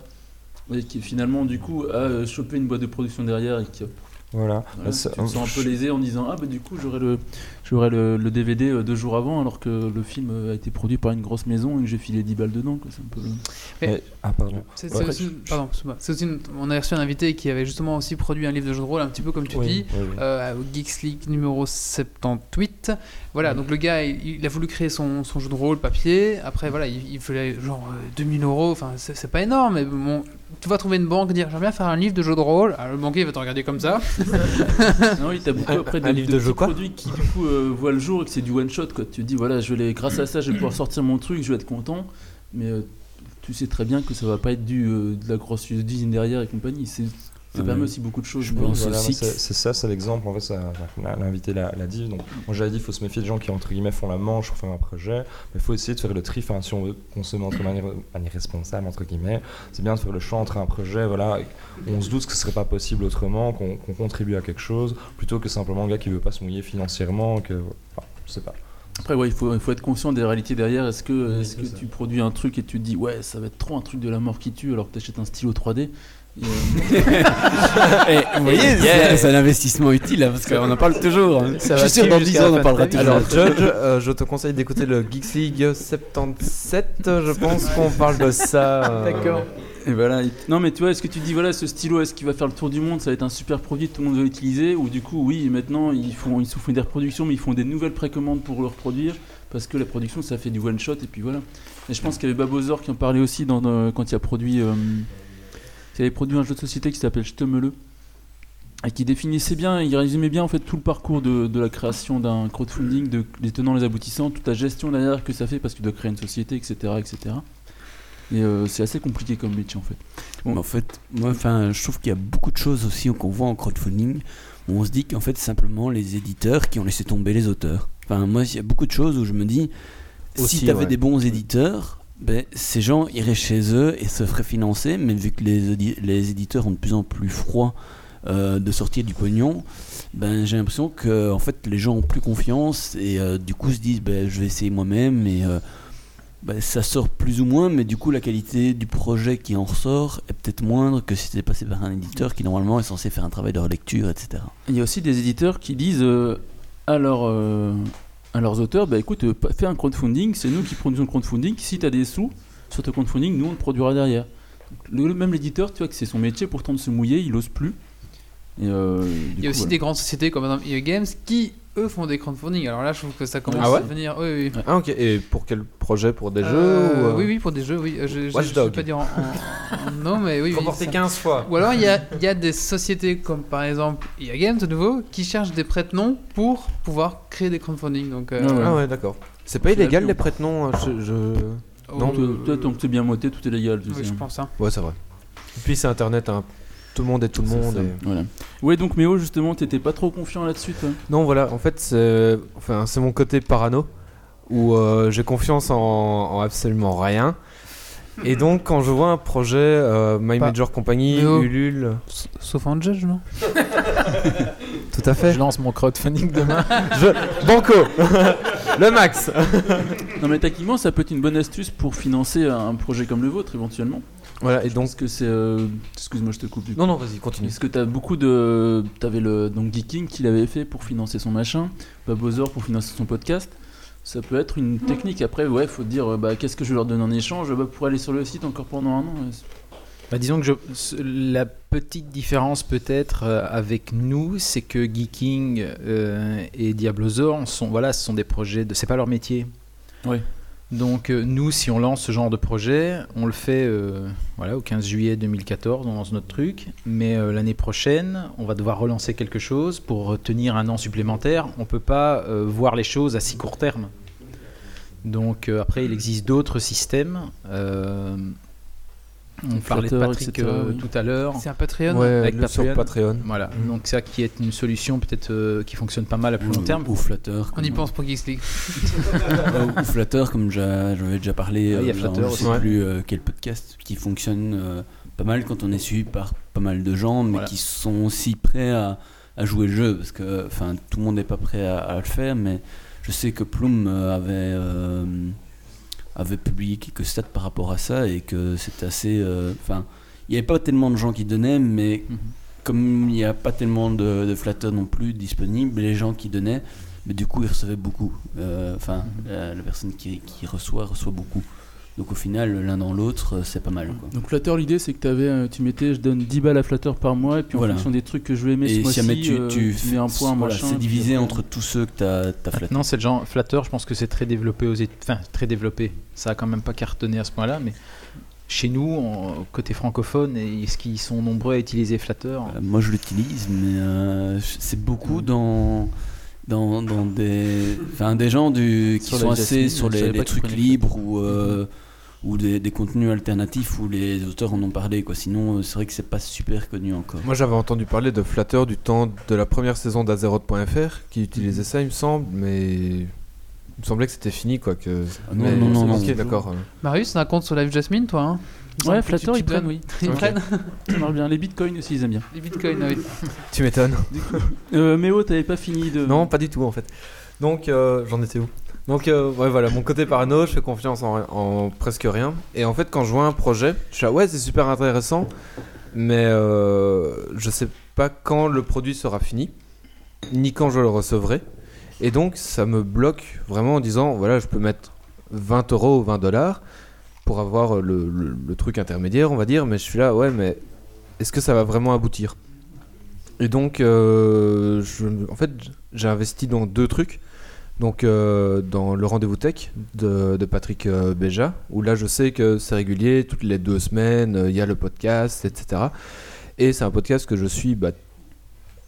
[SPEAKER 6] et qui finalement du coup a euh, chopé une boîte de production derrière et qui a-
[SPEAKER 11] Voilà. Bah,
[SPEAKER 6] tu
[SPEAKER 11] c'est-
[SPEAKER 6] te sens un peu lésé en disant ah bah du coup j'aurais le j'aurais le, le DVD euh, deux jours avant alors que le film euh, a été produit par une grosse maison et que j'ai filé 10 balles dedans quoi, c'est un peu
[SPEAKER 2] Mais-
[SPEAKER 11] Ah, pardon.
[SPEAKER 2] C'est
[SPEAKER 11] Ouais.
[SPEAKER 2] c'est aussi, une- pardon, excuse-moi. C'est aussi une- on a reçu un invité qui avait justement aussi produit un livre de jeu de rôle, un petit peu comme tu
[SPEAKER 11] Oui,
[SPEAKER 2] dis,
[SPEAKER 11] oui, oui.
[SPEAKER 2] euh, au Geeks League numéro 78. Voilà, donc le gars, il, il a voulu créer son, son jeu de rôle papier. Après, voilà, il, il fallait genre euh, 2000 euros, enfin, c'est c'est pas énorme, mais bon, tu vas trouver une banque, dire j'aimerais bien faire un livre de jeu de rôle. Alors, le banquier va te regarder comme ça.
[SPEAKER 6] non oui t'as beaucoup
[SPEAKER 3] Un-
[SPEAKER 6] après
[SPEAKER 3] un
[SPEAKER 6] des,
[SPEAKER 3] livre
[SPEAKER 6] des
[SPEAKER 3] de jeu,
[SPEAKER 6] petits
[SPEAKER 3] quoi
[SPEAKER 6] produits qui du coup euh, voient le jour et que c'est du one shot quoi tu te dis voilà je vais les grâce à ça je vais pouvoir sortir mon truc je vais être content mais euh, tu sais très bien que ça va pas être du euh, de la grosse usine derrière et compagnie c'est ça
[SPEAKER 8] Ouais.
[SPEAKER 6] permet aussi beaucoup de choses
[SPEAKER 8] Je
[SPEAKER 6] mais
[SPEAKER 8] pense
[SPEAKER 11] Voilà,
[SPEAKER 8] aussi
[SPEAKER 11] mais c'est c'est ça, c'est l'exemple. En fait, ça- la- l'invité l'a l'a dit. Donc, moi, j'avais dit, il faut se méfier des gens qui entre guillemets font la manche pour faire un projet, mais il faut essayer de faire le tri. Enfin, si on veut consommer entre manière, manière responsable entre guillemets, c'est bien de faire le choix entre un projet. Voilà, on se doute que ce serait pas possible autrement, qu'on qu'on contribue à quelque chose, plutôt que simplement le gars qui veut pas se mouiller financièrement, que enfin, je sais pas.
[SPEAKER 6] Après, ouais, il faut, il faut être conscient des réalités derrière. Est-ce que, est-ce que tu produis un truc et tu te dis, ouais, ça va être trop un truc de la mort qui tue alors que tu achètes un stylo 3D Et, euh,
[SPEAKER 8] Eh, vous voyez,
[SPEAKER 6] Yeah.
[SPEAKER 8] c'est- c'est un investissement utile hein, parce qu'on en parle toujours. hein. Je suis sûr dans 10 ans on en parlera toujours.
[SPEAKER 3] Alors Judge, euh, je te conseille d'écouter le Geeks League 77, je pense qu'on parle de ça. euh,
[SPEAKER 6] Et voilà. et- Non, mais tu vois, est-ce que tu dis, voilà, ce stylo, est-ce qu'il va faire le tour du monde Ça va être un super produit, tout le monde va l'utiliser Ou du coup, oui, maintenant, ils, font, ils se font des reproductions, mais ils font des nouvelles précommandes pour le reproduire parce que la production, ça fait du one-shot, et puis voilà. Et je pense qu'il y avait Babozor qui en parlait aussi dans, euh, quand il a produit. euh, il avait produit un jeu de société qui s'appelle Je te me le et qui définissait bien, il résumait bien en fait tout le parcours de, de la création d'un crowdfunding, de, des tenants, les aboutissants, toute la gestion derrière que ça fait parce que tu dois créer une société, etc. etc. Et euh, c'est assez compliqué comme métier en fait.
[SPEAKER 8] Mais en fait, moi, enfin, je trouve qu'il y a beaucoup de choses aussi qu'on voit en crowdfunding où on se dit qu'en fait, c'est simplement les éditeurs qui ont laissé tomber les auteurs. Enfin, moi, il y a beaucoup de choses où je me dis,
[SPEAKER 3] Aussi,
[SPEAKER 8] si tu avais
[SPEAKER 3] ouais.
[SPEAKER 8] des bons éditeurs, ben, ces gens iraient chez eux et se feraient financer, mais vu que les, audi- les éditeurs ont de plus en plus froid euh, de sortir du pognon, ben, j'ai l'impression que en fait, les gens ont plus confiance et euh, du coup se disent, ben, je vais essayer moi-même et. euh, bah, ça sort plus ou moins, mais du coup, la qualité du projet qui en ressort est peut-être moindre que si c'était passé par un éditeur qui, normalement, est censé faire un travail de relecture, etc.
[SPEAKER 6] Il y a aussi des éditeurs qui disent euh, à, leurs, euh, à leurs auteurs bah écoute, euh, pa- fais un crowdfunding, c'est nous qui produisons le crowdfunding. Si tu as des sous sur ton crowdfunding, nous on te produira derrière. Donc, le, le même éditeur, tu vois que c'est son métier pourtant de se mouiller, il ose plus. Et, euh, du
[SPEAKER 2] Il y a
[SPEAKER 6] coup,
[SPEAKER 2] aussi
[SPEAKER 6] voilà.
[SPEAKER 2] des grandes sociétés comme par exemple EA Games qui, eux, font des crowdfunding. Alors là, je trouve que ça commence
[SPEAKER 3] Ah ouais
[SPEAKER 2] à devenir. Oui, oui.
[SPEAKER 3] Ah ok, et pour quel projet Pour des jeux
[SPEAKER 2] Euh,
[SPEAKER 3] ou, euh,
[SPEAKER 2] Oui, oui, pour des jeux, oui. Euh, Je ne
[SPEAKER 3] Watch
[SPEAKER 2] sais
[SPEAKER 3] Dog.
[SPEAKER 2] pas dire en, en- en- Non, mais
[SPEAKER 3] (laughs)
[SPEAKER 2] oui. oui,
[SPEAKER 3] Remporté
[SPEAKER 2] ça.
[SPEAKER 3] 15 fois.
[SPEAKER 2] Ou alors, il y a, il y a des sociétés comme par exemple EA Games, de nouveau, qui cherchent des prête-noms pour pouvoir créer des crowdfunding. Donc, euh,
[SPEAKER 3] Ah ouais, d'accord. C'est pas
[SPEAKER 6] C'est la
[SPEAKER 3] illégal
[SPEAKER 6] vie,
[SPEAKER 3] les
[SPEAKER 6] on-
[SPEAKER 3] prête-noms hein, je, je-
[SPEAKER 6] Non,
[SPEAKER 3] Non
[SPEAKER 6] toi- toi, tant que t'es bien moté, tout est légal. tu
[SPEAKER 2] Oui,
[SPEAKER 6] sais.
[SPEAKER 2] je pense. hein.
[SPEAKER 3] Ouais, c'est vrai. Et puis c'est internet, hein. tout le monde est tout le
[SPEAKER 6] C'est
[SPEAKER 3] monde.
[SPEAKER 6] ça.
[SPEAKER 3] et-
[SPEAKER 6] Voilà. Ouais, donc Méo, justement, t'étais pas trop confiant là-dessus, toi
[SPEAKER 3] Non, voilà, en fait, c'est enfin, c'est mon côté parano où euh, j'ai confiance en, en absolument rien. Et donc, quand je vois un projet, euh, My
[SPEAKER 2] Pas-
[SPEAKER 3] Major Company,
[SPEAKER 2] Mais oh.
[SPEAKER 3] Ulule.
[SPEAKER 2] S- Sauf un judge, non
[SPEAKER 3] Tout à fait.
[SPEAKER 5] Je lance mon
[SPEAKER 2] Ah,
[SPEAKER 5] crowdfunding demain.
[SPEAKER 3] Je- Banco (laughs) Le max
[SPEAKER 6] Non, mais techniquement, ça peut être une bonne astuce pour financer un projet comme le vôtre, éventuellement.
[SPEAKER 3] Voilà, et donc.
[SPEAKER 6] Parce que c'est. euh, Excuse-moi, je te coupe. du coup.
[SPEAKER 3] Non, non, vas-y, continue.
[SPEAKER 6] Parce que t'as beaucoup de. T'avais le. Donc Geeking qui l'avait fait pour financer son machin, Babozor pour financer son podcast. Ça peut être une technique. Après, ouais, faut dire, euh, bah, qu'est-ce que je vais leur donne en échange bah, pour aller sur le site encore pendant un an. ouais, c'est-
[SPEAKER 7] Bah, disons que je- ce- la petite différence peut-être euh, avec nous, c'est que Geeking euh, et Diablosaur sont voilà, ce sont des projets de, c'est pas leur métier.
[SPEAKER 6] Oui.
[SPEAKER 7] Donc euh, nous, si on lance ce genre de projet, on le fait euh, voilà au 15 juillet 2014, on lance notre truc. Mais euh, l'année prochaine, on va devoir relancer quelque chose pour tenir un an supplémentaire. On peut pas euh, voir les choses à si court terme. Donc euh, après, il existe d'autres systèmes. euh, on
[SPEAKER 6] Flutter,
[SPEAKER 7] parlait de Patrick
[SPEAKER 6] etc.,
[SPEAKER 7] euh,
[SPEAKER 6] oui.
[SPEAKER 7] tout à l'heure.
[SPEAKER 2] C'est un Patreon
[SPEAKER 3] Ouais,
[SPEAKER 7] Avec
[SPEAKER 3] le- sur
[SPEAKER 7] Patreon.
[SPEAKER 3] Patreon.
[SPEAKER 7] Voilà, donc ça qui est une solution peut-être euh, qui fonctionne pas mal à plus long terme.
[SPEAKER 8] Ou flatteur.
[SPEAKER 2] On
[SPEAKER 8] comme-
[SPEAKER 2] y pense pour Geeks League.
[SPEAKER 8] Euh, (laughs) ou flatteur, comme j'a- j'avais déjà parlé.
[SPEAKER 7] Ah, il y a
[SPEAKER 8] euh,
[SPEAKER 7] Flutter
[SPEAKER 8] dans je
[SPEAKER 7] aussi.
[SPEAKER 8] sais
[SPEAKER 3] Ouais.
[SPEAKER 8] plus euh, quel podcast qui fonctionne euh, pas mal quand on est suivi par pas mal de gens, mais
[SPEAKER 7] Voilà.
[SPEAKER 8] qui sont aussi prêts à, à jouer le jeu. Parce que enfin, tout le monde n'est pas prêt à, à le faire, mais je sais que Plume euh, avait. euh, avait publié quelques stats par rapport à ça et que c'est assez. euh, Enfin, il n'y avait pas tellement de gens qui donnaient, mais
[SPEAKER 6] Mhm.
[SPEAKER 8] comme il n'y a pas tellement de, de flatteurs non plus disponibles, les gens qui donnaient, mais du coup, ils recevaient beaucoup. Euh, Enfin,
[SPEAKER 6] Mhm.
[SPEAKER 8] la, la personne qui, qui reçoit reçoit beaucoup. Donc au final, l'un dans l'autre, euh, c'est pas mal. Quoi.
[SPEAKER 6] Donc Flutter, l'idée, c'est que t'avais, euh, tu mettais, je donne 10 balles à Flutter par mois, et puis en
[SPEAKER 8] Voilà.
[SPEAKER 6] fonction des trucs que je vais aimer
[SPEAKER 8] Et
[SPEAKER 6] ce
[SPEAKER 8] si
[SPEAKER 6] mois-ci,
[SPEAKER 8] jamais tu,
[SPEAKER 6] euh,
[SPEAKER 8] tu
[SPEAKER 6] mets un
[SPEAKER 8] fais-
[SPEAKER 6] point, un
[SPEAKER 8] voilà,
[SPEAKER 6] machin, Ah,
[SPEAKER 8] c'est
[SPEAKER 6] puis- euh,
[SPEAKER 8] divisé entre tous ceux que tu as flatté.
[SPEAKER 7] Maintenant, c'est le genre flatteur, je pense que c'est très développé aux Éta- enfin très développé. Ça a quand même pas cartonné à ce point-là, mais chez nous, en- côté francophone, est-ce qu'ils sont nombreux à utiliser flatteur
[SPEAKER 8] Euh, Moi, je l'utilise, mais euh, c'est beaucoup dans, dans, dans des, enfin, des gens du, qui
[SPEAKER 6] Sur
[SPEAKER 8] sont
[SPEAKER 6] la
[SPEAKER 8] assez
[SPEAKER 6] Jasmine,
[SPEAKER 8] sur
[SPEAKER 6] je
[SPEAKER 8] les,
[SPEAKER 6] savais
[SPEAKER 8] les
[SPEAKER 6] pas que tu
[SPEAKER 8] trucs
[SPEAKER 6] prenais
[SPEAKER 8] libres ou, euh, ou des, des contenus alternatifs où les auteurs en ont parlé. Quoi. Sinon, euh, c'est vrai que c'est pas super connu encore.
[SPEAKER 3] Moi j'avais entendu parler de Flatter du temps de la première saison d'Azeroth.fr qui utilisait ça, il me semble, mais il me semblait que c'était fini quoi. Que...
[SPEAKER 8] Ah non,
[SPEAKER 3] mais-
[SPEAKER 8] non, non,
[SPEAKER 3] ok,
[SPEAKER 8] non.
[SPEAKER 3] d'accord.
[SPEAKER 2] Marius, t'as un compte sur Live Jasmine, toi hein semble
[SPEAKER 6] Ouais,
[SPEAKER 2] que tu-
[SPEAKER 6] Flatter,
[SPEAKER 2] tu
[SPEAKER 6] ils prennent, (coughs) oui.
[SPEAKER 2] Ils
[SPEAKER 6] Ok.
[SPEAKER 2] prennent
[SPEAKER 6] Ça marche bien. Les bitcoins aussi, ils aiment bien.
[SPEAKER 2] les bitcoins, ah oui.
[SPEAKER 3] Tu m'étonnes.
[SPEAKER 6] Euh, Méo, t'avais pas fini de.
[SPEAKER 3] Non, pas du tout en fait. Donc euh, j'en étais où Donc euh, ouais voilà, mon côté parano, je fais confiance en, en presque rien. Et en fait quand je vois un projet, je suis là ouais c'est super intéressant, mais euh, je sais pas quand le produit sera fini, ni quand je le recevrai. Et donc, ça me bloque vraiment en disant voilà, je peux mettre 20 euros ou 20 dollars pour avoir le, le- le truc intermédiaire, on va dire, mais je suis là, ouais, mais est-ce que ça va vraiment aboutir Et donc, euh, je- en fait, j'ai investi dans deux trucs. Donc, euh, dans le rendez-vous tech de, de Patrick euh, Béja, où là, je sais que c'est régulier, toutes les deux semaines, euh, il y a le podcast, etc. Et c'est un podcast que je suis bah,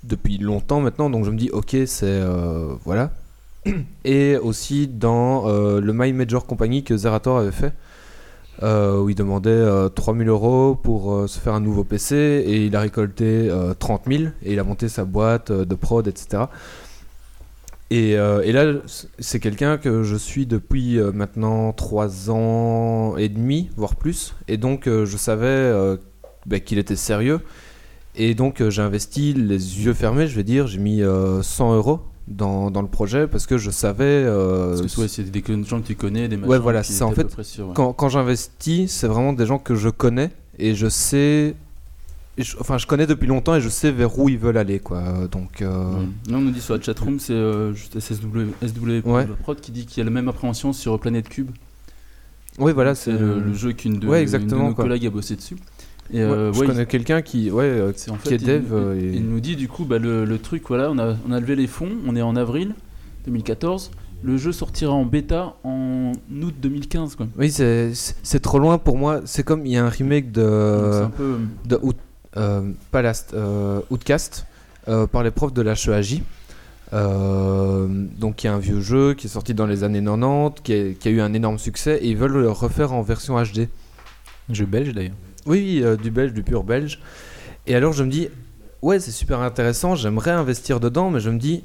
[SPEAKER 3] depuis longtemps maintenant, donc je me dis, ok, c'est. euh, voilà. (clears throat) Et aussi dans euh, le My Major Company que Zerator avait fait, euh, où il demandait 3000 euros pour euh, se faire un nouveau PC, et il a récolté euh, 30 000, et il a monté sa boîte euh, de prod, etc. Et, euh, et là, c'est quelqu'un que je suis depuis euh, maintenant 3 ans et demi, voire plus. Et donc, euh, je savais euh, bah, qu'il était sérieux. Et donc, euh, j'ai investi les yeux fermés, je vais dire. J'ai mis euh, 100 euros dans, dans le projet parce que je savais. euh,
[SPEAKER 6] Parce que souvent, c'est des gens que tu connais, des machins
[SPEAKER 3] Ouais, voilà,
[SPEAKER 6] qui
[SPEAKER 3] c'est en
[SPEAKER 6] étaient à
[SPEAKER 3] fait.
[SPEAKER 6] peu près sûrs, ouais.
[SPEAKER 3] Quand, quand j'investis, c'est vraiment des gens que je connais et je sais. et je- enfin, je connais depuis longtemps et je sais vers où ils veulent aller, quoi. Donc. euh,
[SPEAKER 6] Là, on nous dit sur la chatroom, c'est euh, juste SSW, SW
[SPEAKER 3] Ouais.
[SPEAKER 6] Prod qui dit qu'il y a la même appréhension sur Planète Cube.
[SPEAKER 3] Oui, voilà,
[SPEAKER 6] c'est
[SPEAKER 3] c'est-
[SPEAKER 6] le, le jeu qu'une de,
[SPEAKER 3] Ouais,
[SPEAKER 6] une de
[SPEAKER 3] exactement,
[SPEAKER 6] nos
[SPEAKER 3] quoi.
[SPEAKER 6] collègues a bossé dessus.
[SPEAKER 3] Ouais,
[SPEAKER 6] euh,
[SPEAKER 3] je
[SPEAKER 6] ouais,
[SPEAKER 3] connais
[SPEAKER 6] il-
[SPEAKER 3] quelqu'un qui, ouais, euh,
[SPEAKER 6] c'est en
[SPEAKER 3] qui
[SPEAKER 6] fait,
[SPEAKER 3] est dev.
[SPEAKER 6] Il,
[SPEAKER 3] euh,
[SPEAKER 6] il-
[SPEAKER 3] et-
[SPEAKER 6] il nous dit du coup, bah, le, le truc, voilà, on a, on a levé les fonds, on est en avril 2014. Le jeu sortira en bêta en août 2015. Quoi.
[SPEAKER 3] Oui, c'est- c'est c'est trop loin pour moi. C'est comme il y a un remake
[SPEAKER 6] c'est
[SPEAKER 3] de.
[SPEAKER 6] un peu-
[SPEAKER 3] de Out- euh, pas Last, euh, Outcast euh, par les profs de l'HEAJ. Euh, donc il y a un vieux jeu qui est sorti dans les années 90, qui a, qui a eu un énorme succès et ils veulent le refaire en version HD.
[SPEAKER 7] Jeu belge d'ailleurs.
[SPEAKER 3] Oui, oui, euh, du belge, du pur belge. Et alors je me dis, ouais, c'est super intéressant, j'aimerais investir dedans, mais je me dis,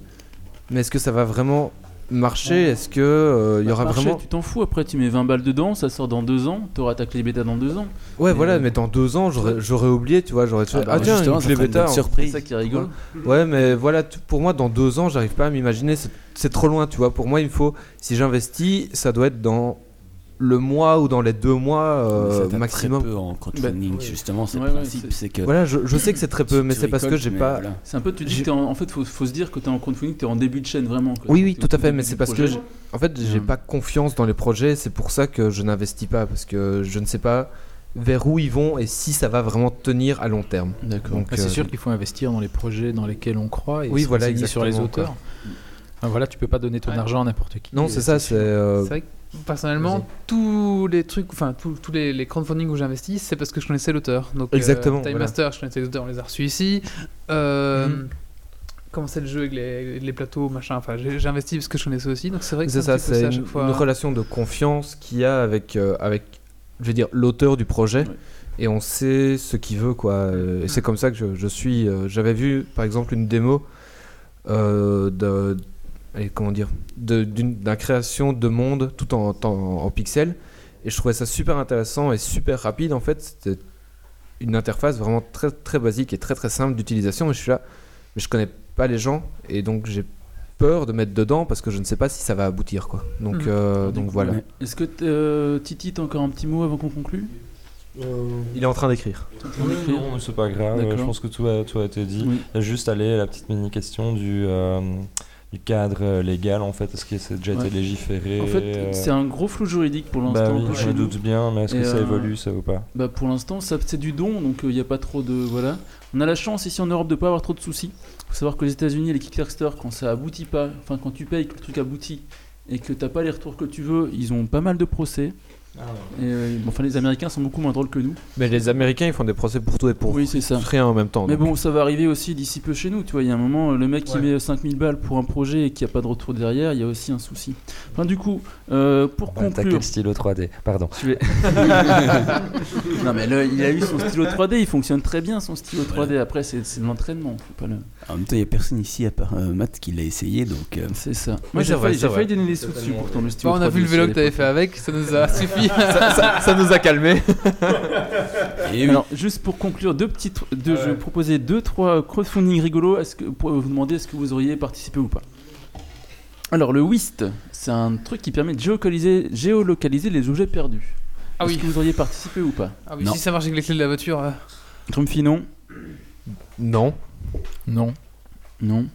[SPEAKER 3] mais est-ce que ça va vraiment marcher Est-ce que euh, il y
[SPEAKER 6] Bah,
[SPEAKER 3] aura
[SPEAKER 6] marché,
[SPEAKER 3] vraiment
[SPEAKER 6] Tu t'en fous, après tu mets 20 balles dedans, ça sort dans 2 ans, t'auras ta clé bêta dans 2 ans.
[SPEAKER 3] Ouais, voilà, mais dans deux ans, j'aurais j'aurais oublié, tu vois, j'aurais fait,
[SPEAKER 6] euh, Ah
[SPEAKER 3] ah,
[SPEAKER 6] bah,
[SPEAKER 3] tiens,
[SPEAKER 6] justement,
[SPEAKER 3] une
[SPEAKER 6] ça
[SPEAKER 3] clé
[SPEAKER 6] ferait une
[SPEAKER 3] bêta,
[SPEAKER 6] bonne
[SPEAKER 3] on-
[SPEAKER 6] surprise. C'est ça qui est rigolo.
[SPEAKER 3] Ouais, mais voilà, tu- pour moi, dans deux ans, j'arrive pas à m'imaginer, c'est- c'est trop loin, tu vois. Pour moi, il me faut, si j'investis, ça doit être dans le mois ou dans les deux mois euh,
[SPEAKER 8] Ça tape
[SPEAKER 3] maximum.
[SPEAKER 8] Très peu en crowdfunding,
[SPEAKER 3] Bah, ouais.
[SPEAKER 8] justement, c'est
[SPEAKER 6] Ouais,
[SPEAKER 8] le
[SPEAKER 6] ouais,
[SPEAKER 8] principe.
[SPEAKER 6] c'est-
[SPEAKER 8] c'est que
[SPEAKER 3] Voilà, je- je sais que c'est très peu,
[SPEAKER 8] tu-
[SPEAKER 3] mais
[SPEAKER 8] tu
[SPEAKER 3] c'est parce que
[SPEAKER 8] récoltes,
[SPEAKER 3] j'ai
[SPEAKER 8] mais
[SPEAKER 3] pas-
[SPEAKER 8] voilà.
[SPEAKER 6] C'est un peu, tu dis, que t'es en, en fait, faut, faut se dire que t'es en crowdfunding, t'es en début de chaîne vraiment. quoi.
[SPEAKER 3] Oui, oui,
[SPEAKER 6] T'es au
[SPEAKER 3] tout à
[SPEAKER 6] tout
[SPEAKER 3] fait,
[SPEAKER 6] début
[SPEAKER 3] mais
[SPEAKER 6] du
[SPEAKER 3] c'est parce que
[SPEAKER 6] projet.
[SPEAKER 3] j'ai- en fait, j'ai
[SPEAKER 7] Mm.
[SPEAKER 3] pas confiance dans les projets, c'est pour ça que je n'investis pas parce que je ne sais pas vers où ils vont et si ça va vraiment tenir à long terme.
[SPEAKER 7] D'accord.
[SPEAKER 3] Donc,
[SPEAKER 7] Ah, c'est
[SPEAKER 3] euh,
[SPEAKER 7] sûr qu'il faut investir dans les projets dans lesquels on croit et
[SPEAKER 3] Oui,
[SPEAKER 7] se
[SPEAKER 3] voilà,
[SPEAKER 7] renseigner sur les
[SPEAKER 3] exactement,
[SPEAKER 7] auteurs.
[SPEAKER 3] quoi.
[SPEAKER 7] Enfin, voilà, tu peux pas donner ton
[SPEAKER 2] Ouais.
[SPEAKER 7] argent à n'importe qui.
[SPEAKER 3] Non, c'est ça, c'est. euh,
[SPEAKER 2] C'est vrai que personnellement, tous les trucs, enfin tous, tous les, les crowdfunding où j'investis, c'est parce que je connaissais l'auteur. Donc, euh,
[SPEAKER 3] Exactement,
[SPEAKER 2] Time
[SPEAKER 3] voilà. Mhm.
[SPEAKER 2] Master, je connaissais l'auteur, on les a reçus ici. Euh, Comment c'est le jeu avec les, les plateaux, machin. Enfin, j'ai j'ai investi parce que je connaissais aussi. Donc c'est vrai que
[SPEAKER 3] C'est
[SPEAKER 2] c'est un
[SPEAKER 3] ça,
[SPEAKER 2] petit peu
[SPEAKER 3] c'est
[SPEAKER 2] à
[SPEAKER 3] une,
[SPEAKER 2] chaque fois. hein.
[SPEAKER 3] une relation de confiance qu'il y a avec, euh, avec je veux dire, l'auteur du projet. Et on sait ce qu'il veut, quoi. Euh, Et c'est comme ça que je, je suis. euh, J'avais vu, par exemple, une démo euh, de. allez, comment dire de- d'une- D'un création de monde tout en, en, en pixels. Et je trouvais ça super intéressant et super rapide, en fait. C'était une interface vraiment très, très basique et très, très simple d'utilisation. Et je suis là, mais je connais pas les gens. Et donc, j'ai peur de mettre dedans parce que je ne sais pas si ça va aboutir, quoi. Donc,
[SPEAKER 6] Mhm.
[SPEAKER 3] euh,
[SPEAKER 6] Du
[SPEAKER 3] donc
[SPEAKER 6] coup,
[SPEAKER 3] voilà.
[SPEAKER 6] ouais. Est-ce que t'es, euh, Titi, t'as encore un petit mot avant qu'on conclue
[SPEAKER 3] Il est en train d'écrire.
[SPEAKER 6] Oui,
[SPEAKER 11] Non, mais c'est pas grave,
[SPEAKER 6] D'accord.
[SPEAKER 11] je pense que tout a, tout a été dit.
[SPEAKER 6] Oui.
[SPEAKER 11] Il y a juste aller à la petite mini-question du, euh, du cadre euh, légal, en fait, est-ce que c'est déjà
[SPEAKER 6] Ouais.
[SPEAKER 11] été légiféré
[SPEAKER 6] En fait,
[SPEAKER 11] euh,
[SPEAKER 6] c'est un gros flou juridique pour
[SPEAKER 11] Bah
[SPEAKER 6] l'instant.
[SPEAKER 11] oui,
[SPEAKER 6] quoi,
[SPEAKER 11] je
[SPEAKER 6] chez
[SPEAKER 11] doute
[SPEAKER 6] nous.
[SPEAKER 11] bien, mais est-ce que
[SPEAKER 6] Et,
[SPEAKER 11] ça
[SPEAKER 6] euh,
[SPEAKER 11] évolue, ça ou pas
[SPEAKER 6] bah, Pour l'instant, ça- c'est du don, donc il n'y a pas trop de. Voilà. On a la chance ici en Europe de pas avoir trop de soucis. faut savoir que les États-Unis, les Kickstarter, quand ça aboutit pas, enfin quand tu payes que le truc aboutit et que t'as pas les retours que tu veux, ils ont pas mal de procès.
[SPEAKER 11] Ah
[SPEAKER 6] Et, euh, bon, enfin, les Américains sont beaucoup moins drôles que nous.
[SPEAKER 3] Mais les Américains, ils font des procès pour tout et pour
[SPEAKER 6] Oui, c'est ça.
[SPEAKER 3] rien en même temps.
[SPEAKER 6] Mais
[SPEAKER 3] donc.
[SPEAKER 6] bon, ça va arriver aussi d'ici peu chez nous. Tu vois, il y a un moment, euh, le mec qui met 5000 balles pour un projet et qui a pas de retour derrière, il y a aussi un souci. Enfin, du coup, euh, pour
[SPEAKER 8] Ah
[SPEAKER 11] Bah, T'as
[SPEAKER 6] conclure.
[SPEAKER 11] quel stylo 3D Pardon.
[SPEAKER 6] Je vais- non mais là, il a eu son stylo 3D, il fonctionne très bien son stylo 3D. Après c'est c'est de l'entraînement, faut pas le.
[SPEAKER 8] En même temps, il n'y a personne ici à part euh, Matt qui l'a essayé, donc. euh,
[SPEAKER 6] C'est ça. Moi j'ai failli, j'ai failli donner des sous dessus pourtant le stylo
[SPEAKER 2] Bon, Bah, on a
[SPEAKER 6] 3D
[SPEAKER 2] vu le
[SPEAKER 6] aussi, à
[SPEAKER 2] vélo que t'avais
[SPEAKER 6] l'époque.
[SPEAKER 2] fait avec, ça nous
[SPEAKER 3] (laughs)
[SPEAKER 2] a suffi.
[SPEAKER 6] Ça- ça- ça nous a calmés.
[SPEAKER 8] Et oui.
[SPEAKER 6] Alors juste pour conclure deux petits, tr- deux, je
[SPEAKER 8] Ah ouais.
[SPEAKER 6] vais proposer deux trois crowdfunding rigolos. Est-ce que pour vous demander est-ce que vous auriez participé ou pas Alors le WIST, c'est un truc qui permet de géolocaliser, géolocaliser les objets perdus.
[SPEAKER 2] Ah
[SPEAKER 6] est-ce
[SPEAKER 2] oui.
[SPEAKER 6] que vous auriez participé ou pas
[SPEAKER 2] Ah oui, si ça marche avec les clés de la voiture. euh.
[SPEAKER 6] Grumpy, non
[SPEAKER 3] Non.
[SPEAKER 6] Non. Non.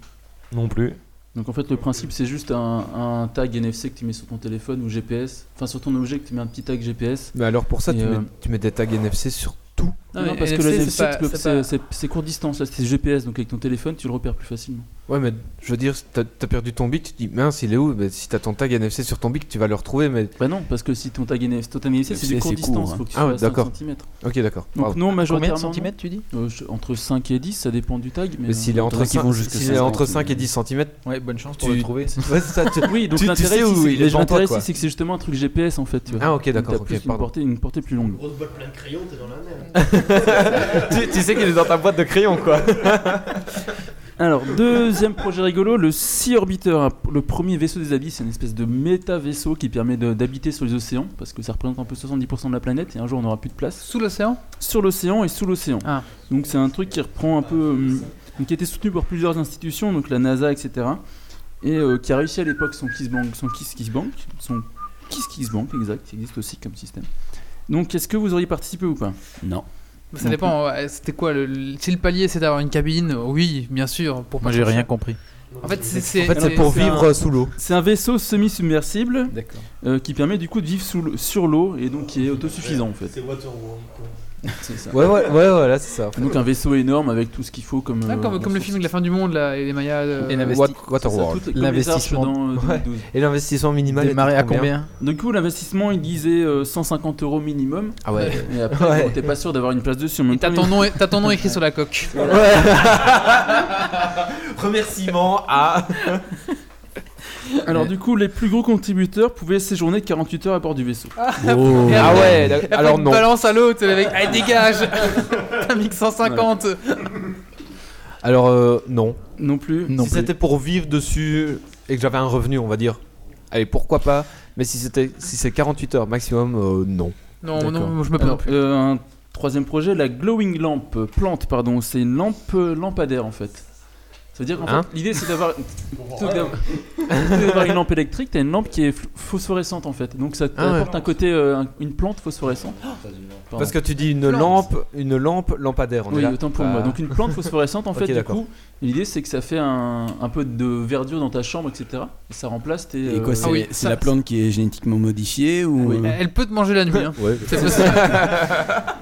[SPEAKER 11] Non plus.
[SPEAKER 6] Donc en fait, le principe, c'est juste un, un tag NFC que tu mets sur ton téléphone ou GPS. Enfin, sur ton objet, que tu mets un petit tag GPS.
[SPEAKER 3] Mais alors pour ça,
[SPEAKER 6] Et,
[SPEAKER 3] tu,
[SPEAKER 6] euh,
[SPEAKER 3] mets, tu mets des tags NFC sur tout.
[SPEAKER 6] Non, mais
[SPEAKER 3] Non,
[SPEAKER 6] parce que
[SPEAKER 3] NFC,
[SPEAKER 6] le
[SPEAKER 3] c'est
[SPEAKER 6] NFC,
[SPEAKER 3] pas-
[SPEAKER 6] tu peux-
[SPEAKER 3] c'est
[SPEAKER 6] c'est
[SPEAKER 3] pas-
[SPEAKER 6] c'est- c'est court distance. Là, c'est GPS, donc avec ton téléphone, tu le repères plus facilement.
[SPEAKER 3] Ouais, mais je veux dire, si t'as as perdu ton bic, tu te dis mince, il est où Bah, Si t'as ton tag NFC sur ton bic, tu vas le retrouver. Mais...
[SPEAKER 6] Bah non, parce que si ton tag NFC, ton tag NFC, c'est du court distance. Faut que tu
[SPEAKER 3] ah,
[SPEAKER 6] sois
[SPEAKER 3] ouais,
[SPEAKER 6] à 5
[SPEAKER 3] d'accord.
[SPEAKER 6] centimètres.
[SPEAKER 3] Ok, d'accord.
[SPEAKER 6] Donc
[SPEAKER 3] Pardon.
[SPEAKER 6] non, majoritairement.
[SPEAKER 7] centimètres, tu dis
[SPEAKER 6] Euh, je- Entre 5 et 10, ça dépend du tag. Mais,
[SPEAKER 3] Mais s'il est
[SPEAKER 6] euh,
[SPEAKER 3] entre,
[SPEAKER 6] t'en as qui
[SPEAKER 3] 5,
[SPEAKER 6] vont jusqu'à
[SPEAKER 3] s'il est
[SPEAKER 6] 50,
[SPEAKER 3] entre 5 et
[SPEAKER 6] mais-
[SPEAKER 3] 10 cm.
[SPEAKER 7] Ouais, bonne chance pour le trouver.
[SPEAKER 3] (laughs) Ouais, c'est ça, tu-
[SPEAKER 6] Oui, donc
[SPEAKER 3] tu- tu
[SPEAKER 6] l'intérêt,
[SPEAKER 3] sais
[SPEAKER 6] ici,
[SPEAKER 3] où
[SPEAKER 6] c'est-
[SPEAKER 3] il est devant toi.
[SPEAKER 6] l'intérêt
[SPEAKER 3] quoi.
[SPEAKER 6] ici, c'est que c'est justement un truc GPS en fait. tu vois.
[SPEAKER 3] Ah, ok,
[SPEAKER 6] Donc,
[SPEAKER 3] d'accord,
[SPEAKER 6] t'as
[SPEAKER 3] ok,
[SPEAKER 6] plus une
[SPEAKER 3] pardon.
[SPEAKER 6] portée, une portée plus longue.
[SPEAKER 9] Grosse boîte plein de crayons, t'es dans la merde.
[SPEAKER 3] tu, tu sais qu'il est dans ta boîte de crayon, quoi.
[SPEAKER 6] Alors, deuxième (laughs) projet rigolo, le Sea Orbiter, un- le premier vaisseau des abysses, c'est une espèce de méta-vaisseau qui permet de- d'habiter sur les océans, parce que ça représente un peu 70% de la planète, et un jour on n'aura plus de place.
[SPEAKER 2] Sous l'océan
[SPEAKER 6] Sur l'océan et sous l'océan.
[SPEAKER 2] Ah.
[SPEAKER 6] Donc c'est un truc qui reprend un peu... hum, donc, qui a été soutenu par plusieurs institutions, donc la NASA, etc. Et euh, qui a réussi à l'époque son Kiss Bank, son Kiss Kiss Bank, son Kiss Kiss Bank, exact, qui existe aussi comme système. Donc est-ce que vous auriez participé ou pas
[SPEAKER 8] Non.
[SPEAKER 2] Bah, Ça dépend, ouais, c'était quoi le- le- Si le palier c'est d'avoir une cabine, oui, bien sûr. Pour
[SPEAKER 7] Moi,
[SPEAKER 2] pas
[SPEAKER 7] j'ai
[SPEAKER 2] trop
[SPEAKER 7] rien
[SPEAKER 2] cher.
[SPEAKER 7] compris.
[SPEAKER 2] En fait, c'est
[SPEAKER 3] En fait, c'est
[SPEAKER 2] c'est-
[SPEAKER 3] pour
[SPEAKER 6] c'est
[SPEAKER 3] vivre
[SPEAKER 6] un-
[SPEAKER 3] euh, sous l'eau.
[SPEAKER 6] C'est un vaisseau semi-submersible
[SPEAKER 7] D'accord.
[SPEAKER 6] euh, qui permet du coup de vivre sous le- sur l'eau et donc qui est autosuffisant en fait.
[SPEAKER 9] C'est Waterworld. quoi.
[SPEAKER 6] C'est ça.
[SPEAKER 3] Ouais, ouais, ouais, ouais, là, c'est ça.
[SPEAKER 6] Donc un vaisseau énorme avec tout ce qu'il faut comme. euh,
[SPEAKER 2] Ah,
[SPEAKER 3] Euh,
[SPEAKER 2] comme, comme le film de la fin du monde, là, et les Mayas. euh,
[SPEAKER 7] Et la veste-
[SPEAKER 3] Wat- Waterworld.
[SPEAKER 6] L'investissement.
[SPEAKER 7] L'investissement.
[SPEAKER 6] euh,
[SPEAKER 3] Ouais. Et l'investissement minimal.
[SPEAKER 7] Démarrer
[SPEAKER 3] était
[SPEAKER 7] à combien
[SPEAKER 6] Du coup, l'investissement il disait euh, 150 euros minimum.
[SPEAKER 3] Ah ouais.
[SPEAKER 6] (laughs) Et après,
[SPEAKER 3] Ouais.
[SPEAKER 6] bon, t'es pas sûr d'avoir une place dessus.
[SPEAKER 2] et
[SPEAKER 6] mais
[SPEAKER 2] T'as ton, nom- t'as ton nom écrit sur la coque.
[SPEAKER 3] Remerciement à.
[SPEAKER 6] Alors, du coup, les plus gros contributeurs pouvaient séjourner 48 heures à bord du vaisseau.
[SPEAKER 2] Et
[SPEAKER 3] Ah
[SPEAKER 2] après-
[SPEAKER 3] ouais, d'ac-
[SPEAKER 2] et après,
[SPEAKER 3] (laughs) alors
[SPEAKER 2] tu
[SPEAKER 3] non.
[SPEAKER 2] balance à l'autre, le mec, allez, dégage
[SPEAKER 3] (laughs)
[SPEAKER 2] T'as mis que 150
[SPEAKER 3] Alors euh, non.
[SPEAKER 6] Non plus.
[SPEAKER 7] Non
[SPEAKER 3] si
[SPEAKER 7] plus.
[SPEAKER 3] c'était pour vivre dessus et que j'avais un revenu, on va dire, allez, pourquoi pas. Mais si c'était si c'est 48 heures maximum, euh, non.
[SPEAKER 2] Non,
[SPEAKER 6] D'accord.
[SPEAKER 2] non, je
[SPEAKER 3] Ah,
[SPEAKER 2] me
[SPEAKER 6] Alors,
[SPEAKER 2] plante.
[SPEAKER 6] euh, un troisième projet, la glowing lamp, euh, plante, pardon, c'est une lampe euh, lampadaire en fait. Ça veut dire qu'en
[SPEAKER 3] Hein
[SPEAKER 6] fait, l'idée c'est d'avoir plutôt (laughs) que d'avoir- plutôt que d'avoir une lampe électrique, t'as une lampe qui est fl- phosphorescente en fait. Donc ça
[SPEAKER 3] Ah ouais.
[SPEAKER 6] apporte un côté euh, un- une plante phosphorescente. Pardon.
[SPEAKER 3] Parce que tu dis une
[SPEAKER 2] Plante.
[SPEAKER 3] lampe, une lampe lampadaire. On est
[SPEAKER 6] oui,
[SPEAKER 3] là.
[SPEAKER 6] autant pour
[SPEAKER 3] Ah.
[SPEAKER 6] moi. Donc une plante
[SPEAKER 3] (laughs)
[SPEAKER 6] phosphorescente en
[SPEAKER 3] Ok,
[SPEAKER 6] fait, du
[SPEAKER 3] d'accord.
[SPEAKER 6] coup, l'idée c'est que ça fait un, un peu de verdure dans ta chambre, etc. Et ça remplace tes.
[SPEAKER 8] Et
[SPEAKER 6] euh,
[SPEAKER 8] quoi, c'est
[SPEAKER 2] oui,
[SPEAKER 8] c'est
[SPEAKER 2] ça-
[SPEAKER 8] la plante qui est génétiquement modifiée ou
[SPEAKER 6] Oui.
[SPEAKER 8] euh,
[SPEAKER 2] Elle peut te manger la nuit. Hein.
[SPEAKER 3] (laughs) Ouais.
[SPEAKER 2] C'est possible.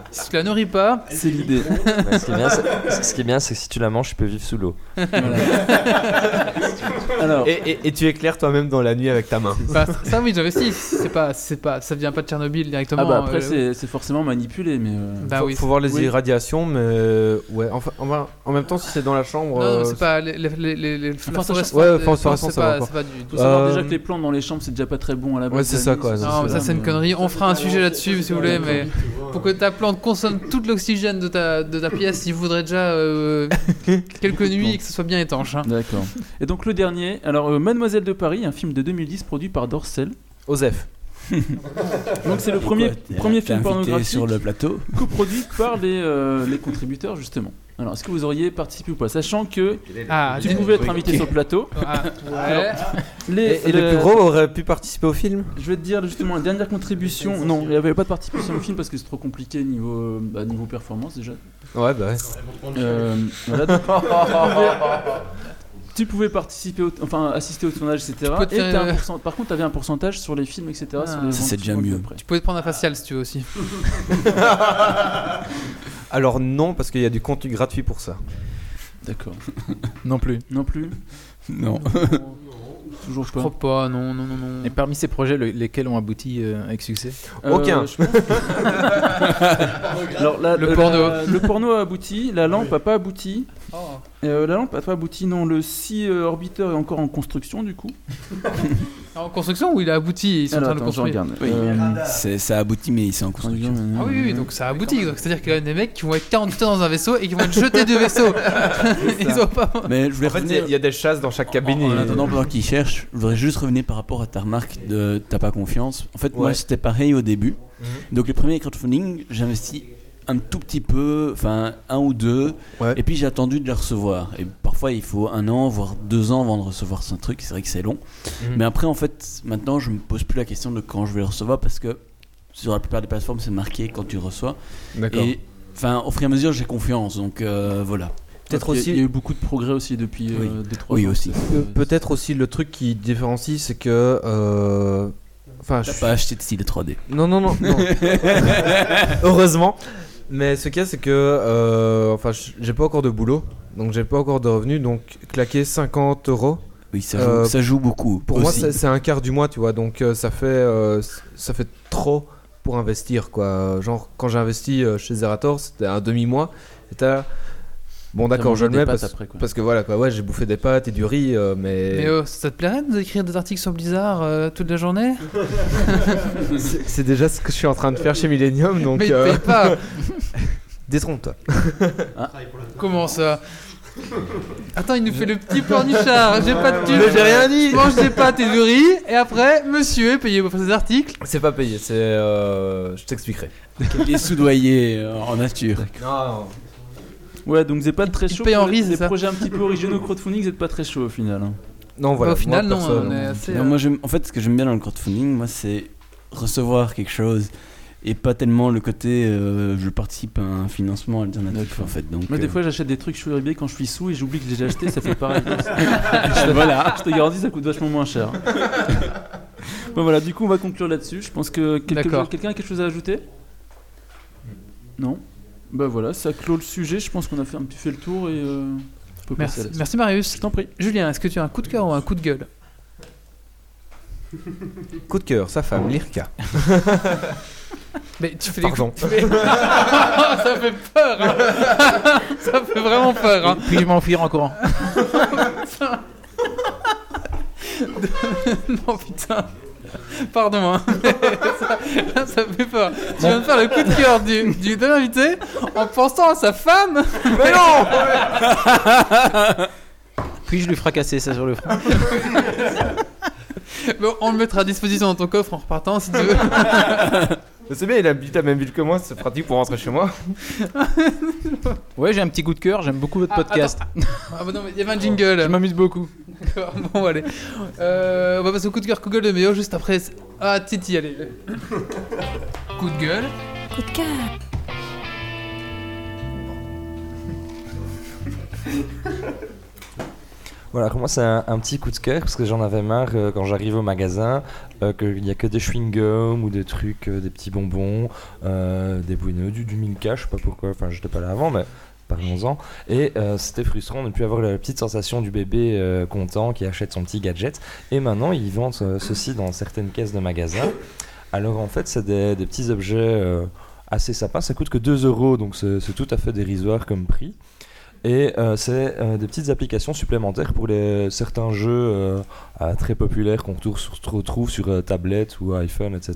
[SPEAKER 2] si tu la nourris pas, (laughs)
[SPEAKER 6] c'est l'idée.
[SPEAKER 11] Ouais, (laughs) ce qui est bien, c'est- ce qui est bien, c'est que si tu la manges, tu peux vivre sous l'eau.
[SPEAKER 6] Alors, ah bah,
[SPEAKER 3] Et, et- et tu éclaires toi-même dans la nuit avec ta main.
[SPEAKER 2] bah, ça oui, j'investis. C'est pas, c'est pas, ça vient pas de Tchernobyl directement.
[SPEAKER 6] ah bah après
[SPEAKER 2] euh,
[SPEAKER 6] c'est- c'est forcément manipulé, mais. euh,
[SPEAKER 2] Bah
[SPEAKER 3] faut,
[SPEAKER 2] oui.
[SPEAKER 3] faut voir les
[SPEAKER 6] Oui.
[SPEAKER 3] irradiations, mais euh, ouais. Enfin, enfin, en même temps, si c'est dans la chambre.
[SPEAKER 2] Non, non,
[SPEAKER 3] euh,
[SPEAKER 2] c'est pas les, les, les, les, les
[SPEAKER 6] Enfin, ça,
[SPEAKER 2] forest-
[SPEAKER 3] ouais,
[SPEAKER 2] euh,
[SPEAKER 3] forest-
[SPEAKER 2] non,
[SPEAKER 3] forest-
[SPEAKER 2] c'est
[SPEAKER 3] ça va
[SPEAKER 2] pas,
[SPEAKER 3] encore.
[SPEAKER 2] c'est pas du tout.
[SPEAKER 6] faut savoir
[SPEAKER 3] Euh,
[SPEAKER 6] déjà que les plantes dans les chambres c'est déjà pas très bon à la base.
[SPEAKER 3] Ouais, c'est
[SPEAKER 6] de la
[SPEAKER 3] ça,
[SPEAKER 6] nuit,
[SPEAKER 3] quoi, non,
[SPEAKER 2] Non, mais Ah, ça c'est une
[SPEAKER 6] mais-
[SPEAKER 2] connerie. On fera un sujet là-dessus si vous voulez,
[SPEAKER 9] Ouais,
[SPEAKER 2] mais
[SPEAKER 9] tu vois,
[SPEAKER 2] pour que ta plante consomme tout l'oxygène de ta, de ta pièce, il faudrait déjà euh, (laughs) quelques nuits et que ce soit bien étanche. hein.
[SPEAKER 6] D'accord. Et donc le dernier, alors euh, Mademoiselle de Paris, un film de 2010 produit par Dorcel.
[SPEAKER 3] Osef.
[SPEAKER 6] Donc c'est le
[SPEAKER 3] Ah,
[SPEAKER 8] t'es
[SPEAKER 6] premier,
[SPEAKER 8] quoi, t'es-
[SPEAKER 6] premier
[SPEAKER 8] t'es
[SPEAKER 6] film
[SPEAKER 8] invité
[SPEAKER 6] pornographique
[SPEAKER 8] sur le plateau.
[SPEAKER 6] coproduit par les, euh, les contributeurs justement. Alors est-ce que vous auriez participé ou pas Sachant que
[SPEAKER 2] Ah,
[SPEAKER 6] tu
[SPEAKER 2] dis-
[SPEAKER 6] pouvais être invité sur le plateau.
[SPEAKER 2] Ah, ouais.
[SPEAKER 6] Les,
[SPEAKER 3] Et, et le
[SPEAKER 6] le-
[SPEAKER 3] plus gros aurait pu participer au film.
[SPEAKER 6] Je vais te dire justement la dernière contribution. Non, il n'y avait pas de participation au film parce que c'est trop compliqué niveau, euh, bah, niveau performance déjà.
[SPEAKER 3] Ouais, bah. ouais.
[SPEAKER 6] Euh, voilà, donc, tu, pouvais, tu pouvais participer, au- enfin assister au tournage, etc.
[SPEAKER 2] peux te
[SPEAKER 6] Et
[SPEAKER 2] faire,
[SPEAKER 6] t'as un
[SPEAKER 2] euh,
[SPEAKER 6] pourcent- par contre, tu avais un pourcentage sur les films, etc.
[SPEAKER 2] Ah.
[SPEAKER 6] sur les
[SPEAKER 8] Ça,
[SPEAKER 6] ventes
[SPEAKER 8] c'est déjà
[SPEAKER 6] vendus
[SPEAKER 8] mieux.
[SPEAKER 6] après.
[SPEAKER 2] Tu pouvais te prendre un facial si tu veux aussi.
[SPEAKER 3] Alors non, parce qu'il y a du contenu gratuit pour ça.
[SPEAKER 2] (laughs)
[SPEAKER 6] D'accord.
[SPEAKER 7] Non plus.
[SPEAKER 6] Non plus
[SPEAKER 8] Non.
[SPEAKER 6] Toujours
[SPEAKER 2] Je
[SPEAKER 6] pas.
[SPEAKER 2] crois pas, non, non, non, non.
[SPEAKER 7] Et parmi ces projets, le- lesquels ont abouti euh, avec succès
[SPEAKER 3] Aucun.
[SPEAKER 6] je pense- Alors, la- euh,
[SPEAKER 2] Le
[SPEAKER 6] la-
[SPEAKER 2] porno.
[SPEAKER 6] le porno a abouti, la lampe a pas abouti.
[SPEAKER 2] Oh.
[SPEAKER 6] Euh, la lampe a pas abouti, non. Le Sea euh, Orbiter est encore en construction du coup.
[SPEAKER 2] En construction ou il a abouti Ils sont
[SPEAKER 6] Alors,
[SPEAKER 2] en train de
[SPEAKER 6] attends, je
[SPEAKER 2] construire.
[SPEAKER 6] regarde.
[SPEAKER 8] Oui.
[SPEAKER 6] Euh,
[SPEAKER 8] C'est- ça aboutit, mais c'est en construction.
[SPEAKER 2] Ah oui, oui, donc ça aboutit. donc C'est-à-dire qu'il y a des mecs qui vont être 48 heures dans un vaisseau et qui vont être jetés du
[SPEAKER 6] (laughs)
[SPEAKER 2] vaisseau. (laughs) Ils ont pas.
[SPEAKER 8] Mais je voulais
[SPEAKER 3] En fait, il y a-
[SPEAKER 8] revenir-
[SPEAKER 3] il y, a des chasses dans chaque
[SPEAKER 8] En,
[SPEAKER 3] cabine.
[SPEAKER 8] en
[SPEAKER 3] et-
[SPEAKER 8] attendant, pendant qu'il cherche, je voudrais juste revenir par rapport à ta remarque de t'as pas confiance. En fait, moi,
[SPEAKER 3] Ouais. Mhm.
[SPEAKER 8] c'était pareil au début. Donc, le premier crowdfunding, j'investis un tout petit peu, enfin, un ou deux,
[SPEAKER 3] Ouais.
[SPEAKER 8] et puis j'ai attendu de le recevoir. Et parfois, il faut un an, voire deux ans avant de recevoir ce truc. C'est vrai que c'est long.
[SPEAKER 3] Mhm.
[SPEAKER 8] Mais après, en fait, maintenant, je me pose plus la question de quand je vais le recevoir parce que sur la plupart des plateformes, c'est marqué quand tu le reçois.
[SPEAKER 3] D'accord.
[SPEAKER 8] Et Enfin, au fur et à mesure, j'ai confiance, donc euh, voilà.
[SPEAKER 3] Peut-être
[SPEAKER 6] Il y a-
[SPEAKER 3] aussi-
[SPEAKER 6] Il y a eu beaucoup de progrès aussi depuis
[SPEAKER 8] Oui.
[SPEAKER 6] euh, des trois
[SPEAKER 8] Oui,
[SPEAKER 6] ans.
[SPEAKER 8] aussi.
[SPEAKER 6] Euh,
[SPEAKER 3] Peut-être aussi le truc qui différencie, c'est que. euh, Enfin,
[SPEAKER 8] T'as
[SPEAKER 3] je-
[SPEAKER 8] pas acheté de stylet 3D.
[SPEAKER 3] Non, non, non. non. (laughs) Heureusement. Mais ce qu'il y a, c'est que. euh, enfin, je- j'ai pas encore de boulot. Donc, j'ai pas encore de revenus. Donc, claquer 50 euros.
[SPEAKER 8] Oui, ça joue- ça joue beaucoup,
[SPEAKER 3] Pour moi,
[SPEAKER 8] aussi.
[SPEAKER 3] c'est c'est un quart du mois, tu vois. Donc, euh, ça, fait, euh, ça fait trop pour investir, quoi. Genre, quand j'ai investi euh, chez Zerator, c'était un demi-mois. Et t'as- Bon,
[SPEAKER 6] T'as
[SPEAKER 3] d'accord,
[SPEAKER 6] mangé
[SPEAKER 3] je le
[SPEAKER 6] des
[SPEAKER 3] mets
[SPEAKER 6] pâtes
[SPEAKER 3] parce,
[SPEAKER 6] après, quoi.
[SPEAKER 3] parce que voilà, quoi. Ouais, j'ai bouffé des pâtes et du riz, euh, mais.
[SPEAKER 2] Mais euh, ça te plairait d'écrire des articles sur Blizzard euh, toute la journée
[SPEAKER 3] (laughs) C'est- C'est déjà ce que je suis en train de faire chez Millennium, donc.
[SPEAKER 2] Mais il te
[SPEAKER 3] euh,
[SPEAKER 2] paye pas.
[SPEAKER 3] Détrompe-toi.
[SPEAKER 2] Comment ça Attends, il nous fait le petit pornichard. J'ai pas de thune.
[SPEAKER 3] Mais j'ai rien dit.
[SPEAKER 2] Je mange des pâtes et du riz. Et après, monsieur est payé pour ses articles.
[SPEAKER 3] C'est pas payé, c'est. euh, je t'expliquerai.
[SPEAKER 8] Il est soudoyé euh, en nature.
[SPEAKER 3] Non.
[SPEAKER 6] Ouais, donc vous êtes pas très chaud.
[SPEAKER 2] paye en
[SPEAKER 6] pour les-
[SPEAKER 2] riz, c'est
[SPEAKER 6] les
[SPEAKER 2] ça
[SPEAKER 6] projets
[SPEAKER 2] (laughs)
[SPEAKER 6] un petit peu originaux crowdfunding, vous êtes pas très chaud au final. hein.
[SPEAKER 3] Non, voilà.
[SPEAKER 2] Bah, au final,
[SPEAKER 3] moi,
[SPEAKER 2] non,
[SPEAKER 3] personne- hein,
[SPEAKER 2] on est assez.
[SPEAKER 8] Non,
[SPEAKER 2] euh,
[SPEAKER 8] moi, j'aime- en fait, ce que j'aime bien dans le crowdfunding, moi, c'est recevoir quelque chose et pas tellement le côté euh, je participe à un financement alternatif en fait. Donc,
[SPEAKER 6] Moi, des
[SPEAKER 8] euh,
[SPEAKER 6] fois, j'achète des trucs sur eBay quand je suis sous et j'oublie que je les ai achetés, ça
[SPEAKER 2] (laughs)
[SPEAKER 6] fait pareil. voilà, je te garantis, ça coûte vachement moins cher. bon, voilà, du coup, on va conclure là-dessus. Je pense que quelque- quelqu'un
[SPEAKER 2] D'accord.
[SPEAKER 6] a quelque chose à ajouter Non Bah voilà, ça clôt le sujet. Je pense qu'on a fait un petit fait le tour et euh, on peut passer à
[SPEAKER 2] Merci,
[SPEAKER 6] la suite.
[SPEAKER 2] merci Marius.
[SPEAKER 6] Je t'en prie.
[SPEAKER 2] Julien, est-ce que tu as un coup de cœur ou un coup de gueule
[SPEAKER 3] Coup de cœur, sa femme, Lirka.
[SPEAKER 2] Mais tu fais des
[SPEAKER 3] Pardon.
[SPEAKER 2] (laughs) Ça fait peur. hein. Ça fait vraiment peur. hein.
[SPEAKER 7] Puis je m'enfuir en courant.
[SPEAKER 2] Non putain. Pardon, hein, (laughs) mais ça, ça fait peur. Tu viens de faire le coup de cœur du, du de l'invité en pensant à sa femme. Mais non
[SPEAKER 7] Puis je lui fracasser ça sur le front.
[SPEAKER 2] Bon, on le mettra à disposition dans ton coffre en repartant si tu veux.
[SPEAKER 3] C'est bien, il habite la même ville que moi, c'est pratique pour rentrer chez moi.
[SPEAKER 7] Ouais, j'ai un petit coup de cœur, j'aime beaucoup votre
[SPEAKER 2] Ah,
[SPEAKER 7] podcast.
[SPEAKER 2] Ah bah non, mais il y avait un
[SPEAKER 7] Je
[SPEAKER 2] jingle.
[SPEAKER 7] m'amuse beaucoup.
[SPEAKER 2] D'accord, (laughs) Bon, allez. Euh, on va passer au coup de cœur, coup de gueule de Méo juste après. Ah, Titi, allez. Coup de gueule.
[SPEAKER 5] Coup de cœur.
[SPEAKER 11] Voilà, alors moi c'est un, un petit coup de cœur parce que j'en avais marre euh, quand j'arrive au magasin euh, qu'il n'y a que des chewing-gums ou des trucs, euh, des petits bonbons, euh, des bueno, du, du Milka, je sais pas pourquoi, enfin j'étais pas là avant mais parlons-en. Et euh, c'était frustrant de ne plus avoir la petite sensation du bébé euh, content qui achète son petit gadget. Et maintenant ils vendent euh, ceci dans certaines caisses de magasins. Alors en fait c'est des, des petits objets euh, assez sympas, ça coûte que 2 euros donc c'est c'est tout à fait dérisoire comme prix. Et euh, c'est euh, des petites applications supplémentaires pour les, certains jeux euh, euh, très populaires qu'on retrouve sur, se retrouve sur euh, tablette ou iPhone, etc.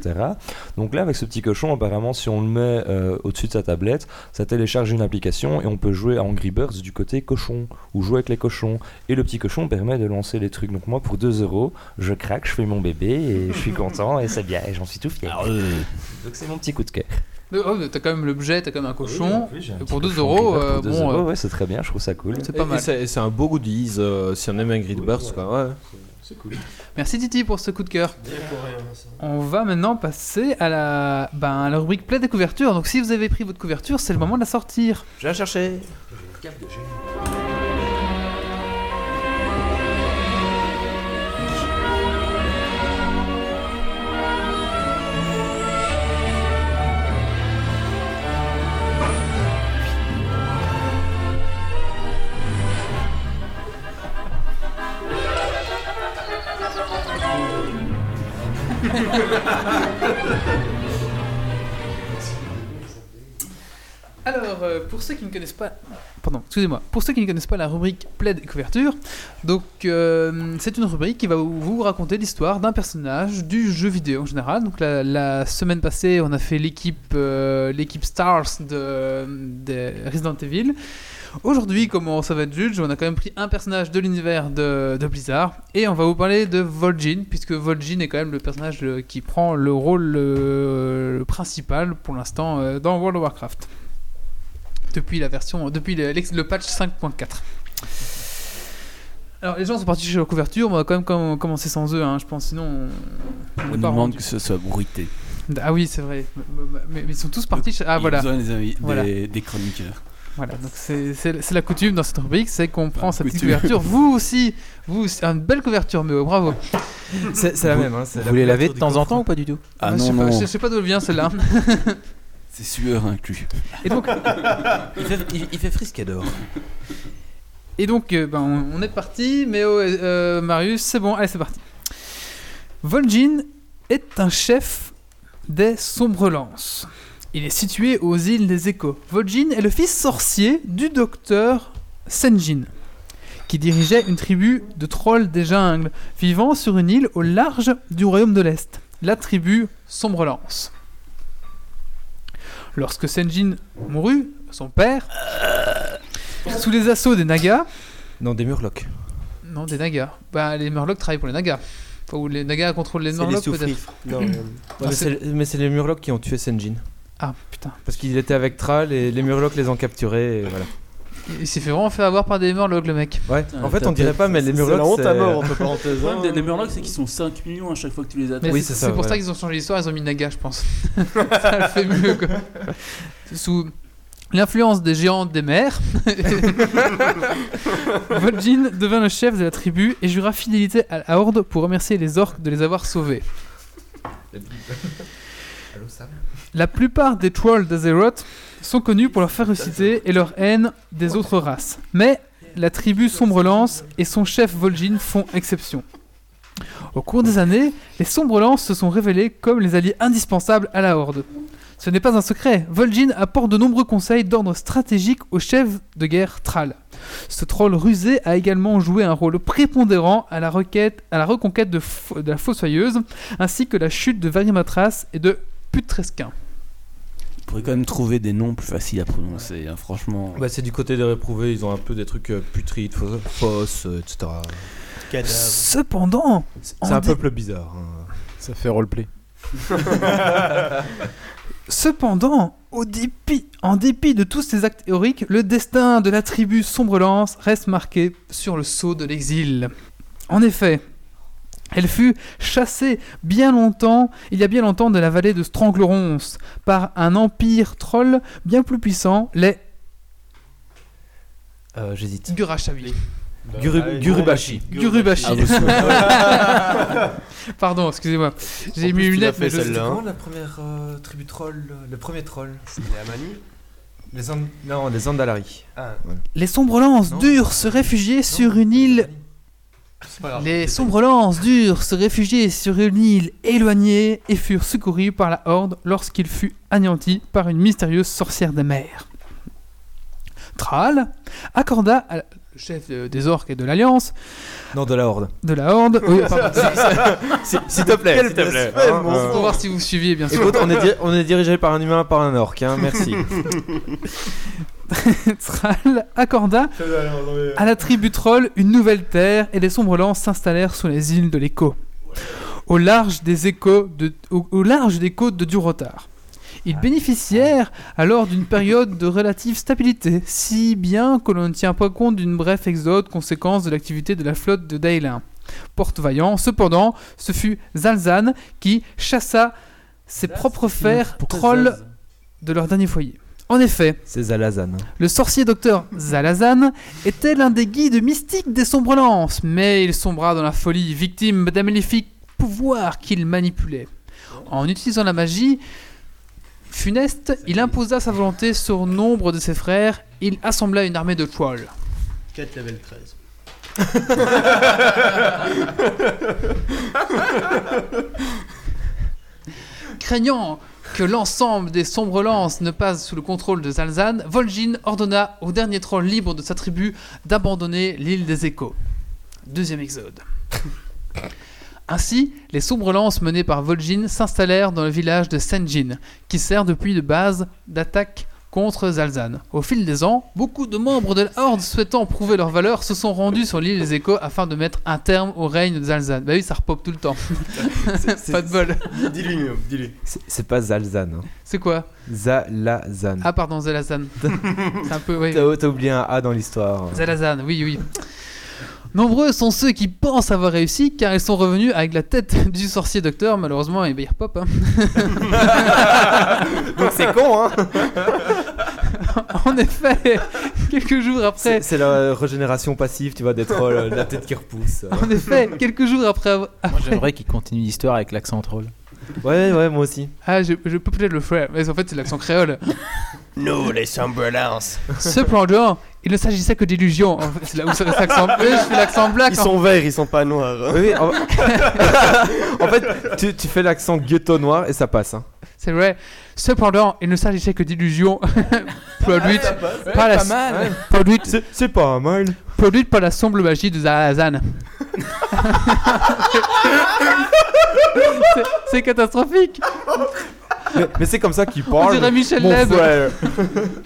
[SPEAKER 11] Donc là, avec ce petit cochon, apparemment, si on le met euh, au-dessus de sa tablette, ça télécharge une application et on peut jouer à Angry Birds du côté cochon ou jouer avec les cochons. Et le petit cochon permet de lancer les trucs. Donc moi, pour 2 euros, je craque, je fais mon bébé et je suis content et c'est bien et j'en suis tout fier.
[SPEAKER 2] Ah
[SPEAKER 8] alors, euh,
[SPEAKER 11] Donc c'est mon petit coup de cœur.
[SPEAKER 2] Oh, mais t'as quand même l'objet, t'as quand même un cochon.
[SPEAKER 11] Oui, j'ai un
[SPEAKER 2] Et
[SPEAKER 11] petit
[SPEAKER 2] pour 2
[SPEAKER 11] cochon
[SPEAKER 2] euros,
[SPEAKER 11] Angry Birds
[SPEAKER 2] euh,
[SPEAKER 11] pour 2
[SPEAKER 2] bon,
[SPEAKER 11] euros,
[SPEAKER 2] euh,
[SPEAKER 11] ouais, c'est très bien, je trouve ça cool.
[SPEAKER 2] c'est pas mal.
[SPEAKER 3] C'est un beau goodies euh, si on aime Angry Birds, quoi. Ouais.
[SPEAKER 2] Merci Titi pour ce coup de cœur. On va maintenant passer à la, ben, à la rubrique plaid des couvertures. Donc si vous avez pris votre couverture, c'est le moment de la sortir.
[SPEAKER 3] Je vais la chercher.
[SPEAKER 2] Alors, euh, pour ceux qui ne connaissent pas... Pardon, excusez-moi. Pour ceux qui ne connaissent pas la rubrique plaid et couverture, donc euh, c'est une rubrique qui va vous vous raconter l'histoire d'un personnage du jeu vidéo en général. Donc la, la semaine passée, on a fait l'équipe euh, l'équipe Stars de, de Resident Evil. Aujourd'hui, comment ça va être juge, on a quand même pris un personnage de l'univers de, de Blizzard et on va vous parler de Vol'jin puisque Vol'jin est quand même le personnage euh, qui prend le rôle euh, le principal pour l'instant euh, dans World of Warcraft depuis la version depuis le, l'ex- le patch 5.4. Alors les gens sont partis chez leur couverture, mais on va quand même com- commencer sans eux, hein, je pense, sinon on- on,
[SPEAKER 8] on
[SPEAKER 2] n'est pas
[SPEAKER 8] demande
[SPEAKER 2] rendu.
[SPEAKER 8] que ce soit bruité.
[SPEAKER 2] Ah oui, c'est vrai. Mais, mais- mais ils sont tous partis. chez- Ah
[SPEAKER 8] Il y a
[SPEAKER 2] voilà.
[SPEAKER 8] besoin des, invi- des-
[SPEAKER 2] Voilà.
[SPEAKER 8] des chroniqueurs.
[SPEAKER 2] Voilà, donc c'est c'est- c'est la coutume dans cette rubrique, c'est qu'on prend cette petite
[SPEAKER 8] coutume.
[SPEAKER 2] couverture. Vous aussi, vous aussi, une belle couverture, mais bravo.
[SPEAKER 3] C'est c'est la même. Hein, c'est
[SPEAKER 7] Vous
[SPEAKER 3] la
[SPEAKER 7] les lavez
[SPEAKER 3] couverture
[SPEAKER 7] de
[SPEAKER 3] du
[SPEAKER 7] temps en
[SPEAKER 3] coffre.
[SPEAKER 7] temps ou pas du tout
[SPEAKER 8] Ah
[SPEAKER 2] je, sais
[SPEAKER 8] non,
[SPEAKER 2] pas,
[SPEAKER 8] non.
[SPEAKER 2] je sais pas d'où elle vient celle-là.
[SPEAKER 8] C'est sueur inclus.
[SPEAKER 2] Et donc,
[SPEAKER 8] Il fait, il, il fait friscador.
[SPEAKER 2] et donc euh, ben, on, on est parti, mais oh, euh, Marius, c'est bon, allez, c'est parti. Vol'jin est un chef des Sombres Lances. Il est situé aux îles des Échos. Vol'jin est le fils sorcier du docteur Senjin, qui dirigeait une tribu de trolls des jungles, vivant sur une île au large du royaume de l'Est, la tribu Sombre Lance. Lorsque Senjin mourut, son père, sous les assauts des Nagas,
[SPEAKER 3] Non, des murlocs.
[SPEAKER 2] non, des Nagas. Bah, les Murlocs travaillent pour les Nagas. Enfin, ou les Nagas contrôlent les
[SPEAKER 4] C'est les
[SPEAKER 2] Murlocs, peut-être.
[SPEAKER 4] soufris. Non, euh,
[SPEAKER 3] Ouais,
[SPEAKER 2] Ah,
[SPEAKER 3] mais
[SPEAKER 2] c'est-
[SPEAKER 3] c'est- mais c'est les murlocs qui ont tué Senjin.
[SPEAKER 2] Ah, putain.
[SPEAKER 3] Parce qu'il était avec Tral et les murlocs les ont capturés. Et voilà.
[SPEAKER 2] Il il s'est fait vraiment fait avoir par des Murlocs, le mec.
[SPEAKER 3] Ouais.
[SPEAKER 6] Putain,
[SPEAKER 3] En fait, on dirait pas, mais les
[SPEAKER 4] c'est la
[SPEAKER 3] murlocs.
[SPEAKER 4] honte à
[SPEAKER 3] c'est-
[SPEAKER 4] mort, entre parenthèses.
[SPEAKER 6] Le
[SPEAKER 4] hein.
[SPEAKER 6] problème des, des Murlocs, c'est qu'ils sont 5 millions à chaque fois que tu les attaques.
[SPEAKER 2] Mais
[SPEAKER 3] Oui,
[SPEAKER 2] c'est
[SPEAKER 3] c'est ça,
[SPEAKER 2] c'est pour
[SPEAKER 3] ouais.
[SPEAKER 2] ça qu'ils ont changé l'histoire, ils ont mis Naga, je pense. (laughs) ça le fait mieux, quoi. Sous l'influence des géants des mers, (laughs) Vol'jin devint le chef de la tribu et jura fidélité à la Horde pour remercier les orques de les avoir sauvés. La plupart des trolls d'Azeroth sont connus pour leur férocité et leur haine des autres races. Mais la tribu Sombrelance et son chef Vol'jin font exception. Au cours des années, les Sombrelances se sont révélés comme les alliés indispensables à la Horde. Ce n'est pas un secret, Vol'jin apporte de nombreux conseils d'ordre stratégique au chef de guerre Thrall. Ce troll rusé a également joué un rôle prépondérant à la, requête, à la reconquête de, Fo- de la Fossoyeuse, ainsi que la chute de Varimatras et de
[SPEAKER 4] Ah
[SPEAKER 2] Putresquin.
[SPEAKER 8] On pourrait quand même trouver des noms plus faciles à prononcer, hein, franchement.
[SPEAKER 3] Bah, c'est du côté des réprouvés, ils ont un peu des trucs euh, putrides, fausses, fausses, euh, etc.
[SPEAKER 4] Cadavre.
[SPEAKER 2] Cependant,
[SPEAKER 3] C'est
[SPEAKER 2] en
[SPEAKER 3] un
[SPEAKER 2] dé-
[SPEAKER 3] peuple bizarre. hein.
[SPEAKER 9] Ça fait roleplay.
[SPEAKER 2] Cependant, au dépit, en dépit de tous ces actes héroïques, le destin de la tribu Sombrelance reste marqué sur le sceau de l'exil. En effet, elle fut chassée bien longtemps, il y a bien longtemps, de la vallée de Stranglerons par un empire troll bien plus puissant, les
[SPEAKER 8] Euh, J'hésite.
[SPEAKER 2] Gurashabi.
[SPEAKER 3] Guru-
[SPEAKER 4] Ah oui.
[SPEAKER 3] Gurubashi.
[SPEAKER 2] Gurubashi.
[SPEAKER 8] Ah, vous sauvez.
[SPEAKER 2] (laughs) Pardon, excusez-moi. J'ai
[SPEAKER 4] En
[SPEAKER 2] mis
[SPEAKER 4] plus,
[SPEAKER 2] une
[SPEAKER 4] tu l'as
[SPEAKER 2] lunette,
[SPEAKER 4] fait,
[SPEAKER 2] mais je...
[SPEAKER 4] celle-là. hein.
[SPEAKER 3] la première tribu troll, le premier troll
[SPEAKER 4] C'était à Manu.
[SPEAKER 3] les Non, les Andalari.
[SPEAKER 4] Ah,
[SPEAKER 2] Les Sombrelances
[SPEAKER 3] Non.
[SPEAKER 2] durent se réfugier sur une île
[SPEAKER 4] c'est pas grave.
[SPEAKER 2] Les sombres lances durent se réfugier sur une île éloignée et furent secourus par la Horde lorsqu'il fut anéanti par une mystérieuse sorcière des mers. Thrall accorda à la- le chef euh, des orques et de l'Alliance,
[SPEAKER 3] Non, de la Horde.
[SPEAKER 2] de la Horde, oui, pardon,
[SPEAKER 3] (laughs) S'il te plaît, s'il te plaît.
[SPEAKER 4] Ah,
[SPEAKER 3] hein, euh,
[SPEAKER 2] pour voir si vous suiviez bien sûr,
[SPEAKER 3] Écoute, on est, di- on est dirigé par un humain, par un orc, hein, (laughs) merci.
[SPEAKER 2] Thrall accorda À la tribu troll, une nouvelle terre et les sombres lances s'installèrent sur les îles de l'écho, au large des échos de- au, au large des côtes de Durotar. Ils bénéficièrent alors d'une période de relative stabilité, si bien que l'on ne tient pas compte d'une bref exode conséquence de l'activité de la flotte de Daelin. Porte-vaillant, cependant, ce fut Zalzan qui chassa ses propres fers trolls de leur dernier foyer. En effet,
[SPEAKER 3] C'est Zalazan.
[SPEAKER 2] le sorcier docteur Zalazan était l'un des guides mystiques des Sombres Lances, mais il sombra dans la folie, victime d'un maléfique pouvoir qu'il manipulait. En utilisant la magie funeste, il imposa sa volonté sur nombre de ses frères, il assembla une armée de trolls.
[SPEAKER 4] 4 level 13.
[SPEAKER 2] Craignant que l'ensemble des sombres lances ne passe sous le contrôle de Zalzan, Vol'jin ordonna au dernier troll libre de sa tribu d'abandonner l'île des échos. Deuxième exode. Ainsi, les sombres lances menées par Vol'jin s'installèrent dans le village de Senjin, qui sert depuis de base d'attaque contre Zalzan. Au fil des ans, beaucoup de membres de la Horde souhaitant prouver leur valeur se sont rendus sur l'île des échos afin de mettre un terme au règne de Zalzan. Bah oui, ça repop tout le temps. Pas de bol.
[SPEAKER 4] Dis-lui, Mio, dis-lui.
[SPEAKER 3] C'est c'est pas Zalzan. hein.
[SPEAKER 2] C'est quoi
[SPEAKER 3] Zalazan.
[SPEAKER 2] Ah
[SPEAKER 4] (laughs)
[SPEAKER 2] pardon, Zelazan. C'est un peu, oui.
[SPEAKER 3] T'as t'as oublié un A dans l'histoire.
[SPEAKER 2] Zelazan, oui, oui. Nombreux sont ceux qui pensent avoir réussi car ils sont revenus avec la tête du sorcier docteur, malheureusement, et Beer
[SPEAKER 4] (laughs)
[SPEAKER 2] Pop. hein.
[SPEAKER 4] Donc c'est con, hein
[SPEAKER 2] En effet, quelques jours après.
[SPEAKER 3] C'est c'est la régénération passive, tu vois, des trolls, euh, la tête qui (laughs) repousse.
[SPEAKER 2] En effet, quelques jours après avoir.
[SPEAKER 7] Moi, j'aimerais qu'il continue l'histoire avec l'accent troll.
[SPEAKER 3] Ouais, ouais, moi aussi.
[SPEAKER 2] Ah, je, je peux peut-être le faire, mais en fait, c'est l'accent créole.
[SPEAKER 4] Nous, les ambulances.
[SPEAKER 2] Cependant, il ne s'agissait que d'illusions. En fait, c'est là où ça reste l'accent bleu, je fais l'accent black.
[SPEAKER 4] Ils
[SPEAKER 2] en-
[SPEAKER 4] sont verts, ils sont pas noirs. hein.
[SPEAKER 3] Oui, oui, (laughs) en... en fait, tu, tu fais l'accent ghetto noir et ça passe. hein.
[SPEAKER 2] C'est vrai. Cependant, il ne s'agissait que d'illusions. (laughs) produites,
[SPEAKER 4] Ah,
[SPEAKER 2] par la, produites-
[SPEAKER 3] C'est pas mal.
[SPEAKER 2] produites par la sombre magie de Zahazan. C'est- C'est catastrophique.
[SPEAKER 3] Mais, mais c'est comme ça qu'il
[SPEAKER 2] On
[SPEAKER 3] parle.
[SPEAKER 2] dirait Michel
[SPEAKER 3] mon
[SPEAKER 2] Leb.
[SPEAKER 3] frère.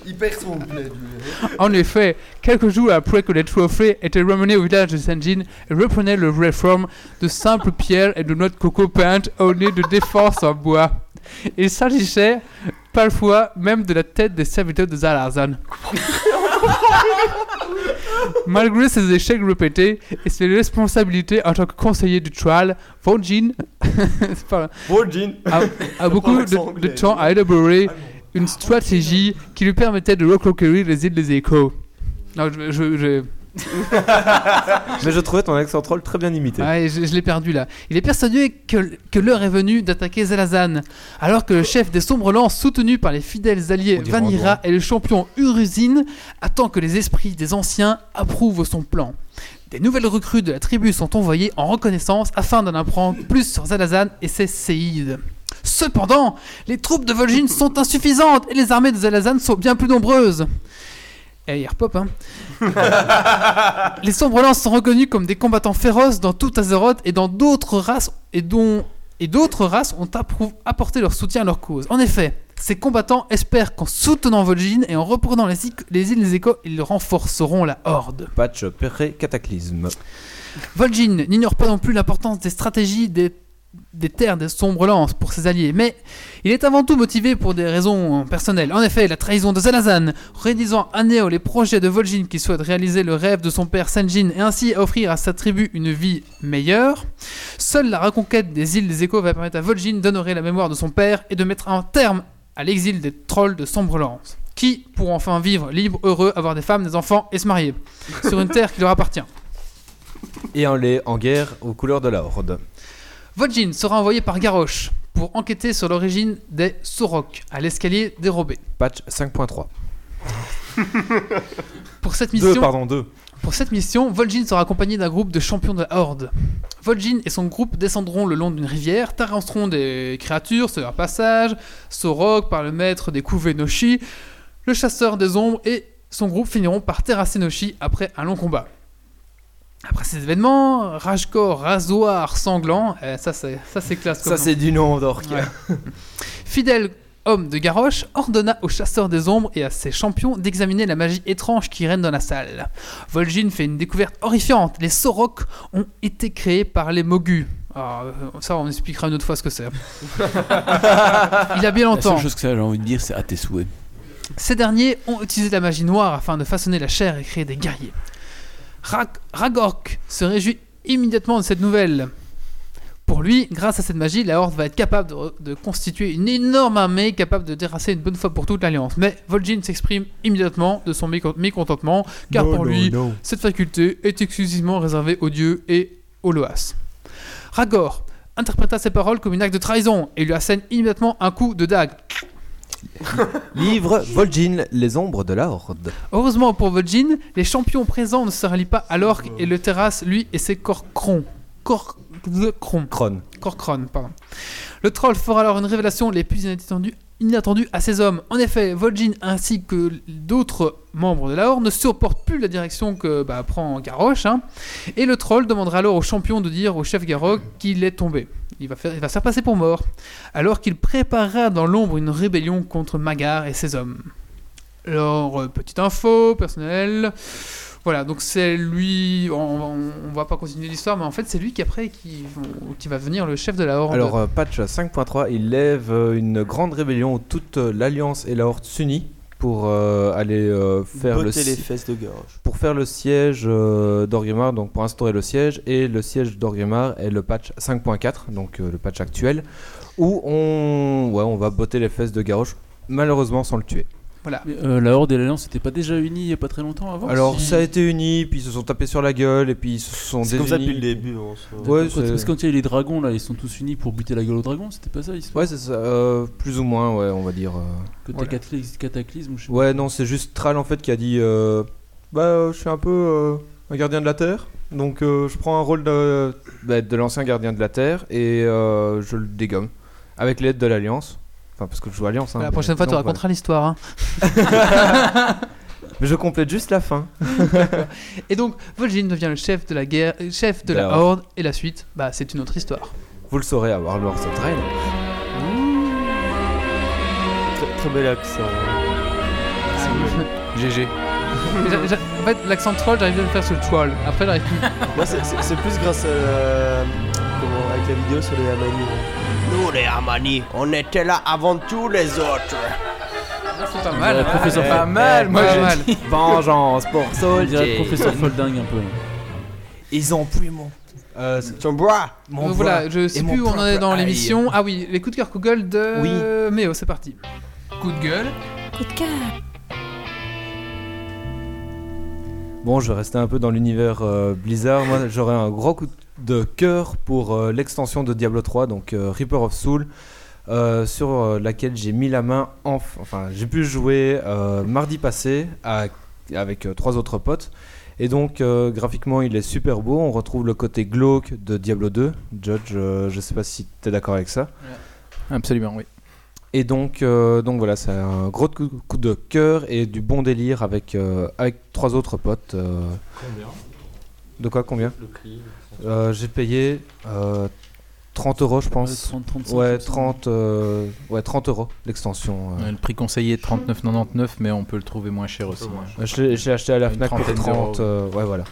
[SPEAKER 9] Il perd son plaid. lui.
[SPEAKER 2] En effet, quelques jours après que les trophées étaient ramenés au village de Sanjin, ils reprenaient leur vraie forme de simples pierres et de noix de coco peintes au nez de défense en bois. Il s'agissait parfois même de la tête des serviteurs de Zalazan. Malgré ses échecs répétés et ses responsabilités en tant que conseiller du trial, Von Jin c'est pas-
[SPEAKER 4] Virgin.
[SPEAKER 2] a, a beaucoup
[SPEAKER 4] l'accent
[SPEAKER 2] de, de
[SPEAKER 4] anglais.
[SPEAKER 2] temps à élaborer une stratégie qui lui permettait de reconquérir les îles des échos. Non, je, je- je-
[SPEAKER 3] Mais je trouvais ton accent troll très bien imité.
[SPEAKER 2] ouais, je- je l'ai perdu là. Il est persuadé que, que l'heure est venue d'attaquer Zelazan, alors que le chef des Sombres Lances, soutenu par les fidèles alliés
[SPEAKER 3] On dirait
[SPEAKER 2] Vanira et le champion Urusine, attend que les esprits des anciens approuvent son plan. Des nouvelles recrues de la tribu sont envoyées en reconnaissance afin d'en apprendre plus sur Zalazan et ses séides. Cependant, les troupes de Vol'jin sont insuffisantes et les armées de Zalazan sont bien plus nombreuses. Eh, hier pop, hein. les sombres lances sont reconnus comme des combattants féroces dans tout Azeroth et dans d'autres races et dont et d'autres races ont approu- apporté leur soutien à leur cause. En effet, ces combattants espèrent qu'en soutenant Vol'jin et en reprenant les, îles- les îles des échos, ils renforceront la horde.
[SPEAKER 3] Patch pré-cataclysme.
[SPEAKER 2] Vol'jin n'ignore pas non plus l'importance des stratégies des, des terres des sombres lances pour ses alliés, mais il est avant tout motivé pour des raisons euh, personnelles. En effet, la trahison de Zalazan, réduisant à néo les projets de Vol'jin qui souhaite réaliser le rêve de son père Sanjin et ainsi offrir à sa tribu une vie meilleure. Seule la reconquête des îles des échos va permettre à Vol'jin d'honorer la mémoire de son père et de mettre un terme à l'exil des trolls de sombre lance, qui, pour enfin vivre libre, heureux, avoir des femmes, des enfants et se marier, sur une terre qui leur appartient.
[SPEAKER 3] Et on l'est en guerre aux couleurs de la Horde.
[SPEAKER 2] Vodjin sera envoyé par Garrosh pour enquêter sur l'origine des Sorok à l'escalier dérobé.
[SPEAKER 3] Patch 5.3.
[SPEAKER 2] Pour cette
[SPEAKER 3] 2,
[SPEAKER 2] mission,
[SPEAKER 3] pardon, 2.
[SPEAKER 2] pour cette mission, Vol'jin sera accompagné d'un groupe de champions de la Horde. Vol'jin et son groupe descendront le long d'une rivière, terrasseront des créatures sur leur passage, Sorok par le maître des couvées Noshi, le chasseur des ombres et son groupe finiront par terrasser Noshi après un long combat. Après ces événements, Rajkor, rasoir, sanglant, eh, ça c'est ça c'est classe comme nom.
[SPEAKER 3] du nom d'orque.
[SPEAKER 2] Ouais. Fidèle homme de Garrosh ordonna aux chasseurs des ombres et à ses champions d'examiner la magie étrange qui règne dans la salle. Vol'jin fait une découverte horrifiante. Les Sorok ont été créés par les Mogus. Alors, euh, ça, on expliquera une autre fois ce que c'est. Il a bien
[SPEAKER 8] La
[SPEAKER 2] longtemps.
[SPEAKER 8] seule chose que ça, j'ai envie de dire, c'est à tes souhaits.
[SPEAKER 2] Ces derniers ont utilisé la magie noire afin de façonner la chair et créer des guerriers. Rag- Ragork se réjouit immédiatement de cette nouvelle. Pour lui, grâce à cette magie, la Horde va être capable de, re- de constituer une énorme armée capable de terrasser une bonne fois pour toute l'Alliance. Mais Vol'jin s'exprime immédiatement de son mécon- mécontentement, car pour lui, cette faculté est exclusivement réservée aux dieux et aux loas. Ragor interpréta ces paroles comme une acte de trahison et lui assène immédiatement un coup de dague.
[SPEAKER 3] Livre Vol'jin, les ombres de la Horde.
[SPEAKER 2] Heureusement pour Vol'jin, les champions présents ne se rallient pas à l'orque et le terrasse lui et ses corcrons. Cor... the cron.
[SPEAKER 3] Kron.
[SPEAKER 2] Corcron, pardon. Le troll fera alors une révélation les plus inattendues, inattendues à ses hommes. En effet, Vol'jin ainsi que d'autres membres de la Horde ne supportent plus la direction que bah, prend Garrosh. hein. et le troll demandera alors au champion de dire au chef Garrosh qu'il est tombé. Il va, faire, il va se faire passer pour mort, alors qu'il préparera dans l'ombre une rébellion contre Magar et ses hommes. Alors, euh, petite info personnelle. Voilà, donc c'est lui. On, on, on va pas continuer l'histoire, mais en fait, c'est lui qui après qui, qui va devenir le chef de la Horde.
[SPEAKER 3] Alors, euh, patch 5.3, il lève euh, une grande rébellion où toute euh, l'Alliance et la Horde s'unit pour euh, aller euh, faire le
[SPEAKER 4] Botter les
[SPEAKER 3] si-
[SPEAKER 4] fesses de gorge.
[SPEAKER 3] pour faire le siège euh, d'Orgrimmar, donc pour instaurer le siège et le siège d'Orgrimmar est le patch 5.4, donc euh, le patch actuel où on ouais, on va botter les fesses de Garrosh malheureusement sans le tuer.
[SPEAKER 2] Voilà.
[SPEAKER 6] euh, la Horde et l'Alliance n'étaient pas déjà unis il y a pas très longtemps avant
[SPEAKER 3] Alors
[SPEAKER 6] Oh, Si.
[SPEAKER 3] ça a été uni, puis ils se sont tapés sur la gueule et puis ils se sont
[SPEAKER 4] C'est comme ça
[SPEAKER 3] désunis.
[SPEAKER 4] depuis le début, en soi.
[SPEAKER 3] Ouais,
[SPEAKER 6] Quand- parce
[SPEAKER 3] c'est-
[SPEAKER 6] que quand il y a les dragons là, ils sont tous unis pour buter la gueule au dragon, c'était pas ça l'histoire
[SPEAKER 3] Ouais, c'est ça, euh, plus ou moins, ouais, on va dire. euh.
[SPEAKER 6] Côté
[SPEAKER 3] Voilà.
[SPEAKER 6] cataclysme- cataclysme, ou je sais
[SPEAKER 3] Ouais, non, c'est juste Tral en fait qui a dit euh, Bah, euh, je suis un peu euh, un gardien de la Terre, donc euh, je prends un rôle de, bah, de l'ancien gardien de la Terre et euh, je le dégomme avec l'aide de l'Alliance. Enfin, parce que je joue Alliance. hein,
[SPEAKER 2] La
[SPEAKER 3] mais
[SPEAKER 2] prochaine fois, tu
[SPEAKER 3] donc,
[SPEAKER 2] raconteras l'histoire. hein.
[SPEAKER 3] voilà. Mais je complète juste la fin.
[SPEAKER 2] Et donc, Vol'jin devient le chef de la guerre, euh, chef de la
[SPEAKER 3] Bah, ouais.
[SPEAKER 2] Horde, et la suite, bah, c'est une autre histoire. (laughs)
[SPEAKER 3] Vous le saurez à Warlords of Draenor.
[SPEAKER 4] Très, très bel accent.
[SPEAKER 3] GG.
[SPEAKER 2] J'a- j'a- en fait, l'accent troll, j'arrive à le faire sur le troll. Après, j'arrive plus.
[SPEAKER 4] Moi, c'est- c'est c'est plus grâce à. la- Comment Avec la vidéo sur les Amani. Nous, les Amani, on était là avant tous les autres.
[SPEAKER 2] Ah, C'est pas
[SPEAKER 6] pas.
[SPEAKER 2] mal.
[SPEAKER 6] Ouais, professeur
[SPEAKER 2] Pas
[SPEAKER 6] Fol-
[SPEAKER 2] mal, moi, j'ai mal.
[SPEAKER 3] Vengeance pour
[SPEAKER 6] on dirait
[SPEAKER 3] Soldier.
[SPEAKER 6] le professeur Folding un peu. là.
[SPEAKER 3] Ils ont pris mon. Euh,
[SPEAKER 4] Tu en bois
[SPEAKER 3] mon
[SPEAKER 2] Donc voilà,
[SPEAKER 3] voix
[SPEAKER 2] je sais
[SPEAKER 3] et mon
[SPEAKER 2] plus où on en est
[SPEAKER 3] propre
[SPEAKER 2] dans
[SPEAKER 3] aïe.
[SPEAKER 2] l'émission. Ah oui, les coups de cœur, coups de gueule de
[SPEAKER 3] Oui.
[SPEAKER 2] Méo, c'est parti. Coup de gueule.
[SPEAKER 5] Coup de cœur.
[SPEAKER 3] Bon, je vais rester un peu dans l'univers euh, Blizzard. Moi, j'aurais un gros coup de cœur pour euh, l'extension de Diablo 3, donc euh, Reaper of Soul, euh, sur euh, laquelle j'ai mis la main. En... Enfin, j'ai pu jouer euh, mardi passé à- avec euh, trois autres potes. Et donc, euh, graphiquement, il est super beau. On retrouve le côté glauque de Diablo 2. Judge, euh, je sais pas si tu es d'accord avec ça.
[SPEAKER 7] Absolument, oui.
[SPEAKER 3] Et donc, euh, donc voilà, c'est un gros coup, coup de cœur et du bon délire avec, euh, avec trois autres potes. euh.
[SPEAKER 9] Combien
[SPEAKER 3] De quoi Combien
[SPEAKER 9] Le prix
[SPEAKER 3] Euh, J'ai payé euh, 30 euros, je pense.
[SPEAKER 6] 30, 35,
[SPEAKER 3] Ouais,
[SPEAKER 6] ça.
[SPEAKER 3] 30, euh, ouais, 30 euros l'extension. euh.
[SPEAKER 7] Le prix conseillé est 39,99, mais on peut le trouver moins cher aussi.
[SPEAKER 9] moins
[SPEAKER 7] ouais.
[SPEAKER 12] Bah,
[SPEAKER 3] Euh, Je l'ai je l'ai acheté à la
[SPEAKER 7] Une
[SPEAKER 3] Fnac pour
[SPEAKER 7] trentaine d'euros,
[SPEAKER 3] 30. euh, ouais, voilà.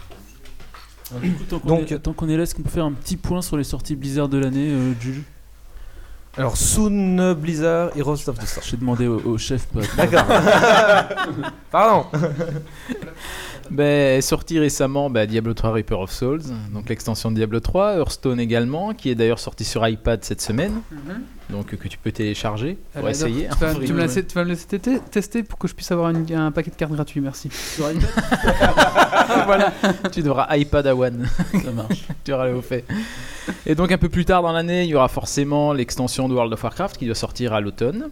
[SPEAKER 6] Du coup, tant qu'on
[SPEAKER 3] Donc-
[SPEAKER 6] est- tant qu'on est là, est-ce qu'on peut faire un petit point sur les sorties Blizzard de l'année, euh, Jules
[SPEAKER 3] Alors, Soon Blizzard Heroes of the Storm.
[SPEAKER 6] J'ai demandé au, au chef. pas-
[SPEAKER 5] (laughs)
[SPEAKER 3] Pardon
[SPEAKER 7] Ben, est sorti récemment bah, Diablo 3 Reaper of Souls, donc l'extension de Diablo 3, Hearthstone également, qui est d'ailleurs sorti sur iPad cette semaine, donc euh, que tu peux télécharger
[SPEAKER 2] Mhm. Ah,
[SPEAKER 7] pour
[SPEAKER 2] j'adore.
[SPEAKER 7] essayer.
[SPEAKER 2] Tu vas,
[SPEAKER 7] (laughs)
[SPEAKER 2] tu me
[SPEAKER 6] Ouais.
[SPEAKER 2] laisses- tu vas me laisser têter- tester pour que je puisse avoir une- un paquet de cartes gratuit, merci.
[SPEAKER 7] voilà, tu devras iPad à one,
[SPEAKER 6] ça marche.
[SPEAKER 7] tu auras le fait. Et donc un peu plus tard dans l'année, il y aura forcément l'extension de World of Warcraft qui doit sortir à l'automne.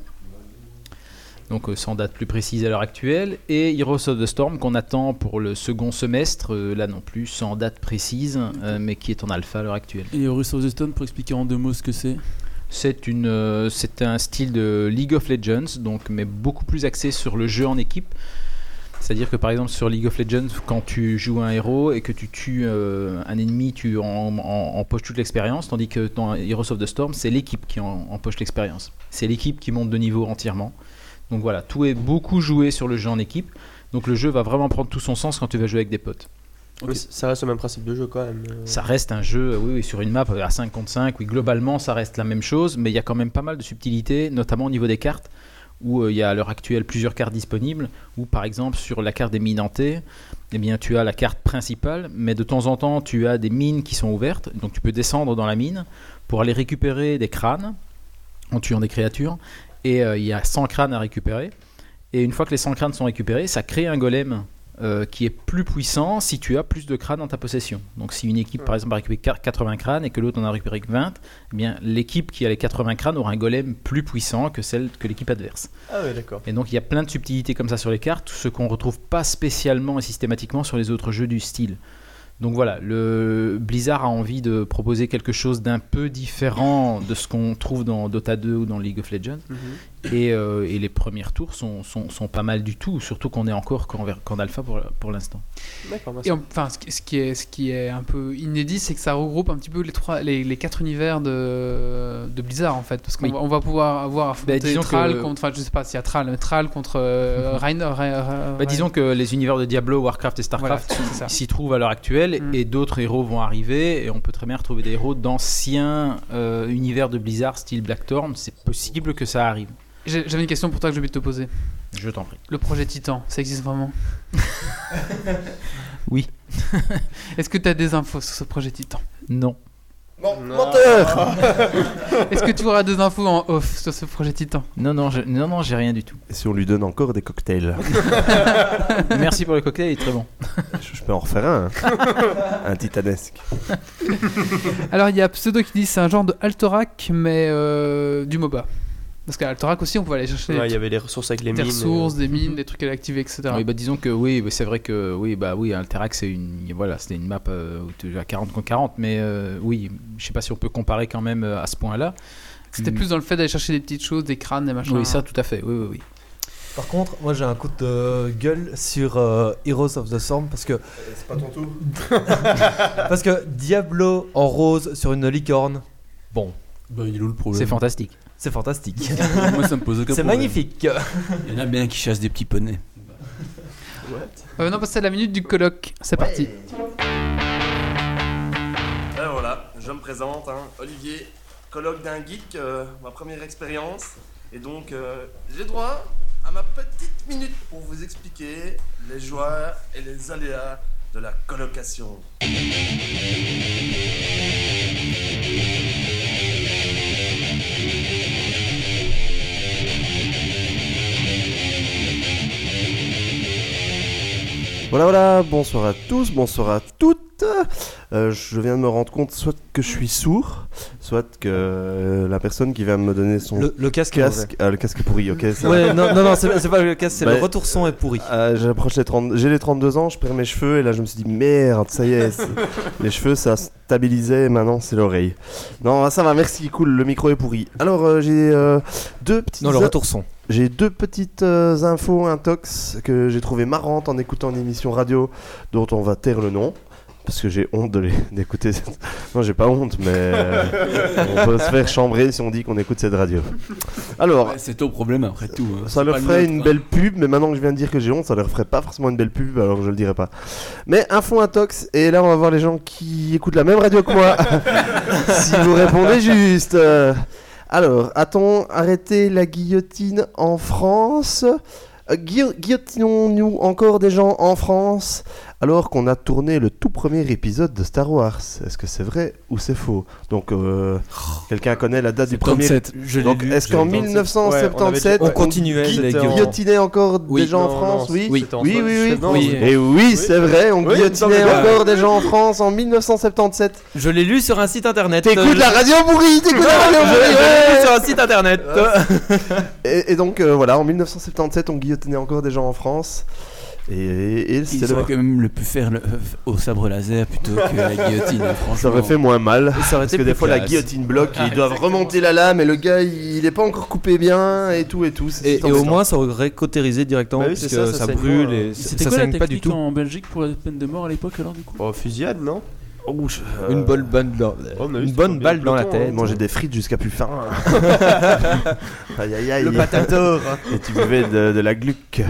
[SPEAKER 7] Donc euh, sans date plus précise à l'heure actuelle. Et Heroes of the Storm qu'on attend pour le second semestre, euh, là non plus, sans date précise, euh, mais qui est en alpha à l'heure actuelle.
[SPEAKER 6] Et Horus of the Stone pour expliquer en deux mots ce que c'est.
[SPEAKER 7] C'est une, euh, c'est un style de League of Legends, donc mais beaucoup plus axé sur le jeu en équipe. C'est-à-dire que par exemple sur League of Legends, quand tu joues un héros et que tu tues euh, un ennemi, tu en, en- empoches toute l'expérience, tandis que dans Heroes of the Storm, c'est l'équipe qui en, empoche l'expérience. C'est l'équipe qui monte de niveau entièrement. Donc voilà, tout est beaucoup joué sur le jeu en équipe. Donc le jeu va vraiment prendre tout son sens quand tu vas jouer avec des potes.
[SPEAKER 6] Ok.
[SPEAKER 4] Mais c- Ça reste le même principe de jeu quand même. euh.
[SPEAKER 7] Ça reste un jeu, euh, oui, oui, sur une map à 5 contre 5, oui, globalement, ça reste la même chose, mais il y a quand même pas mal de subtilités, notamment au niveau des cartes, où euh, il y a à l'heure actuelle plusieurs cartes disponibles, où par exemple, sur la carte des mines hantées, eh bien, tu as la carte principale, mais de temps en temps, tu as des mines qui sont ouvertes, donc tu peux descendre dans la mine pour aller récupérer des crânes en tuant des créatures, et euh, il y a 100 crânes à récupérer, et une fois que les 100 crânes sont récupérés, ça crée un golem euh, qui est plus puissant si tu as plus de crânes dans ta possession. Donc si une équipe par exemple a récupéré quar- 80 crânes et que l'autre en a récupéré que 20, eh bien l'équipe qui a les 80 crânes aura un golem plus puissant que celle que l'équipe adverse.
[SPEAKER 4] Ah ouais, d'accord.
[SPEAKER 7] Et donc il y a plein de subtilités comme ça sur les cartes, ce qu'on retrouve pas spécialement et systématiquement sur les autres jeux du style. Donc voilà, le Blizzard a envie de proposer quelque chose d'un peu différent de ce qu'on trouve dans Dota 2 ou dans League of Legends. Et, euh, et les premiers tours sont, sont, sont pas mal du tout, surtout qu'on est encore qu'en ver- qu'en alpha pour, pour l'instant.
[SPEAKER 4] D'accord, merci.
[SPEAKER 2] Et en- enfin, ce qui- ce qui est, ce qui est un peu inédit, c'est que ça regroupe un petit peu les trois, les, les quatre univers de, de Blizzard en fait, parce qu'on
[SPEAKER 7] Oui. Bah,
[SPEAKER 2] va, on va pouvoir avoir affronté
[SPEAKER 7] disons
[SPEAKER 2] Thrall
[SPEAKER 7] que- Mhm.
[SPEAKER 2] contre, enfin, je sais pas s'il y a Thrall, mais Thrall contre euh, Rainer. Ra- Ra-
[SPEAKER 7] Bah,
[SPEAKER 2] Ra-
[SPEAKER 7] disons que les univers de Diablo, Warcraft et
[SPEAKER 2] Voilà,
[SPEAKER 7] Starcraft
[SPEAKER 2] c'est ça.
[SPEAKER 7] s'y trouvent à l'heure actuelle
[SPEAKER 2] Mm.
[SPEAKER 7] et d'autres héros vont arriver et on peut très bien retrouver des héros d'anciens euh, univers de Blizzard, style Blackthorn. C'est possible que ça arrive.
[SPEAKER 2] J'ai- J'avais une question pour toi que j'ai oublié de te poser.
[SPEAKER 7] Je t'en prie.
[SPEAKER 2] Le projet Titan, ça existe vraiment
[SPEAKER 7] (laughs) Oui.
[SPEAKER 2] (laughs) Est-ce que tu as des infos sur ce projet Titan
[SPEAKER 7] Non.
[SPEAKER 2] menteur Est-ce que tu auras des infos en off sur ce projet Titan
[SPEAKER 7] Non, non, je- non, non, j'ai rien du tout.
[SPEAKER 5] Si on lui donne encore des cocktails.
[SPEAKER 7] Merci pour le cocktail, il est très bon.
[SPEAKER 5] Je peux en refaire un.
[SPEAKER 12] (laughs)
[SPEAKER 5] hein. un titanesque.
[SPEAKER 2] Alors il y a Pseudo qui dit c'est un genre de Altorac mais euh, du MOBA. Parce qu'à Altorac aussi on pouvait aller chercher
[SPEAKER 4] Ouais, il y avait les ressources avec les
[SPEAKER 2] des
[SPEAKER 4] mines. euh.
[SPEAKER 2] ressources, des mines, des trucs à activer, etc.
[SPEAKER 7] Oui, bah disons que oui, bah, c'est vrai que oui, bah oui, Alterac c'est une voilà, c'était une map euh, où tu joues à 40 contre 40, mais euh, oui, je sais pas si on peut comparer quand même euh, à ce point-là.
[SPEAKER 2] C'était plus dans le fait d'aller chercher des petites choses, des crânes, des machins.
[SPEAKER 7] Oui, ça tout à fait. Oui, oui, oui.
[SPEAKER 12] Par contre, moi j'ai un coup de gueule sur euh, Heroes of the Storm parce que.
[SPEAKER 4] euh,
[SPEAKER 9] c'est pas ton tour.
[SPEAKER 12] parce que Diablo en rose sur une licorne, bon.
[SPEAKER 8] Bah, il est où le problème
[SPEAKER 7] C'est fantastique.
[SPEAKER 12] C'est fantastique.
[SPEAKER 8] (laughs) Moi, ça me pose aucun
[SPEAKER 12] C'est
[SPEAKER 8] problème.
[SPEAKER 12] magnifique.
[SPEAKER 8] Il y en a bien qui chassent des petits poneys.
[SPEAKER 2] Euh, non, parce que c'est la minute du colloque. C'est parti.
[SPEAKER 9] Ben voilà, je me présente, hein, Olivier, colloque d'un geek, euh, ma première expérience. Et donc, euh, j'ai droit à ma petite minute pour vous expliquer les joies et les aléas de la colocation.
[SPEAKER 5] Voilà, voilà, bonsoir à tous, bonsoir à toutes. Euh, je viens de me rendre compte soit que je suis sourd, soit que euh, la personne qui va me donner son
[SPEAKER 12] Le- le casque est mauvais.
[SPEAKER 5] ah, le casque Bah, est pourri, ok. ça
[SPEAKER 12] Ouais,
[SPEAKER 5] va.
[SPEAKER 12] non, non, non, c'est- c'est pas le casque, c'est le retour son est pourri.
[SPEAKER 5] euh, j'approche les 30 j'ai les 32 ans, je perds mes cheveux et là je me suis dit merde, ça y
[SPEAKER 12] (laughs)
[SPEAKER 5] est, c'est- les cheveux ça stabilisait, maintenant c'est l'oreille. Non, ah, ça va, merci, cool, le micro est pourri. Alors euh, j'ai euh, deux petites
[SPEAKER 12] Non, le retour son.
[SPEAKER 5] J'ai deux petites euh, infos intox que j'ai trouvées marrantes en écoutant une émission radio dont on va taire le nom. Parce que j'ai honte de les- (laughs) d'écouter. cette- Non, j'ai pas honte, mais euh, on peut se faire chambrer si on dit qu'on écoute cette radio. Alors,
[SPEAKER 8] c'est ton problème après tout. hein.
[SPEAKER 5] ça
[SPEAKER 8] C'est
[SPEAKER 5] leur
[SPEAKER 8] pas le
[SPEAKER 5] ferait
[SPEAKER 8] nôtre,
[SPEAKER 5] une
[SPEAKER 8] hein.
[SPEAKER 5] belle pub, mais maintenant que je viens de dire que j'ai honte, ça leur ferait pas forcément une belle pub, alors je le dirai pas. Mais info intox, et là on va voir les gens qui écoutent la même radio que moi. (laughs) si vous répondez juste. euh. Alors, a-t-on arrêté la guillotine en France Euh, guillo- Guillotinons-nous encore des gens en France alors qu'on a tourné le tout premier épisode de Star Wars Est-ce que c'est vrai ou c'est faux Donc, euh, quelqu'un connaît la date du premier.
[SPEAKER 3] 77, je l'ai
[SPEAKER 5] Donc,
[SPEAKER 3] lu,
[SPEAKER 5] est-ce
[SPEAKER 3] j'ai
[SPEAKER 5] qu'en
[SPEAKER 3] entendu.
[SPEAKER 5] 1977,
[SPEAKER 3] Ouais, on avait- on continuait,
[SPEAKER 5] guillote-
[SPEAKER 3] les guillotes.
[SPEAKER 5] guillotinait encore
[SPEAKER 3] Oui.
[SPEAKER 5] des gens en
[SPEAKER 3] Non,
[SPEAKER 5] France
[SPEAKER 3] non,
[SPEAKER 5] Oui,
[SPEAKER 3] oui,
[SPEAKER 5] oui,
[SPEAKER 3] c'était en
[SPEAKER 5] oui, oui.
[SPEAKER 3] 77, oui.
[SPEAKER 5] Et oui, c'est vrai, on
[SPEAKER 3] Oui,
[SPEAKER 5] guillotinait
[SPEAKER 3] il me semble
[SPEAKER 5] encore
[SPEAKER 3] bien.
[SPEAKER 5] des gens en France en 1977.
[SPEAKER 3] Je l'ai lu sur un site internet.
[SPEAKER 5] T'écoutes la radio
[SPEAKER 3] (laughs)
[SPEAKER 5] pourrie, t'écoutes la radio
[SPEAKER 3] Je- je
[SPEAKER 5] pourrie,
[SPEAKER 3] l'ai
[SPEAKER 5] ouais.
[SPEAKER 3] lu sur un site internet.
[SPEAKER 5] et, et donc euh, voilà, en 1977, on guillotinait encore des gens en France. Et, et, et
[SPEAKER 8] Ils
[SPEAKER 5] c'était le.
[SPEAKER 8] auraient quand même le pu faire le- euh, au sabre laser plutôt que la guillotine,
[SPEAKER 5] (laughs)
[SPEAKER 8] franchement.
[SPEAKER 5] Ça aurait fait moins mal.
[SPEAKER 8] Ça aurait
[SPEAKER 5] parce
[SPEAKER 8] été
[SPEAKER 5] que des
[SPEAKER 8] plus
[SPEAKER 5] fois la
[SPEAKER 8] classe.
[SPEAKER 5] guillotine bloque, et
[SPEAKER 8] Ah,
[SPEAKER 5] ils doivent remonter la lame et le gars il il est pas encore coupé bien et tout et tout. c'est-
[SPEAKER 12] Et,
[SPEAKER 5] c'est
[SPEAKER 12] et au
[SPEAKER 5] embêtant.
[SPEAKER 12] moins, ça aurait cautérisé directement,
[SPEAKER 5] Bah oui,
[SPEAKER 12] parce
[SPEAKER 5] c'est
[SPEAKER 12] que
[SPEAKER 5] ça,
[SPEAKER 12] ça,
[SPEAKER 5] ça saigne
[SPEAKER 12] brûle
[SPEAKER 5] moins, hein.
[SPEAKER 12] et ça,
[SPEAKER 6] C'était
[SPEAKER 12] ça
[SPEAKER 6] quoi la
[SPEAKER 12] saigne pas du
[SPEAKER 6] technique
[SPEAKER 12] tout.
[SPEAKER 6] en Belgique pour la peine de mort à l'époque alors du coup
[SPEAKER 4] Oh, fusillade, non
[SPEAKER 5] euh,
[SPEAKER 12] Une bonne balle dans,
[SPEAKER 5] oh,
[SPEAKER 12] une bonne balle dans la tête.
[SPEAKER 5] hein. Manger des frites jusqu'à
[SPEAKER 12] (laughs)
[SPEAKER 5] plus faim. aïe aïe aïe.
[SPEAKER 12] Le
[SPEAKER 5] (laughs)
[SPEAKER 12] patator.
[SPEAKER 5] Et tu buvais de, de la gluck.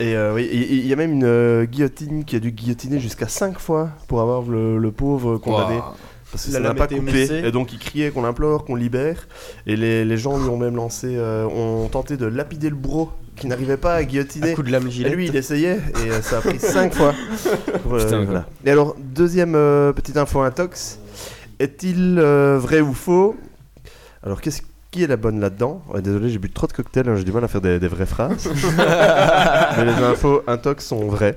[SPEAKER 5] Et euh, oui, il- il y a même une euh, guillotine qui a dû guillotiner jusqu'à 5 fois pour avoir le, le pauvre condamné.
[SPEAKER 4] Wow.
[SPEAKER 5] Parce que
[SPEAKER 4] La
[SPEAKER 5] ça n'a
[SPEAKER 4] lame
[SPEAKER 5] pas
[SPEAKER 4] était
[SPEAKER 5] coupé.
[SPEAKER 4] messée.
[SPEAKER 5] Et donc il criait qu'on implore, qu'on libère. Et les, les gens lui ont même lancé, euh, ont tenté de lapider le bourreau qui n'arrivait pas à guillotiner.
[SPEAKER 4] À coup de lame
[SPEAKER 5] et
[SPEAKER 4] gilette.
[SPEAKER 5] lui il essayait et euh, ça a (laughs) pris 5 fois. Pour, euh,
[SPEAKER 4] Putain,
[SPEAKER 5] voilà. Et alors, deuxième euh, petite info intox. Est-il euh, vrai ou faux Alors, qu'est-ce qui est la bonne là-dedans Ouais, Désolé, j'ai bu trop de cocktails, hein, j'ai du mal à faire des, des vraies (laughs) phrases. Mais les infos intox sont vraies.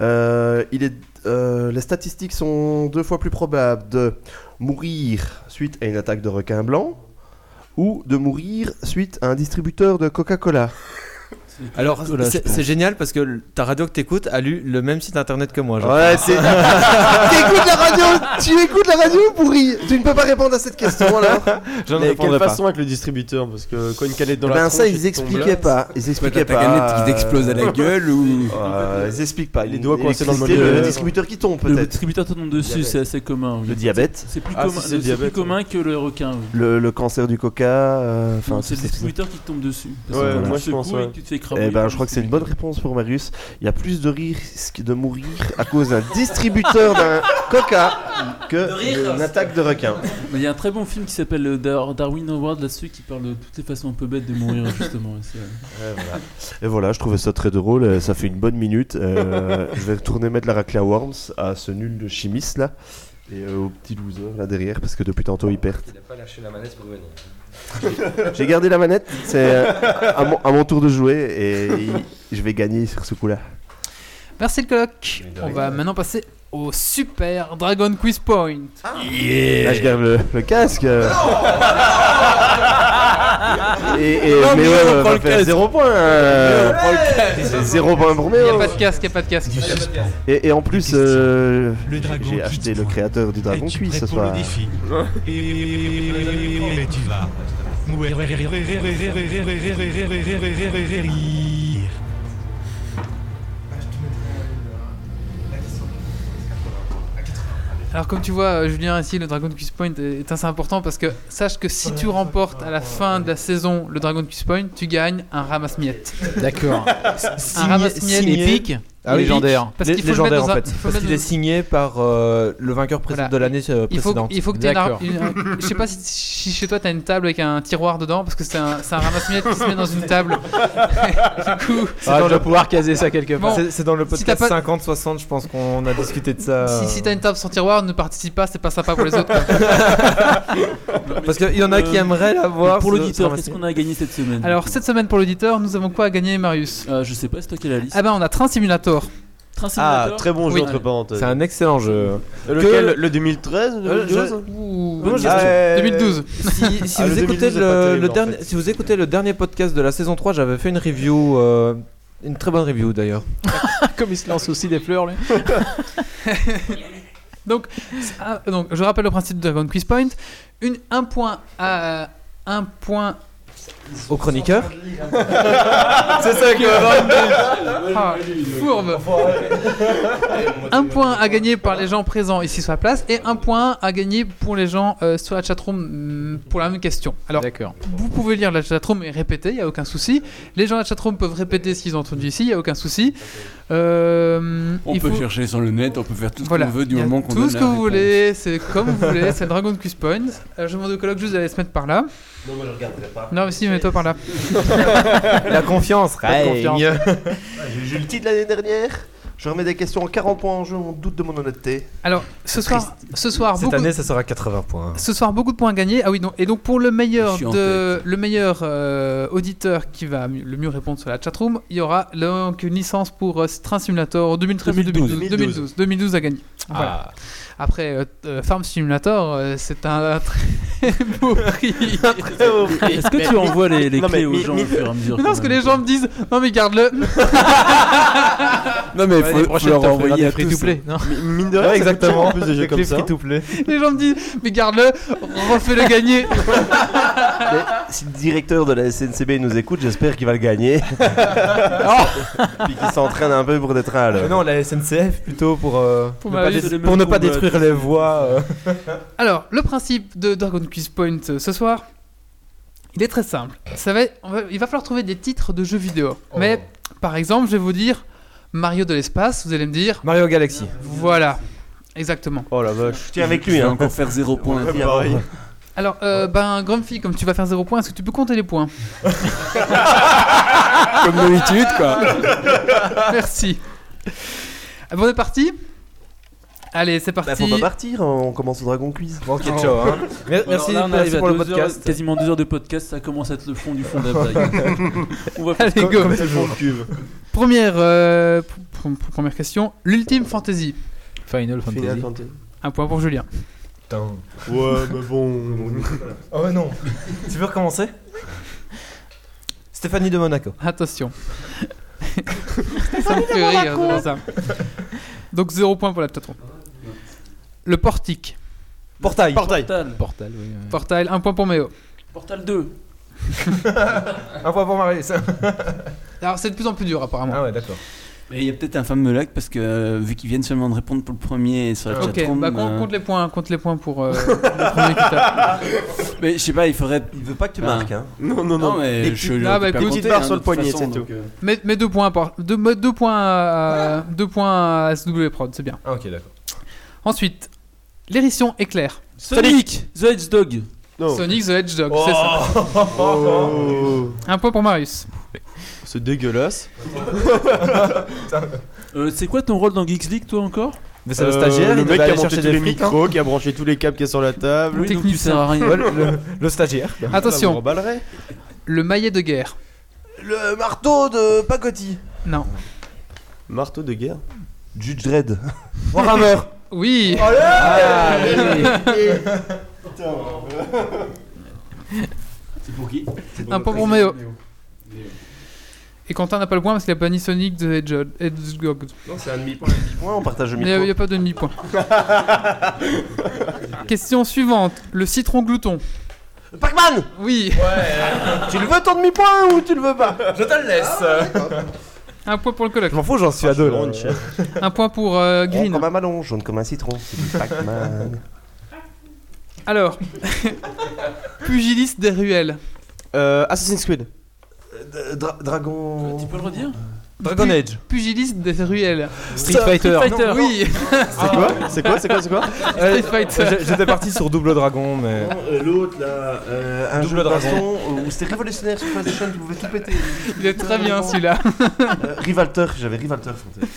[SPEAKER 5] Euh, il est, euh, les statistiques sont deux fois plus probables de mourir suite à une attaque de requin blanc ou de mourir suite à un distributeur de Coca-Cola.
[SPEAKER 12] Alors,
[SPEAKER 5] Coca-Cola, je
[SPEAKER 12] c'est
[SPEAKER 5] pense.
[SPEAKER 12] c'est génial parce que le- ta radio que t'écoutes a lu le même site internet que moi. je
[SPEAKER 5] Ouais,
[SPEAKER 12] crois.
[SPEAKER 5] (laughs) c'est. T'écoutes la radio Tu écoutes la radio pourri Tu ne peux pas répondre à cette question alors
[SPEAKER 12] Je ne
[SPEAKER 4] Mais
[SPEAKER 12] répondrai
[SPEAKER 4] quelle
[SPEAKER 12] pas.
[SPEAKER 4] façon avec le distributeur Parce que quand une canette
[SPEAKER 3] Eh
[SPEAKER 4] dans la
[SPEAKER 5] Ben ça,
[SPEAKER 4] tronche,
[SPEAKER 5] ils
[SPEAKER 4] elle tombe
[SPEAKER 5] expliquaient
[SPEAKER 4] là.
[SPEAKER 5] pas. Ils expliquaient
[SPEAKER 8] ta
[SPEAKER 5] pas.
[SPEAKER 8] canette qui
[SPEAKER 3] bah.
[SPEAKER 8] t'explose à la gueule
[SPEAKER 2] (laughs)
[SPEAKER 8] ou.
[SPEAKER 5] Euh, Ils expliquent pas.
[SPEAKER 4] Les doigts coincés dans le
[SPEAKER 5] L'électricité,
[SPEAKER 4] modèle.
[SPEAKER 5] Le distributeur qui tombe
[SPEAKER 6] Le
[SPEAKER 5] peut-être.
[SPEAKER 6] distributeur tombe dessus,
[SPEAKER 5] Diabète.
[SPEAKER 6] c'est assez commun. oui.
[SPEAKER 5] Le diabète.
[SPEAKER 6] C'est plus
[SPEAKER 5] Ah, si,
[SPEAKER 6] commun,
[SPEAKER 5] c'est
[SPEAKER 6] c'est
[SPEAKER 5] le
[SPEAKER 6] plus
[SPEAKER 5] diabète,
[SPEAKER 6] commun que le requin. oui.
[SPEAKER 5] Le, le cancer du coca. euh, Enfin,
[SPEAKER 6] Non, c'est
[SPEAKER 5] tout ça, tout
[SPEAKER 6] le
[SPEAKER 5] ça.
[SPEAKER 6] distributeur qui tombe dessus.
[SPEAKER 5] Ouais,
[SPEAKER 6] que tu
[SPEAKER 5] moi,
[SPEAKER 6] te
[SPEAKER 5] je pense,
[SPEAKER 6] secoues et
[SPEAKER 5] ouais.
[SPEAKER 6] tu te fais
[SPEAKER 5] Eh ben, je crois que c'est une bonne réponse pour Marius. Il y a plus de risques de mourir à cause d'un distributeur
[SPEAKER 11] (laughs)
[SPEAKER 5] d'un coca que d'une attaque de requin.
[SPEAKER 6] Mais il y a un très bon film qui s'appelle euh, Dar- Darwin Award là-dessus qui parle de toutes les façons un peu bêtes
[SPEAKER 5] (laughs)
[SPEAKER 6] de mourir justement. et c'est, euh,
[SPEAKER 5] Et voilà, je trouvais ça très drôle. euh, Ça fait une bonne minute. Euh, je vais retourner mettre la raclée à Worms à ce nul de chimiste là. Et euh, au petit loser là derrière, parce que depuis tantôt ils perdent.
[SPEAKER 13] Il a pas lâché la manette pour venir.
[SPEAKER 5] (laughs) J'ai gardé la manette, c'est euh, à mon, à mon tour de jouer et il- je vais gagner sur ce coup-là.
[SPEAKER 2] Merci le coloc. On va maintenant passer au super Dragon Quiz Point.
[SPEAKER 5] Là, je garde le, le casque. euh, Et, et
[SPEAKER 2] Non,
[SPEAKER 5] Méo,
[SPEAKER 2] Méo,
[SPEAKER 5] euh,
[SPEAKER 2] on prend
[SPEAKER 5] va
[SPEAKER 2] le
[SPEAKER 5] faire
[SPEAKER 2] casque.
[SPEAKER 5] 0 point. euh, c'est 0 point pour Méo.
[SPEAKER 2] Il n'y a pas de casque, il n'y a pas de casque.
[SPEAKER 5] Et, et en plus, euh,
[SPEAKER 2] Le dragon
[SPEAKER 5] j'ai acheté le créateur du Dragon Quiz ce soir.
[SPEAKER 14] Et tu vas.
[SPEAKER 2] Alors comme tu vois euh, Julien ici le Dragon Quiz Point est est assez important parce que sache que si tu remportes à la fin de la saison le Dragon Quiz Point, tu gagnes un ramasse-miettes.
[SPEAKER 7] D'accord.
[SPEAKER 2] un ramasse-miettes épique
[SPEAKER 3] Ah oui,
[SPEAKER 2] légendaire. Parce qu'il faut le
[SPEAKER 3] légendaire
[SPEAKER 2] mettre
[SPEAKER 3] en
[SPEAKER 2] dans un-
[SPEAKER 3] fait.
[SPEAKER 2] il faut le
[SPEAKER 3] Parce
[SPEAKER 2] mettre
[SPEAKER 3] qu'il est
[SPEAKER 2] dans-
[SPEAKER 3] signé par euh, le vainqueur pré- de l'année euh,
[SPEAKER 2] il faut,
[SPEAKER 3] précédente.
[SPEAKER 2] il faut que tu Je sais pas si, si chez toi t'as une table avec un tiroir dedans parce que c'est un, c'est un ramasse-miettes qui se met dans une table. du coup,
[SPEAKER 12] Ah, je dois pouvoir caser ça quelque part.
[SPEAKER 2] Bon,
[SPEAKER 12] C'est- c'est dans le
[SPEAKER 2] si t'as
[SPEAKER 12] podcast
[SPEAKER 2] pas-
[SPEAKER 12] 50-60, je pense qu'on a discuté de
[SPEAKER 3] Euh.
[SPEAKER 12] ça.
[SPEAKER 2] Si, si t'as une table sans tiroir, ne participe pas, c'est pas sympa pour les
[SPEAKER 3] (laughs)
[SPEAKER 2] autres.
[SPEAKER 3] Parce qu'il y en a qui aimeraient l'avoir,
[SPEAKER 6] Pour
[SPEAKER 3] ce-
[SPEAKER 6] l'auditeur,
[SPEAKER 3] ce
[SPEAKER 6] qu'est-ce qu'on a gagné cette semaine Euh,
[SPEAKER 2] Alors cette semaine pour l'auditeur, nous avons quoi à gagner, Marius
[SPEAKER 6] Je sais pas, c'est toi qui as la liste.
[SPEAKER 2] Ah ben on a Train Simulator.
[SPEAKER 6] Train
[SPEAKER 5] Ah, très bon jeu
[SPEAKER 2] Oui.
[SPEAKER 5] entre parenthèses.
[SPEAKER 3] C'est un excellent jeu.
[SPEAKER 5] Lequel, le 2013 ou 2012
[SPEAKER 3] Bonne
[SPEAKER 5] Euh, je-
[SPEAKER 3] question.
[SPEAKER 5] Ah,
[SPEAKER 3] Si, si
[SPEAKER 5] Ah,
[SPEAKER 3] vous écoutez
[SPEAKER 5] le 2012 est pas
[SPEAKER 3] le,
[SPEAKER 5] terrible,
[SPEAKER 3] le
[SPEAKER 5] en
[SPEAKER 3] dernier,
[SPEAKER 5] fait.
[SPEAKER 3] si vous écoutez le dernier podcast de la saison 3, j'avais fait une review, euh, une très bonne review d'ailleurs.
[SPEAKER 2] Comme il se lance aussi des fleurs, lui. donc, ah, donc, je rappelle le principe de Dragon Quiz Point. Une, un point à. Un point.
[SPEAKER 3] Au chroniqueur.
[SPEAKER 2] C'est ça que. Ah, fourbe. Un point à gagner par les gens présents ici sur la place et un point à gagner pour les gens euh, sur la chatroom mm, pour la même question. Alors, vous pouvez lire la chatroom et répéter, il n'y a aucun souci. Les gens à la chatroom peuvent répéter ce qu'ils ont entendu ici, il n'y a aucun souci. Euh,
[SPEAKER 8] On
[SPEAKER 2] il
[SPEAKER 8] peut
[SPEAKER 2] faut-
[SPEAKER 8] chercher sur le net, on peut faire tout ce
[SPEAKER 2] Voilà.
[SPEAKER 8] qu'on veut du
[SPEAKER 2] Il y a
[SPEAKER 8] moment qu'on
[SPEAKER 2] Tout
[SPEAKER 8] donne
[SPEAKER 2] ce
[SPEAKER 8] la
[SPEAKER 2] que vous
[SPEAKER 8] réponse.
[SPEAKER 2] voulez, c'est comme vous voulez, c'est Dragon Quest Point. Euh, je demande au colloque juste d'aller se mettre par là.
[SPEAKER 13] Non, moi je regarderai pas.
[SPEAKER 2] Non, mais si, mets-toi par là.
[SPEAKER 3] La confiance,
[SPEAKER 2] Pas de confiance.
[SPEAKER 5] J'ai j'ai eu le titre l'année dernière. Je remets des questions en 40 points en jeu, on doute de mon (laughs) honnêteté.
[SPEAKER 2] Alors, ce soir, ce soir,
[SPEAKER 5] Cette
[SPEAKER 2] beaucoup,
[SPEAKER 5] année,
[SPEAKER 12] Ça sera 80 points.
[SPEAKER 2] ce soir, beaucoup de points à gagner. Ah oui, non. Et donc pour le meilleur
[SPEAKER 12] Je suis en
[SPEAKER 2] de, le meilleur euh, auditeur qui va mieux- le mieux répondre sur la chatroom, il y aura donc une licence pour euh, Train Simulator 2013 2012 2012 2012, à gagner.
[SPEAKER 12] Ah.
[SPEAKER 2] Voilà. Après euh, euh, Farm Simulator, euh, c'est un (laughs) très
[SPEAKER 12] (laughs)
[SPEAKER 2] beau prix.
[SPEAKER 6] Est-ce que tu envoies les, les clés aux gens au fur et à mesure
[SPEAKER 2] Mais non, parce que les gens me disent non
[SPEAKER 12] (laughs)
[SPEAKER 2] mais garde-le.
[SPEAKER 8] Non, mais
[SPEAKER 2] Ouais,
[SPEAKER 8] faut,
[SPEAKER 2] les
[SPEAKER 8] faut
[SPEAKER 2] prochaines,
[SPEAKER 8] leur
[SPEAKER 2] t'as fait
[SPEAKER 8] envoyer
[SPEAKER 2] des
[SPEAKER 8] à
[SPEAKER 2] free
[SPEAKER 8] tous.
[SPEAKER 2] to play, non
[SPEAKER 5] Mine de
[SPEAKER 2] Ouais,
[SPEAKER 5] rien, ça fait
[SPEAKER 2] exactement.
[SPEAKER 5] toujours plus de jeux (laughs)
[SPEAKER 2] Avec
[SPEAKER 5] comme
[SPEAKER 2] les
[SPEAKER 5] ça.
[SPEAKER 2] free to (laughs) les gens me disent mais garde-le, refais-le gagner.
[SPEAKER 5] Mais si le directeur de la SNCB nous écoute, j'espère qu'il va le (laughs) gagner. Puis qu'il s'entraîne un peu pour des trains à l'heure.
[SPEAKER 12] Mais non, la SNCF plutôt pour, euh,
[SPEAKER 2] Pour
[SPEAKER 12] ne,
[SPEAKER 2] ma
[SPEAKER 12] pas
[SPEAKER 2] liste,
[SPEAKER 12] dé-
[SPEAKER 2] les mêmes
[SPEAKER 12] pour ne pas
[SPEAKER 2] combats,
[SPEAKER 12] détruire
[SPEAKER 2] tout
[SPEAKER 12] les voies. euh.
[SPEAKER 2] Alors, le principe de Dragon Quiz Point euh, ce soir, il est très simple. Ça va, on va- il va falloir trouver des titres de jeux vidéo. Mais par exemple, je vais vous dire Mario de l'espace, vous allez me dire
[SPEAKER 3] Mario Galaxy.
[SPEAKER 2] Voilà, exactement.
[SPEAKER 5] Oh la vache. Tiens avec
[SPEAKER 8] Je
[SPEAKER 5] lui,
[SPEAKER 8] vais
[SPEAKER 5] hein.
[SPEAKER 8] encore faire 0 point.
[SPEAKER 5] Ouais, pareil.
[SPEAKER 2] Alors, euh, ben, Grumpy, comme tu vas faire 0 points, est-ce que tu peux compter les points
[SPEAKER 8] Comme d'habitude, quoi.
[SPEAKER 2] (laughs) Merci. Ah, Bon, on est parti Allez, c'est parti.
[SPEAKER 5] Bah, faut pas partir, on commence au Dragon Quiz.
[SPEAKER 12] Oh. (laughs)
[SPEAKER 6] Merci, là, on arrive à deux heures- quasiment deux heures de podcast, ça commence à être le fond du fond de la blague. on va
[SPEAKER 2] (laughs)
[SPEAKER 6] faire
[SPEAKER 2] Allez,
[SPEAKER 6] (laughs) comme-
[SPEAKER 2] go.
[SPEAKER 6] comme toujours.
[SPEAKER 2] Première, euh, pr- pr- pr- première question. L'ultime fantasy.
[SPEAKER 7] Final Fantasy.
[SPEAKER 5] Final Fantasy.
[SPEAKER 2] Un point pour Julien.
[SPEAKER 5] Ouais, mais bon.
[SPEAKER 12] (laughs) Oh ouais, non. tu veux recommencer
[SPEAKER 3] Stéphanie de Monaco.
[SPEAKER 2] Attention. Ça me fait rire, c'est pour ça. Donc 0 point pour la patron. Le portique.
[SPEAKER 3] Portail.
[SPEAKER 6] Portail.
[SPEAKER 7] Portal, oui. oui.
[SPEAKER 2] Portail, 1 point pour Méo.
[SPEAKER 6] Portal 2.
[SPEAKER 3] Un point pour Marius.
[SPEAKER 2] Alors c'est de plus en plus dur apparemment.
[SPEAKER 3] Ah ouais, d'accord.
[SPEAKER 8] Mais il y a peut-être un fameux lag parce que euh, vu qu'ils viennent seulement de répondre pour le premier sur
[SPEAKER 6] Ah,
[SPEAKER 8] la
[SPEAKER 2] Ok,
[SPEAKER 8] chatroom,
[SPEAKER 2] bah, compte,
[SPEAKER 8] euh,
[SPEAKER 2] compte les points, compte les points pour
[SPEAKER 6] (laughs)
[SPEAKER 2] euh, le premier qui tape.
[SPEAKER 8] Mais je sais pas, il faudrait. Il veut pas que
[SPEAKER 2] tu marques, hein.
[SPEAKER 8] Non, non, non. mais
[SPEAKER 2] Les
[SPEAKER 8] je-
[SPEAKER 2] petites-
[SPEAKER 8] je-
[SPEAKER 2] Ah, bah,
[SPEAKER 8] je peux
[SPEAKER 2] écoute,
[SPEAKER 8] compter,
[SPEAKER 2] petite barre
[SPEAKER 8] hein,
[SPEAKER 2] sur
[SPEAKER 8] de
[SPEAKER 2] le
[SPEAKER 8] toute
[SPEAKER 2] poignet,
[SPEAKER 8] façon,
[SPEAKER 2] c'est
[SPEAKER 8] donc, euh,
[SPEAKER 2] Mets, mets deux points par- deux, mo- deux points à, deux points à SW Prod, c'est bien.
[SPEAKER 3] Ah, ok, d'accord.
[SPEAKER 2] Ensuite, l'hérisson éclair.
[SPEAKER 6] Sonic The Hedgehog.
[SPEAKER 2] Sonic the Hedgehog, c'est ça.
[SPEAKER 5] hein Oh.
[SPEAKER 6] Oh.
[SPEAKER 2] Un point pour Marius.
[SPEAKER 6] C'est dégueulasse. Euh, c'est quoi ton rôle dans Geeks League, toi encore
[SPEAKER 12] Mais
[SPEAKER 6] c'est
[SPEAKER 12] le
[SPEAKER 5] Euh,
[SPEAKER 12] stagiaire,
[SPEAKER 6] il
[SPEAKER 12] il
[SPEAKER 6] devait
[SPEAKER 12] va
[SPEAKER 6] aller
[SPEAKER 12] aller
[SPEAKER 6] chercher
[SPEAKER 12] chercher
[SPEAKER 6] des
[SPEAKER 12] des
[SPEAKER 6] fric,
[SPEAKER 12] micros,
[SPEAKER 5] qui a branché tous les câbles qui sont sur la table. Ah,
[SPEAKER 6] Oui, donc tu sers à rien.
[SPEAKER 12] Ouais, le, le stagiaire.
[SPEAKER 2] Attention.
[SPEAKER 12] Ça vous remballerait.
[SPEAKER 2] Le maillet de guerre.
[SPEAKER 5] Le marteau de Pacotti.
[SPEAKER 2] Non.
[SPEAKER 5] Marteau de guerre Judge Dredd.
[SPEAKER 2] Warhammer. Oui.
[SPEAKER 6] Oh,
[SPEAKER 5] Allez
[SPEAKER 8] C'est pour qui
[SPEAKER 2] Un point pour Méo. Et Quentin n'a pas le point parce qu'il a pas ni Sonic de Hedgehog. Hedgehog.
[SPEAKER 9] Non, c'est un demi-point, un demi-point, on partage le
[SPEAKER 2] Mais il
[SPEAKER 9] micro.
[SPEAKER 2] n'y a pas de demi-point. Question suivante. Le citron glouton. euh,
[SPEAKER 5] Pac-Man
[SPEAKER 2] Oui
[SPEAKER 5] Tu le veux ton demi-point ou tu le veux pas
[SPEAKER 9] Je te le laisse
[SPEAKER 2] Un point pour le colloque. Je
[SPEAKER 5] m'en fous, j'en suis à deux. Là.
[SPEAKER 2] Un point pour euh, Green.
[SPEAKER 5] Rond comme un ballon, jaune comme un citron. C'est du
[SPEAKER 2] (laughs)
[SPEAKER 5] Pac-Man.
[SPEAKER 2] Alors, (laughs) pugiliste des ruelles.
[SPEAKER 5] Euh, Assassin's Creed.
[SPEAKER 6] Dragon. Tu peux le redire
[SPEAKER 2] Dragon Age. Pugiliste des ruelles.
[SPEAKER 12] Street Fighter.
[SPEAKER 2] Non, Oui.
[SPEAKER 12] C'est quoi C'est quoi C'est quoi C'est quoi
[SPEAKER 2] Street Fighter.
[SPEAKER 12] je- J'étais parti sur Double Dragon, mais.
[SPEAKER 5] Oh.
[SPEAKER 9] Non, euh, L'autre là, euh, un
[SPEAKER 12] Double
[SPEAKER 9] jeu de
[SPEAKER 12] dragon.
[SPEAKER 9] baston euh, où c'était révolutionnaire sur PlayStation, tu pouvais tout péter.
[SPEAKER 2] Il est très bien, celui-là. Ah
[SPEAKER 9] Euh, Rivalter, j'avais Rivalter. en tête.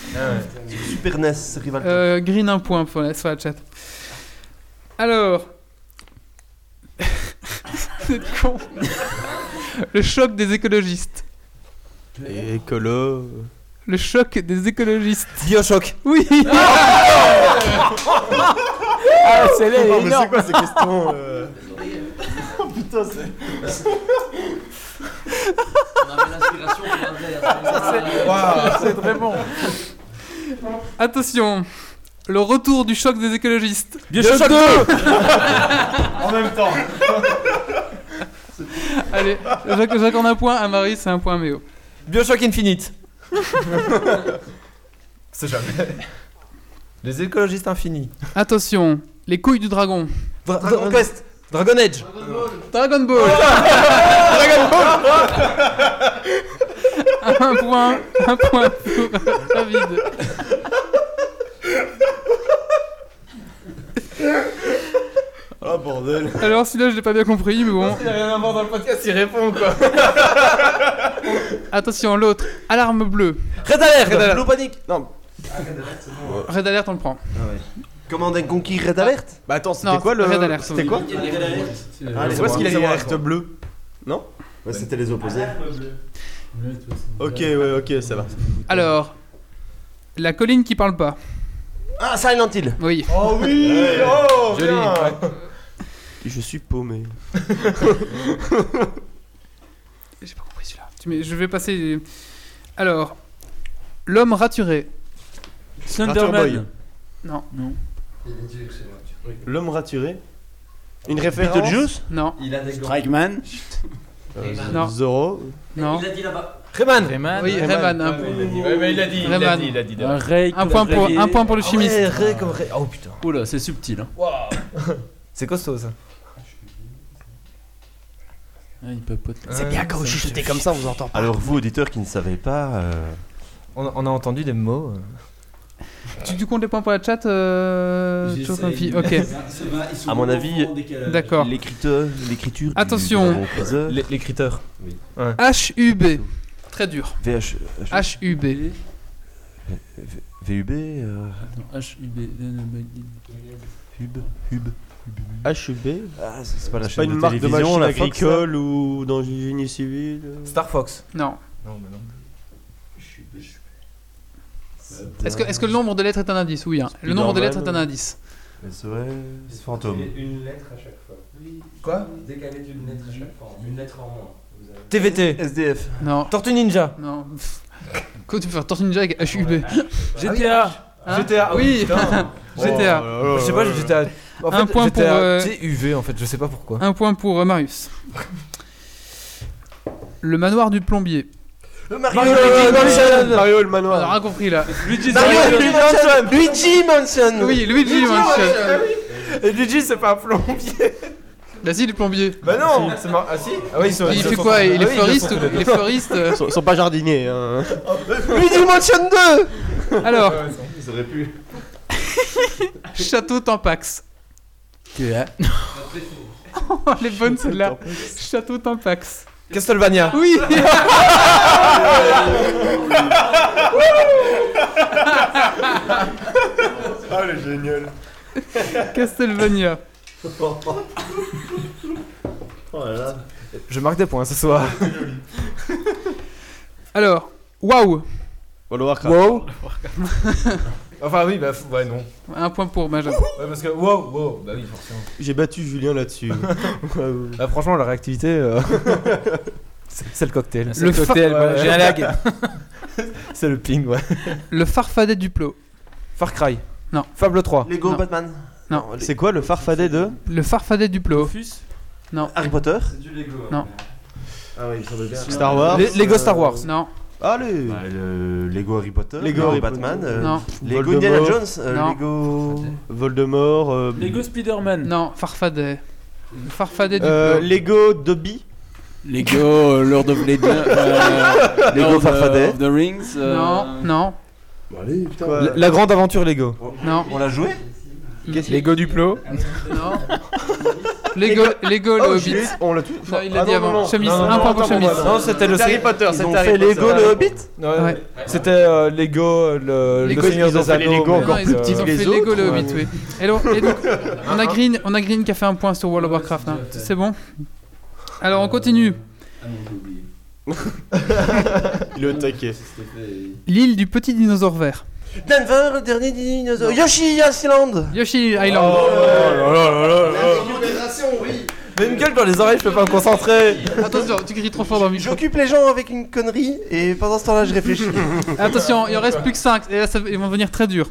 [SPEAKER 9] Sur Super NES, Rivalter.
[SPEAKER 2] Euh, green un point pour la, sur la chat. Alors. (laughs) Vous êtes con. Le choc des écologistes. Euh,
[SPEAKER 5] Écolo.
[SPEAKER 2] Le choc des écologistes.
[SPEAKER 12] Bioshock.
[SPEAKER 2] Oui.
[SPEAKER 12] Ah,
[SPEAKER 2] celle-là, elle est
[SPEAKER 9] Non, mais
[SPEAKER 2] énorme.
[SPEAKER 9] C'est quoi ces questions euh Oh putain, c'est.
[SPEAKER 2] C'est très bon. Attention. Le retour du choc des écologistes.
[SPEAKER 6] Bioshock
[SPEAKER 2] Bioshock
[SPEAKER 6] 2.
[SPEAKER 9] En même temps.
[SPEAKER 2] Allez, j'acc- j'accorde un point à Marie, c'est un point à Méo.
[SPEAKER 12] Bioshock Infinite.
[SPEAKER 3] C'est jamais.
[SPEAKER 12] Les écologistes infinis.
[SPEAKER 2] Attention, les couilles du dragon.
[SPEAKER 12] Dragon Quest. Dragon Age.
[SPEAKER 2] Dragon Ball.
[SPEAKER 12] Dragon
[SPEAKER 2] un point, un point pour David.
[SPEAKER 9] Oh bordel.
[SPEAKER 2] Alors celui-là, je l'ai pas bien compris, mais bon.
[SPEAKER 12] Il a rien à voir dans le podcast, il répond quoi.
[SPEAKER 2] Attention, l'autre. Alarme bleue.
[SPEAKER 12] Red
[SPEAKER 5] Eh,
[SPEAKER 12] Alert.
[SPEAKER 2] Red Alert.
[SPEAKER 5] Blue Panic Non.
[SPEAKER 2] Red Alert, on le prend.
[SPEAKER 5] Command and Conquer Red Alert Bah attends,
[SPEAKER 2] Non,
[SPEAKER 5] c'était quoi le.
[SPEAKER 2] Red Alert,
[SPEAKER 5] C'était
[SPEAKER 2] oui.
[SPEAKER 5] quoi
[SPEAKER 2] Il y a des Red Alert.
[SPEAKER 5] Ah,
[SPEAKER 9] C'est
[SPEAKER 5] C'est quoi ce qu'il
[SPEAKER 9] bon,
[SPEAKER 5] a dit
[SPEAKER 9] c'est bon,
[SPEAKER 5] Alert
[SPEAKER 9] quoi.
[SPEAKER 5] bleu Non
[SPEAKER 9] Ouais, c'était les opposés.
[SPEAKER 5] Ok, ouais, ok, ça va.
[SPEAKER 2] Alors, la colline qui parle pas.
[SPEAKER 5] Ah, Silent Hill
[SPEAKER 2] Oui.
[SPEAKER 5] Oh oui Oh
[SPEAKER 2] Joli.
[SPEAKER 5] bien.
[SPEAKER 2] Ouais.
[SPEAKER 5] Je suis paumé.
[SPEAKER 2] J'ai pas compris celui-là. Tu mets- Je vais passer. Alors, l'homme raturé.
[SPEAKER 5] Thunderboy.
[SPEAKER 2] Non. Non.
[SPEAKER 5] L'homme raturé Une référence
[SPEAKER 2] De Juice Non.
[SPEAKER 13] Il a des gants.
[SPEAKER 8] Strikeman
[SPEAKER 5] Euh,
[SPEAKER 2] Non.
[SPEAKER 5] Zorro
[SPEAKER 2] Non.
[SPEAKER 13] Il a dit là-bas.
[SPEAKER 2] Rayman.
[SPEAKER 7] Ah
[SPEAKER 2] Oui, Rayman. Un,
[SPEAKER 12] Ouais, il l'a dit. Ouais, mais il l'a dit, il l'a
[SPEAKER 2] Rayman.
[SPEAKER 12] dit, il l'a dit, il
[SPEAKER 6] l'a dit. Un Ray
[SPEAKER 2] un,
[SPEAKER 6] comme
[SPEAKER 2] point pour,
[SPEAKER 6] Ray.
[SPEAKER 2] un point pour le
[SPEAKER 6] Ah ouais,
[SPEAKER 2] chimiste.
[SPEAKER 6] Ray comme Ray.
[SPEAKER 12] Oh putain.
[SPEAKER 6] Oula, c'est subtil. Hein.
[SPEAKER 12] C'est costaud ça.
[SPEAKER 6] Ah, il papote.
[SPEAKER 2] Euh,
[SPEAKER 12] C'est bien quand vous chuchotez comme
[SPEAKER 5] ça, on vous entend
[SPEAKER 12] Alors,
[SPEAKER 5] Alors vous, auditeurs qui ne savez pas... euh,
[SPEAKER 12] on, on a entendu des mots. euh.
[SPEAKER 2] Tu, tu comptes les points pour la chat euh,
[SPEAKER 5] J'essaye,
[SPEAKER 2] Chocolat Fille,
[SPEAKER 5] mais
[SPEAKER 2] Ok.
[SPEAKER 5] ça va, ils sont À mon avis, vraiment en décalage.
[SPEAKER 2] D'accord.
[SPEAKER 5] L'écriteur, l'écriture. du-
[SPEAKER 2] Attention.
[SPEAKER 5] du Dragon
[SPEAKER 8] (laughs)
[SPEAKER 5] Quest.
[SPEAKER 12] L'écriteur.
[SPEAKER 5] Oui.
[SPEAKER 12] Ouais.
[SPEAKER 2] HUB. Très dur.
[SPEAKER 5] VH.
[SPEAKER 2] HUB.
[SPEAKER 5] V- VUB euh,
[SPEAKER 13] Ah,
[SPEAKER 6] HUB.
[SPEAKER 5] Hub. Hub. HUB Ah, c'est c'est pas la
[SPEAKER 4] C'est pas
[SPEAKER 5] chaîne
[SPEAKER 4] une
[SPEAKER 5] de
[SPEAKER 4] marque de
[SPEAKER 5] télévision,
[SPEAKER 4] machine
[SPEAKER 5] la Fox, hein.
[SPEAKER 4] agricole
[SPEAKER 5] là. ou dans une génie civile euh.
[SPEAKER 12] Star Fox.
[SPEAKER 2] Non.
[SPEAKER 12] Non, mais non.
[SPEAKER 2] Est-ce que, est-ce que le nombre de lettres est un indice Oui. hein. Le nombre de lettres est un indice.
[SPEAKER 5] SOS, fantôme.
[SPEAKER 13] Une lettre à chaque fois. Quoi Décalé d'une lettre à chaque fois. Une lettre en moins. Vous avez-
[SPEAKER 12] TVT.
[SPEAKER 5] SDF.
[SPEAKER 2] Non.
[SPEAKER 12] Tortue Ninja.
[SPEAKER 2] Non. (laughs) Comment tu peux faire Tortue Ninja avec HUB
[SPEAKER 5] Ah
[SPEAKER 12] GTA.
[SPEAKER 2] Hein
[SPEAKER 12] GTA. oh,
[SPEAKER 2] Oui. (laughs)
[SPEAKER 12] putain.
[SPEAKER 5] Oh.
[SPEAKER 2] GTA.
[SPEAKER 12] Je sais pas, j'étais. En fait,
[SPEAKER 2] Euh, Un point pour,
[SPEAKER 12] j'étais à
[SPEAKER 2] euh,
[SPEAKER 12] TUV en fait, je sais pas pourquoi.
[SPEAKER 2] Un point pour euh, Marius. Le manoir du plombier.
[SPEAKER 4] Le
[SPEAKER 2] Mario
[SPEAKER 4] Mario
[SPEAKER 2] Luigi
[SPEAKER 4] Mansion.
[SPEAKER 2] Mansion.
[SPEAKER 4] Mario le manoir.
[SPEAKER 2] On a rien compris là.
[SPEAKER 4] Luigi Mario Mansion. Luigi Mansion.
[SPEAKER 5] Luigi Mansion.
[SPEAKER 3] Euh,
[SPEAKER 2] Oui, Luigi
[SPEAKER 3] Ah
[SPEAKER 2] Mansion.
[SPEAKER 4] Et Luigi, c'est pas un plombier.
[SPEAKER 2] Vas-y, le plombier.
[SPEAKER 4] Bah non c'est mar- Ah si Ah oui, ils sont-
[SPEAKER 2] Il
[SPEAKER 4] ils
[SPEAKER 2] fait
[SPEAKER 4] sont-
[SPEAKER 2] quoi Il est
[SPEAKER 4] Ah oui, ils
[SPEAKER 2] fleuriste
[SPEAKER 4] sont-
[SPEAKER 2] ou- il est fleuriste, euh.
[SPEAKER 4] Ils sont- ils sont pas jardiniers. hein.
[SPEAKER 5] Luigi Mansion 2
[SPEAKER 2] Alors.
[SPEAKER 4] Ils auraient pu.
[SPEAKER 2] (laughs) Château Tampax.
[SPEAKER 8] Tu as
[SPEAKER 2] Oh, (laughs) elle est bonne celle-là. Château Tampax.
[SPEAKER 3] Castlevania.
[SPEAKER 2] Oui
[SPEAKER 13] Ah, le génial.
[SPEAKER 2] (laughs) Castlevania.
[SPEAKER 13] Oh là là.
[SPEAKER 3] Je marque des points ce soir.
[SPEAKER 2] Alors, waouh
[SPEAKER 4] World
[SPEAKER 3] Wow. enfin oui, bah f- ouais non.
[SPEAKER 2] Un point pour Benjamin.
[SPEAKER 3] Ouais parce que wow, wow, bah oui forcément.
[SPEAKER 4] J'ai battu Julien là-dessus.
[SPEAKER 3] Bah, franchement la réactivité, euh, (laughs) c'est c'est le cocktail.
[SPEAKER 2] Le fa-
[SPEAKER 3] ouais.
[SPEAKER 2] J'ai un lag.
[SPEAKER 3] (laughs) c'est le ping ouais.
[SPEAKER 2] Le farfadet du plot.
[SPEAKER 3] Far Cry.
[SPEAKER 2] Non.
[SPEAKER 3] Fable 3.
[SPEAKER 4] Lego
[SPEAKER 2] Non.
[SPEAKER 4] Batman.
[SPEAKER 2] Non.
[SPEAKER 4] C'est quoi le farfadet de
[SPEAKER 2] Le farfadet du plot. Non.
[SPEAKER 4] Harry Potter
[SPEAKER 13] C'est du Lego.
[SPEAKER 2] Non.
[SPEAKER 13] Ah ouais, ils sont de bien.
[SPEAKER 4] Star Wars.
[SPEAKER 13] Les- Lego Star Wars.
[SPEAKER 2] Non.
[SPEAKER 4] Ah, les.
[SPEAKER 13] Bah, le Lego Harry Potter.
[SPEAKER 4] Lego
[SPEAKER 13] non,
[SPEAKER 4] Harry
[SPEAKER 13] Batman.
[SPEAKER 4] Potter.
[SPEAKER 13] euh,
[SPEAKER 4] Non.
[SPEAKER 13] Lego
[SPEAKER 4] Voldemort.
[SPEAKER 13] Indiana Jones. euh,
[SPEAKER 2] Non.
[SPEAKER 13] Lego.
[SPEAKER 4] Voldemort. euh,
[SPEAKER 6] Lego Spider-Man.
[SPEAKER 2] Non, farfadet. Le farfadet du
[SPEAKER 4] euh,
[SPEAKER 2] plot.
[SPEAKER 4] Lego Dobby.
[SPEAKER 8] Lego euh, Lord of
[SPEAKER 6] (laughs)
[SPEAKER 8] the, euh,
[SPEAKER 4] Lego
[SPEAKER 8] Lord of-
[SPEAKER 4] Farfadet.
[SPEAKER 8] of the Rings. euh,
[SPEAKER 2] Non, non,
[SPEAKER 13] Bah, allez, putain.
[SPEAKER 4] Quoi
[SPEAKER 3] La, la grande aventure Lego.
[SPEAKER 2] non.
[SPEAKER 13] On l'a joué
[SPEAKER 2] Lego Duplo.
[SPEAKER 4] (laughs)
[SPEAKER 2] Non. Lego, Lego le
[SPEAKER 4] Oh,
[SPEAKER 2] Hobbit.
[SPEAKER 4] Juliette, on l'a tout.
[SPEAKER 2] Non, il l'a
[SPEAKER 4] Ah,
[SPEAKER 2] dit
[SPEAKER 4] non,
[SPEAKER 2] avant.
[SPEAKER 4] non, non.
[SPEAKER 2] Chemise,
[SPEAKER 4] Non, non,
[SPEAKER 2] un point
[SPEAKER 4] non,
[SPEAKER 2] pour
[SPEAKER 4] attends,
[SPEAKER 2] chemise.
[SPEAKER 4] moi, là.
[SPEAKER 3] Non, c'était le
[SPEAKER 4] C'est Harry Potter,
[SPEAKER 3] Ils
[SPEAKER 4] c'est
[SPEAKER 3] ont
[SPEAKER 4] Harry
[SPEAKER 3] fait
[SPEAKER 4] Potter.
[SPEAKER 3] Lego le Hobbit.
[SPEAKER 2] Ouais.
[SPEAKER 3] C'était euh, Lego le,
[SPEAKER 2] Lego,
[SPEAKER 3] le Seigneur
[SPEAKER 4] ils ont
[SPEAKER 3] des
[SPEAKER 4] fait les
[SPEAKER 3] Anneaux.
[SPEAKER 4] Lego
[SPEAKER 2] Non,
[SPEAKER 3] mais-
[SPEAKER 2] non,
[SPEAKER 4] encore
[SPEAKER 2] ils-
[SPEAKER 4] plus
[SPEAKER 2] ils
[SPEAKER 4] petits
[SPEAKER 2] ont
[SPEAKER 4] que
[SPEAKER 2] fait
[SPEAKER 4] les
[SPEAKER 2] Lego
[SPEAKER 4] autres,
[SPEAKER 2] le
[SPEAKER 4] ouais.
[SPEAKER 2] 8, oui. Et
[SPEAKER 4] (laughs)
[SPEAKER 2] donc, et donc, on, a Green, on a Green qui a fait un point sur World of Warcraft. hein. C'est bon Alors, on continue.
[SPEAKER 8] Ah non, j'ai oublié.
[SPEAKER 4] Il est au taquet.
[SPEAKER 2] L'île du petit dinosaure vert.
[SPEAKER 5] Denver, le dernier dinosaure. Yoshi Island
[SPEAKER 2] Yoshi Island.
[SPEAKER 3] Oh
[SPEAKER 4] Oh.
[SPEAKER 3] Mais une gueule dans les oreilles, je peux pas me concentrer.
[SPEAKER 2] Attention, tu cries trop fort dans le micro.
[SPEAKER 5] J'occupe les gens avec une connerie et pendant ce temps-là, je (laughs) réfléchis.
[SPEAKER 2] Attention, il en reste plus que 5. Et là, ça- ils vont devenir très durs.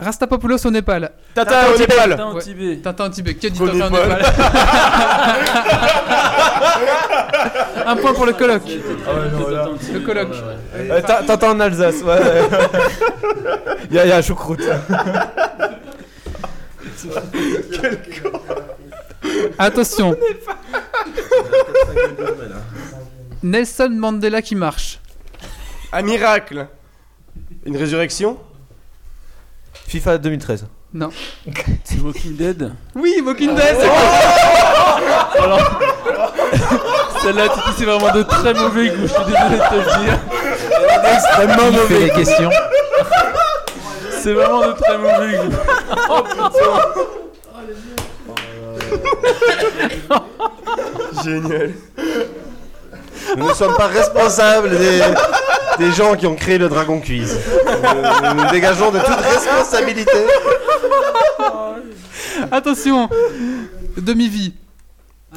[SPEAKER 2] Rastapopoulos au Népal.
[SPEAKER 3] Tata au Népal.
[SPEAKER 6] Tintin au
[SPEAKER 2] Ouais.
[SPEAKER 6] Tibet.
[SPEAKER 2] Tintin au Tibet. Qui a dit
[SPEAKER 4] Au
[SPEAKER 2] Tintin au
[SPEAKER 4] Népal.
[SPEAKER 2] Népal (laughs) Un point pour le colloque. Le colloque.
[SPEAKER 3] Euh, ta- T'entends en Alsace, ouais. y'a y'a choucroute.
[SPEAKER 2] Attention. Nelson Mandela qui marche.
[SPEAKER 4] Un miracle. Une résurrection
[SPEAKER 3] FIFA 2013.
[SPEAKER 2] Non.
[SPEAKER 6] C'est Walking Dead. Ah.
[SPEAKER 2] Oui, Walking Dead. (laughs)
[SPEAKER 6] Celle-là, tu c'est vraiment de très mauvais goût. Je suis désolé de te le dire.
[SPEAKER 3] Extrêmement
[SPEAKER 7] Il fait les questions.
[SPEAKER 6] C'est vraiment de très mauvais goût.
[SPEAKER 4] Génial.
[SPEAKER 5] Nous ne sommes pas responsables des, des gens qui ont créé le Dragon Quiz. Nous nous dégageons de toute responsabilité.
[SPEAKER 2] Attention. Demi-vie.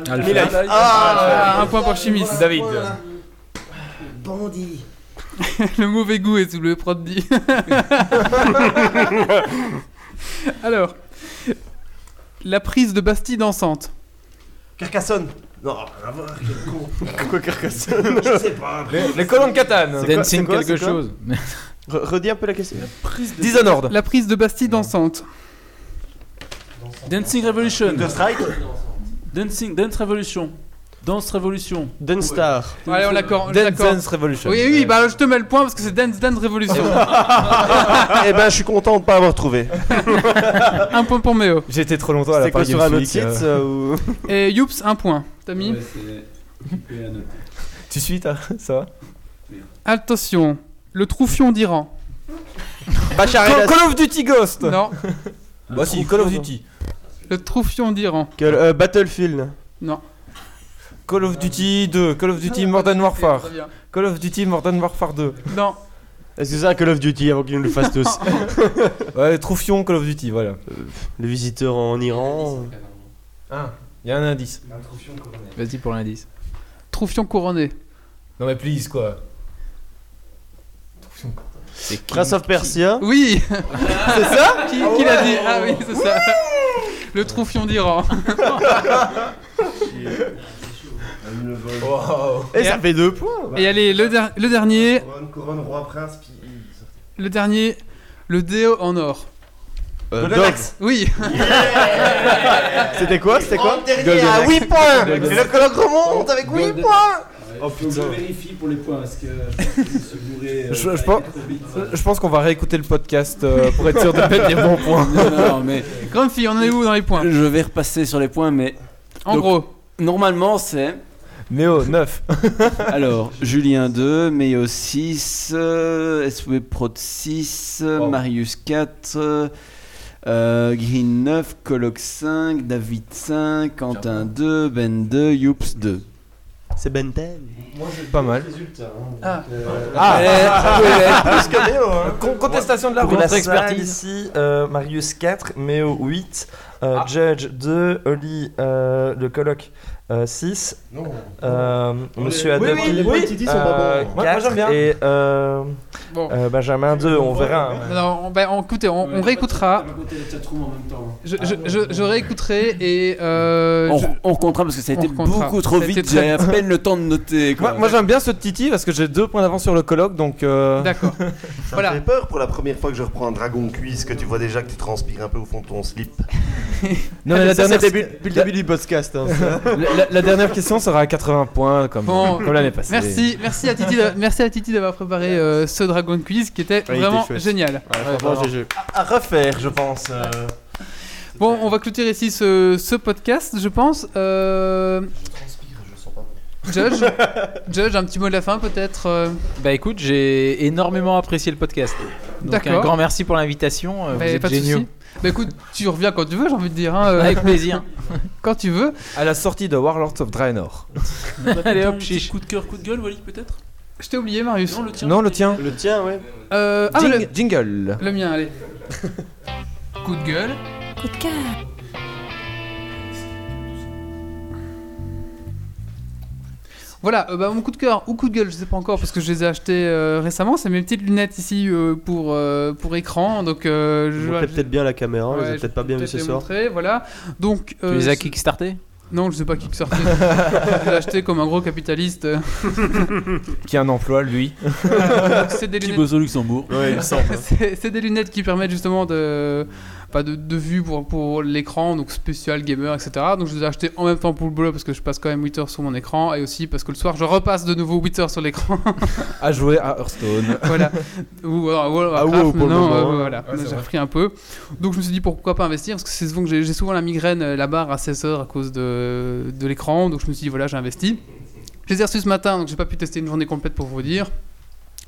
[SPEAKER 6] Half-Life.
[SPEAKER 2] Ah, un point
[SPEAKER 4] (laughs)
[SPEAKER 2] pour Chimiste.
[SPEAKER 3] David.
[SPEAKER 13] Bandit.
[SPEAKER 2] Le mauvais goût est sous le
[SPEAKER 4] (laughs)
[SPEAKER 2] prod dit. Alors, la prise de Bastille dansante.
[SPEAKER 13] Carcassonne. Non, rien à voir, quel con.
[SPEAKER 4] Pourquoi Carcassonne
[SPEAKER 13] Je sais pas.
[SPEAKER 3] Les, les colons de Catane.
[SPEAKER 4] quoi-
[SPEAKER 7] Dancing
[SPEAKER 4] c'est quoi,
[SPEAKER 7] quelque
[SPEAKER 4] c'est quoi
[SPEAKER 7] chose. (laughs)
[SPEAKER 4] Re- Redis un peu la question.
[SPEAKER 3] Dishonored.
[SPEAKER 2] La prise de Bastille dansante.
[SPEAKER 6] Dancing Revolution.
[SPEAKER 4] Counter Strike
[SPEAKER 6] Dancing, Dance Revolution. Dance Revolution.
[SPEAKER 4] Dunstar.
[SPEAKER 2] Allez, on l'accorde. on
[SPEAKER 3] Dance
[SPEAKER 2] l'accorde.
[SPEAKER 3] Dance Revolution.
[SPEAKER 2] Oui, oui, bah je te mets le point parce que c'est Dance Dance Revolution.
[SPEAKER 5] Eh ben, je suis content de ne pas avoir trouvé.
[SPEAKER 2] un point pour Méo.
[SPEAKER 3] J'ai été trop longtemps à la
[SPEAKER 4] C'était quoi
[SPEAKER 3] part euh.
[SPEAKER 4] sur un autre site ça, ou...
[SPEAKER 2] Et Youps, un point. T'as mis
[SPEAKER 3] Tu suis, t'as- ça va
[SPEAKER 2] Attention, le troufion d'Iran.
[SPEAKER 4] Bachar
[SPEAKER 3] Call,
[SPEAKER 4] el
[SPEAKER 3] Call of Duty Ghost
[SPEAKER 2] Non,
[SPEAKER 3] Bah si, Call of Duty.
[SPEAKER 2] le troufion d'Iran.
[SPEAKER 4] Assad. Euh, Battlefield.
[SPEAKER 2] Non.
[SPEAKER 3] Call of Duty 2, Call of Duty Ah, Modern Warfare, Call of Duty Modern Warfare 2.
[SPEAKER 2] Ah, Non,
[SPEAKER 4] Est-ce que c'est un Call of Duty avant qu'ils nous le fassent tous
[SPEAKER 5] (laughs)
[SPEAKER 3] Ouais, Troufion Call of Duty, voilà.
[SPEAKER 4] Le visiteur en Iran.
[SPEAKER 3] Ah, y a un indice.
[SPEAKER 7] Vas-y pour l'indice.
[SPEAKER 2] troufion couronné.
[SPEAKER 3] Non mais please quoi.
[SPEAKER 4] Prince of Persia.
[SPEAKER 2] (laughs) Oui C'est ça Qui, qui l'a dit Ah oui, c'est ça. Le troufion d'Iran.
[SPEAKER 5] Et ça fait deux points.
[SPEAKER 2] Et allez, le, der- le dernier,
[SPEAKER 13] Couronne, couronne, roi, prince, puis.
[SPEAKER 2] le dernier, le déo en or.
[SPEAKER 5] Euh, Dox.
[SPEAKER 2] Oui.
[SPEAKER 5] C'était quoi C'était quoi
[SPEAKER 13] En dernier à 8 points Et le colloque remonte avec 8 points
[SPEAKER 5] Oh
[SPEAKER 13] putain Je vérifie pour les points parce que je me suis bourré. euh,
[SPEAKER 3] Je, je
[SPEAKER 13] avec
[SPEAKER 3] pense,
[SPEAKER 13] trop vite.
[SPEAKER 3] je pense qu'on va réécouter le podcast euh, pour être sûr de mettre les bons points.
[SPEAKER 8] Non, non, mais.
[SPEAKER 2] Grande fille, on en est où dans les points
[SPEAKER 8] Je vais repasser sur les points, mais.
[SPEAKER 2] En gros.
[SPEAKER 8] Normalement, c'est.
[SPEAKER 3] (laughs) Méo, 9.
[SPEAKER 8] Alors, Julien 2, Méo 6, euh, SW Prod 6, euh, Marius 4, euh, euh, Green 9, Coloc 5, David 5, Quentin 2, Ben 2, Youps 2.
[SPEAKER 5] C'est Ben 10.
[SPEAKER 13] Moi je
[SPEAKER 3] Pas mal.
[SPEAKER 13] Ah,
[SPEAKER 11] Ah,
[SPEAKER 13] plus que Léo hein.
[SPEAKER 11] Contestation de la
[SPEAKER 13] Pour
[SPEAKER 11] route.
[SPEAKER 13] la
[SPEAKER 11] Notre expertise.
[SPEAKER 13] salle,
[SPEAKER 11] Ici, euh, Marius 4, Méo 8, euh,
[SPEAKER 13] Ah.
[SPEAKER 11] Judge 2, Oli, euh, le coloc. 6,
[SPEAKER 13] Non.
[SPEAKER 11] euh, Monsieur
[SPEAKER 13] Oui,
[SPEAKER 11] Adopi,
[SPEAKER 13] oui, les petits dits sont pas bons. Moi, moi, j'aime bien.
[SPEAKER 11] et euh,
[SPEAKER 2] Bon.
[SPEAKER 11] euh, Benjamin 2, on verra. hein.
[SPEAKER 2] Alors, on, bah, on- écoutez, on, on réécoutera. Je, je, je- je réécouterai et. euh,
[SPEAKER 5] Oh,
[SPEAKER 8] On,
[SPEAKER 2] je-
[SPEAKER 8] on comptera parce que ça a
[SPEAKER 2] on
[SPEAKER 8] été
[SPEAKER 2] recomptera.
[SPEAKER 8] beaucoup trop
[SPEAKER 2] Ça a été
[SPEAKER 8] vite,
[SPEAKER 2] très- (laughs)
[SPEAKER 8] j'ai à peine le temps de noter. quoi.
[SPEAKER 3] Moi, moi, j'aime bien ce Titi parce que j'ai deux points d'avance sur le colloque donc. euh,
[SPEAKER 2] D'accord.
[SPEAKER 3] Ça
[SPEAKER 5] Ça
[SPEAKER 3] me Voilà.
[SPEAKER 5] me
[SPEAKER 3] fait
[SPEAKER 5] fait peur pour la première fois que je reprends un dragon cuisse que tu vois déjà que tu transpires un peu au fond de ton slip.
[SPEAKER 3] Non, mais la
[SPEAKER 5] Ah, Ça, c'est
[SPEAKER 3] dernière-
[SPEAKER 5] début- depuis le début du podcast. hein, ça.
[SPEAKER 3] la, la- la dernière question sera à 80 points comme,
[SPEAKER 2] Bon,
[SPEAKER 3] comme l'année passée.
[SPEAKER 2] Merci, merci à Titi, d'a- merci à Titi d'avoir préparé euh, ce Dragon Quiz qui était
[SPEAKER 5] Ouais, il
[SPEAKER 2] vraiment
[SPEAKER 5] était chouette.
[SPEAKER 2] génial.
[SPEAKER 5] Ouais, franchement, GG. À, à refaire, je pense. euh.
[SPEAKER 2] Bon, on va clôturer ici ce, ce podcast, je pense. Euh, Judge, Judge, un petit mot de la fin peut-être. euh,
[SPEAKER 7] Bah écoute, j'ai énormément apprécié le podcast. Donc
[SPEAKER 2] D'accord.
[SPEAKER 7] un grand merci pour l'invitation. euh, Vous
[SPEAKER 2] mais
[SPEAKER 7] êtes
[SPEAKER 2] pas de
[SPEAKER 7] géniaux.
[SPEAKER 2] souci. Bah écoute, tu reviens quand tu veux, j'ai envie de dire. hein, euh,
[SPEAKER 7] Avec
[SPEAKER 2] (laughs)
[SPEAKER 7] plaisir.
[SPEAKER 2] quand tu veux.
[SPEAKER 3] À la sortie de Warlords of Draenor.
[SPEAKER 2] Allez, hop,
[SPEAKER 6] Un petit
[SPEAKER 2] chiche.
[SPEAKER 6] Coup de cœur, coup de gueule, Wally, peut-être
[SPEAKER 2] Je t'ai oublié, Marius.
[SPEAKER 6] Non, le tien.
[SPEAKER 3] Non, le tien.
[SPEAKER 5] Le tien, ouais.
[SPEAKER 2] Euh, ah,
[SPEAKER 3] Jing-
[SPEAKER 2] le-
[SPEAKER 3] Jingle.
[SPEAKER 2] Le mien, (laughs) allez. Coup de gueule. Coup de cœur. Voilà, euh, bah, mon coup de cœur ou coup de gueule, je sais pas encore parce que je les ai achetés euh, récemment. C'est mes petites lunettes ici euh, pour, euh, pour écran. Donc, euh, je
[SPEAKER 5] Montrez peut-être bien la caméra,
[SPEAKER 2] Ouais,
[SPEAKER 5] vous
[SPEAKER 2] je
[SPEAKER 5] peut-être pas
[SPEAKER 2] vais
[SPEAKER 5] bien vu
[SPEAKER 2] peut-être
[SPEAKER 5] ce
[SPEAKER 2] les
[SPEAKER 5] soir.
[SPEAKER 2] montrer, voilà. Donc,
[SPEAKER 7] Tu les as
[SPEAKER 2] ce-
[SPEAKER 7] kickstartés
[SPEAKER 2] Non, je sais pas
[SPEAKER 5] (laughs)
[SPEAKER 2] kickstarter. je l'ai acheté comme un gros capitaliste.
[SPEAKER 3] Qui a un emploi, lui.
[SPEAKER 2] Donc, c'est des
[SPEAKER 6] Petit
[SPEAKER 2] lunettes-
[SPEAKER 6] bozo Luxembourg.
[SPEAKER 8] (laughs)
[SPEAKER 5] Ouais, il me semble.
[SPEAKER 2] (laughs) c'est c'est des lunettes qui permettent justement de, pas de, de vue pour, pour l'écran, donc spécial gamer, etc. Donc je les ai achetées en même temps pour le boulot parce que je passe quand même 8 heures sur mon écran et aussi parce que le soir je repasse de nouveau 8 heures sur l'écran.
[SPEAKER 3] À jouer à Hearthstone.
[SPEAKER 2] (laughs) voilà. Ou alors, ou alors à
[SPEAKER 3] Ah,
[SPEAKER 2] Craft,
[SPEAKER 3] wow, pour le
[SPEAKER 2] maintenant,
[SPEAKER 3] moment,
[SPEAKER 2] euh,
[SPEAKER 3] ouais.
[SPEAKER 2] voilà.
[SPEAKER 3] Ouais, c'est
[SPEAKER 2] j'ai
[SPEAKER 3] vrai.
[SPEAKER 2] repris un peu. Donc je me suis dit pourquoi pas investir parce que c'est souvent que j'ai j'ai souvent la migraine euh, la barre à 16 heures à cause de, de l'écran. Donc je me suis dit voilà, j'ai investi. Je les ai reçus ce matin, donc j'ai pas pu tester une journée complète pour vous dire.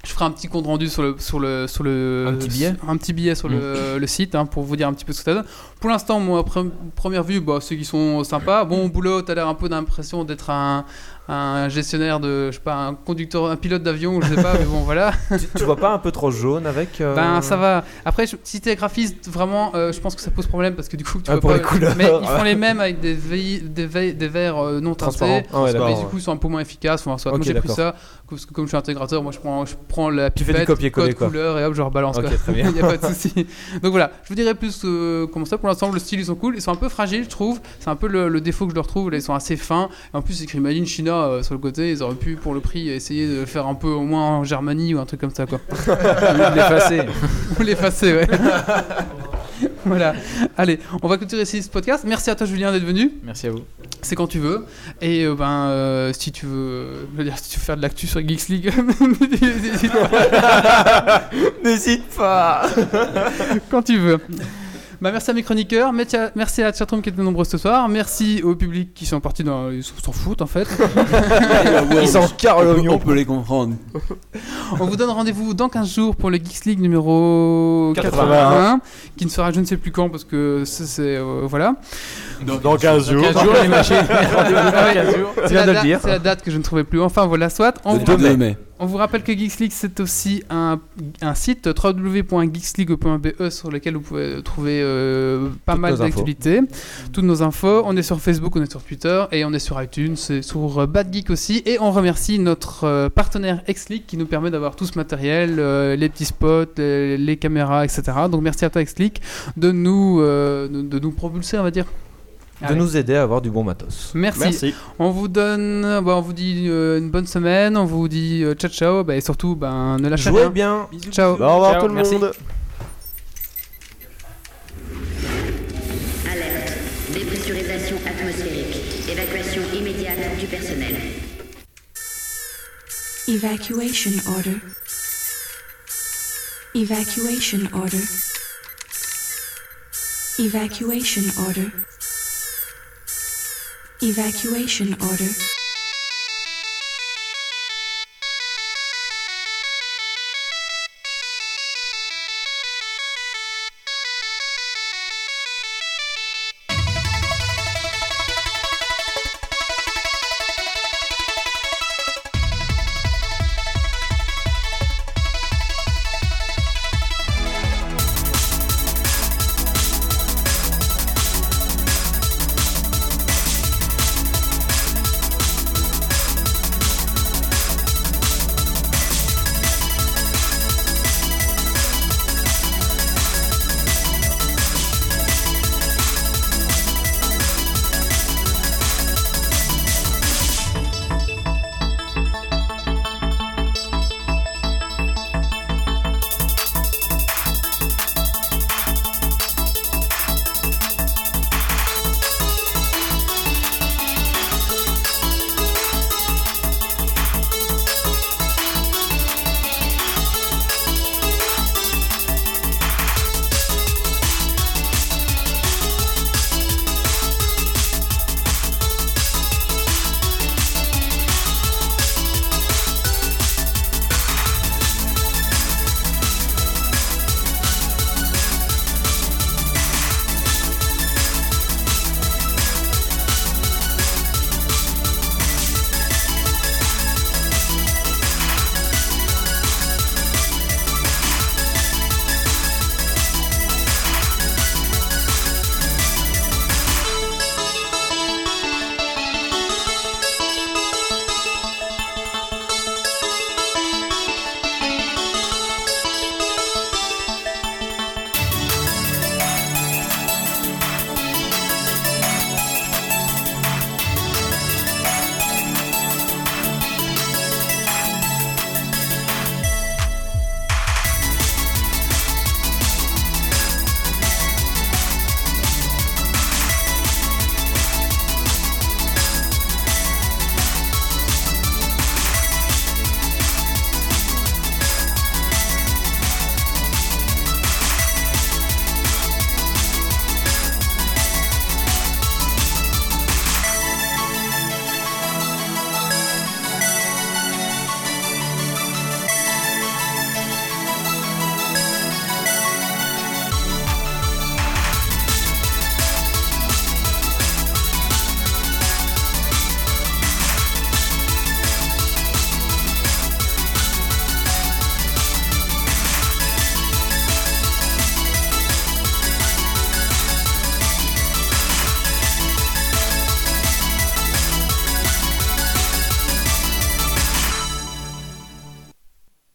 [SPEAKER 2] Je ferai un petit compte rendu sur le sur le sur le
[SPEAKER 3] Un petit billet Mm.
[SPEAKER 2] un petit billet sur le, le site hein, pour vous dire un petit peu ce que ça donne. Pour l'instant, moi, pre- première vue, bah, ceux qui sont sympas. Bon, au boulot, t'as l'air un peu d'impression d'être un, un gestionnaire de, je sais pas, un conducteur, un pilote d'avion, je sais pas, mais bon, voilà.
[SPEAKER 3] tu, tu vois pas un peu trop jaune avec. euh,
[SPEAKER 2] Ben ça va. Après, je- si t'es graphiste, vraiment, euh, je pense que ça pose problème parce que du coup, tu
[SPEAKER 3] Ah,
[SPEAKER 2] vois
[SPEAKER 3] pour
[SPEAKER 2] pas.
[SPEAKER 3] les couleurs.
[SPEAKER 2] Mais
[SPEAKER 3] (laughs)
[SPEAKER 2] ils font les mêmes avec des veilles- des, veilles- des verres euh, non
[SPEAKER 3] Transparents.
[SPEAKER 2] teintés.
[SPEAKER 3] Ah
[SPEAKER 2] mais
[SPEAKER 3] ouais, d'accord,
[SPEAKER 2] du coup,
[SPEAKER 3] ouais.
[SPEAKER 2] ils sont un peu moins efficaces. Enfin, soit.
[SPEAKER 3] Ok,
[SPEAKER 2] Moi, j'ai pris
[SPEAKER 3] d'accord.
[SPEAKER 2] ça parce que comme je suis intégrateur, moi, je prends, je prends la
[SPEAKER 3] Tu fais
[SPEAKER 2] pipette,
[SPEAKER 3] du copier-coller,
[SPEAKER 2] code
[SPEAKER 3] quoi.
[SPEAKER 2] couleur et hop, je rebalance.
[SPEAKER 3] Ok,
[SPEAKER 2] quoi. (laughs)
[SPEAKER 3] très bien.
[SPEAKER 2] Il y a pas de souci. Donc voilà, je vous dirai plus euh, comment ça. Pour l'instant, le style, ils sont cool. Ils sont un peu fragiles, je trouve. C'est un peu le, le défaut que je leur trouve. Là, ils sont assez fins. Et en plus, c'est écrit Made in China euh, sur le côté. Ils auraient pu, pour le prix, essayer de le faire un peu au moins en Germanie ou un truc comme ça, quoi.
[SPEAKER 7] de l'effacer.
[SPEAKER 2] Ou l'effacer, ouais. (laughs) voilà. Allez, on va clôturer ici ce podcast. Merci à toi, Julien, d'être venu.
[SPEAKER 7] Merci à vous.
[SPEAKER 2] C'est quand tu veux. Et euh, ben, euh, si tu veux, je veux dire, si tu veux faire de l'actu sur Geeks League, (laughs) n'hésite pas.
[SPEAKER 5] N'hésite pas.
[SPEAKER 2] (laughs) quand tu veux. Bah, merci à mes chroniqueurs, merci à- merci à la chatroom qui était nombreuse ce soir, merci au public qui sont partis dans. Ils s'en foutent en fait.
[SPEAKER 8] Ils s'en
[SPEAKER 2] (laughs)
[SPEAKER 3] carrent
[SPEAKER 8] l'oignon. On peut les comprendre.
[SPEAKER 2] On vous donne rendez-vous dans 15 jours pour le Geeks League numéro
[SPEAKER 8] 81,
[SPEAKER 2] 81, qui ne sera je ne sais plus quand parce que ça, c'est. euh, voilà.
[SPEAKER 5] Dans Dans 15 jours. 15 jours,
[SPEAKER 2] (laughs)
[SPEAKER 5] les machines. Rendez-vous dans 15 jours.
[SPEAKER 2] C'est
[SPEAKER 5] Tu
[SPEAKER 2] la,
[SPEAKER 5] viens de le
[SPEAKER 2] date-
[SPEAKER 5] dire.
[SPEAKER 2] c'est la date que je ne trouvais plus. Enfin, voilà, soit. On,
[SPEAKER 8] Le
[SPEAKER 2] vous,
[SPEAKER 8] deux mai.
[SPEAKER 2] rappelle-
[SPEAKER 8] mai.
[SPEAKER 2] on vous rappelle que Geeks League, c'est aussi un, un site www.geeksleague.be E sur lequel vous pouvez trouver euh, pas
[SPEAKER 3] Toutes
[SPEAKER 2] mal
[SPEAKER 3] nos infos.
[SPEAKER 2] d'actualités, toutes nos infos. On est sur Facebook, on est sur Twitter et on est sur iTunes, c'est sur euh, Bad Geek aussi. Et on remercie notre euh, partenaire Xleague qui nous permet d'avoir tout ce matériel, euh, les petits spots, les, les caméras, etc. Donc merci à toi Xleague de nous, euh, de, de nous propulser, on va dire.
[SPEAKER 3] de
[SPEAKER 2] Allez.
[SPEAKER 3] nous aider à avoir du bon matos.
[SPEAKER 2] Merci. On vous donne, euh, bah, on vous dit euh, une bonne semaine, on vous dit euh, ciao ciao, bah, et surtout ben ne lâchez
[SPEAKER 3] Jouez
[SPEAKER 2] rien.
[SPEAKER 3] bien.
[SPEAKER 2] Ciao.
[SPEAKER 5] Au revoir
[SPEAKER 2] Ciao,
[SPEAKER 5] tout le
[SPEAKER 2] merci.
[SPEAKER 5] monde.
[SPEAKER 14] Alerte. Dépressurisation atmosphérique. Évacuation immédiate du personnel.
[SPEAKER 15] Evacuation order. Evacuation order. Evacuation order. Evacuation order.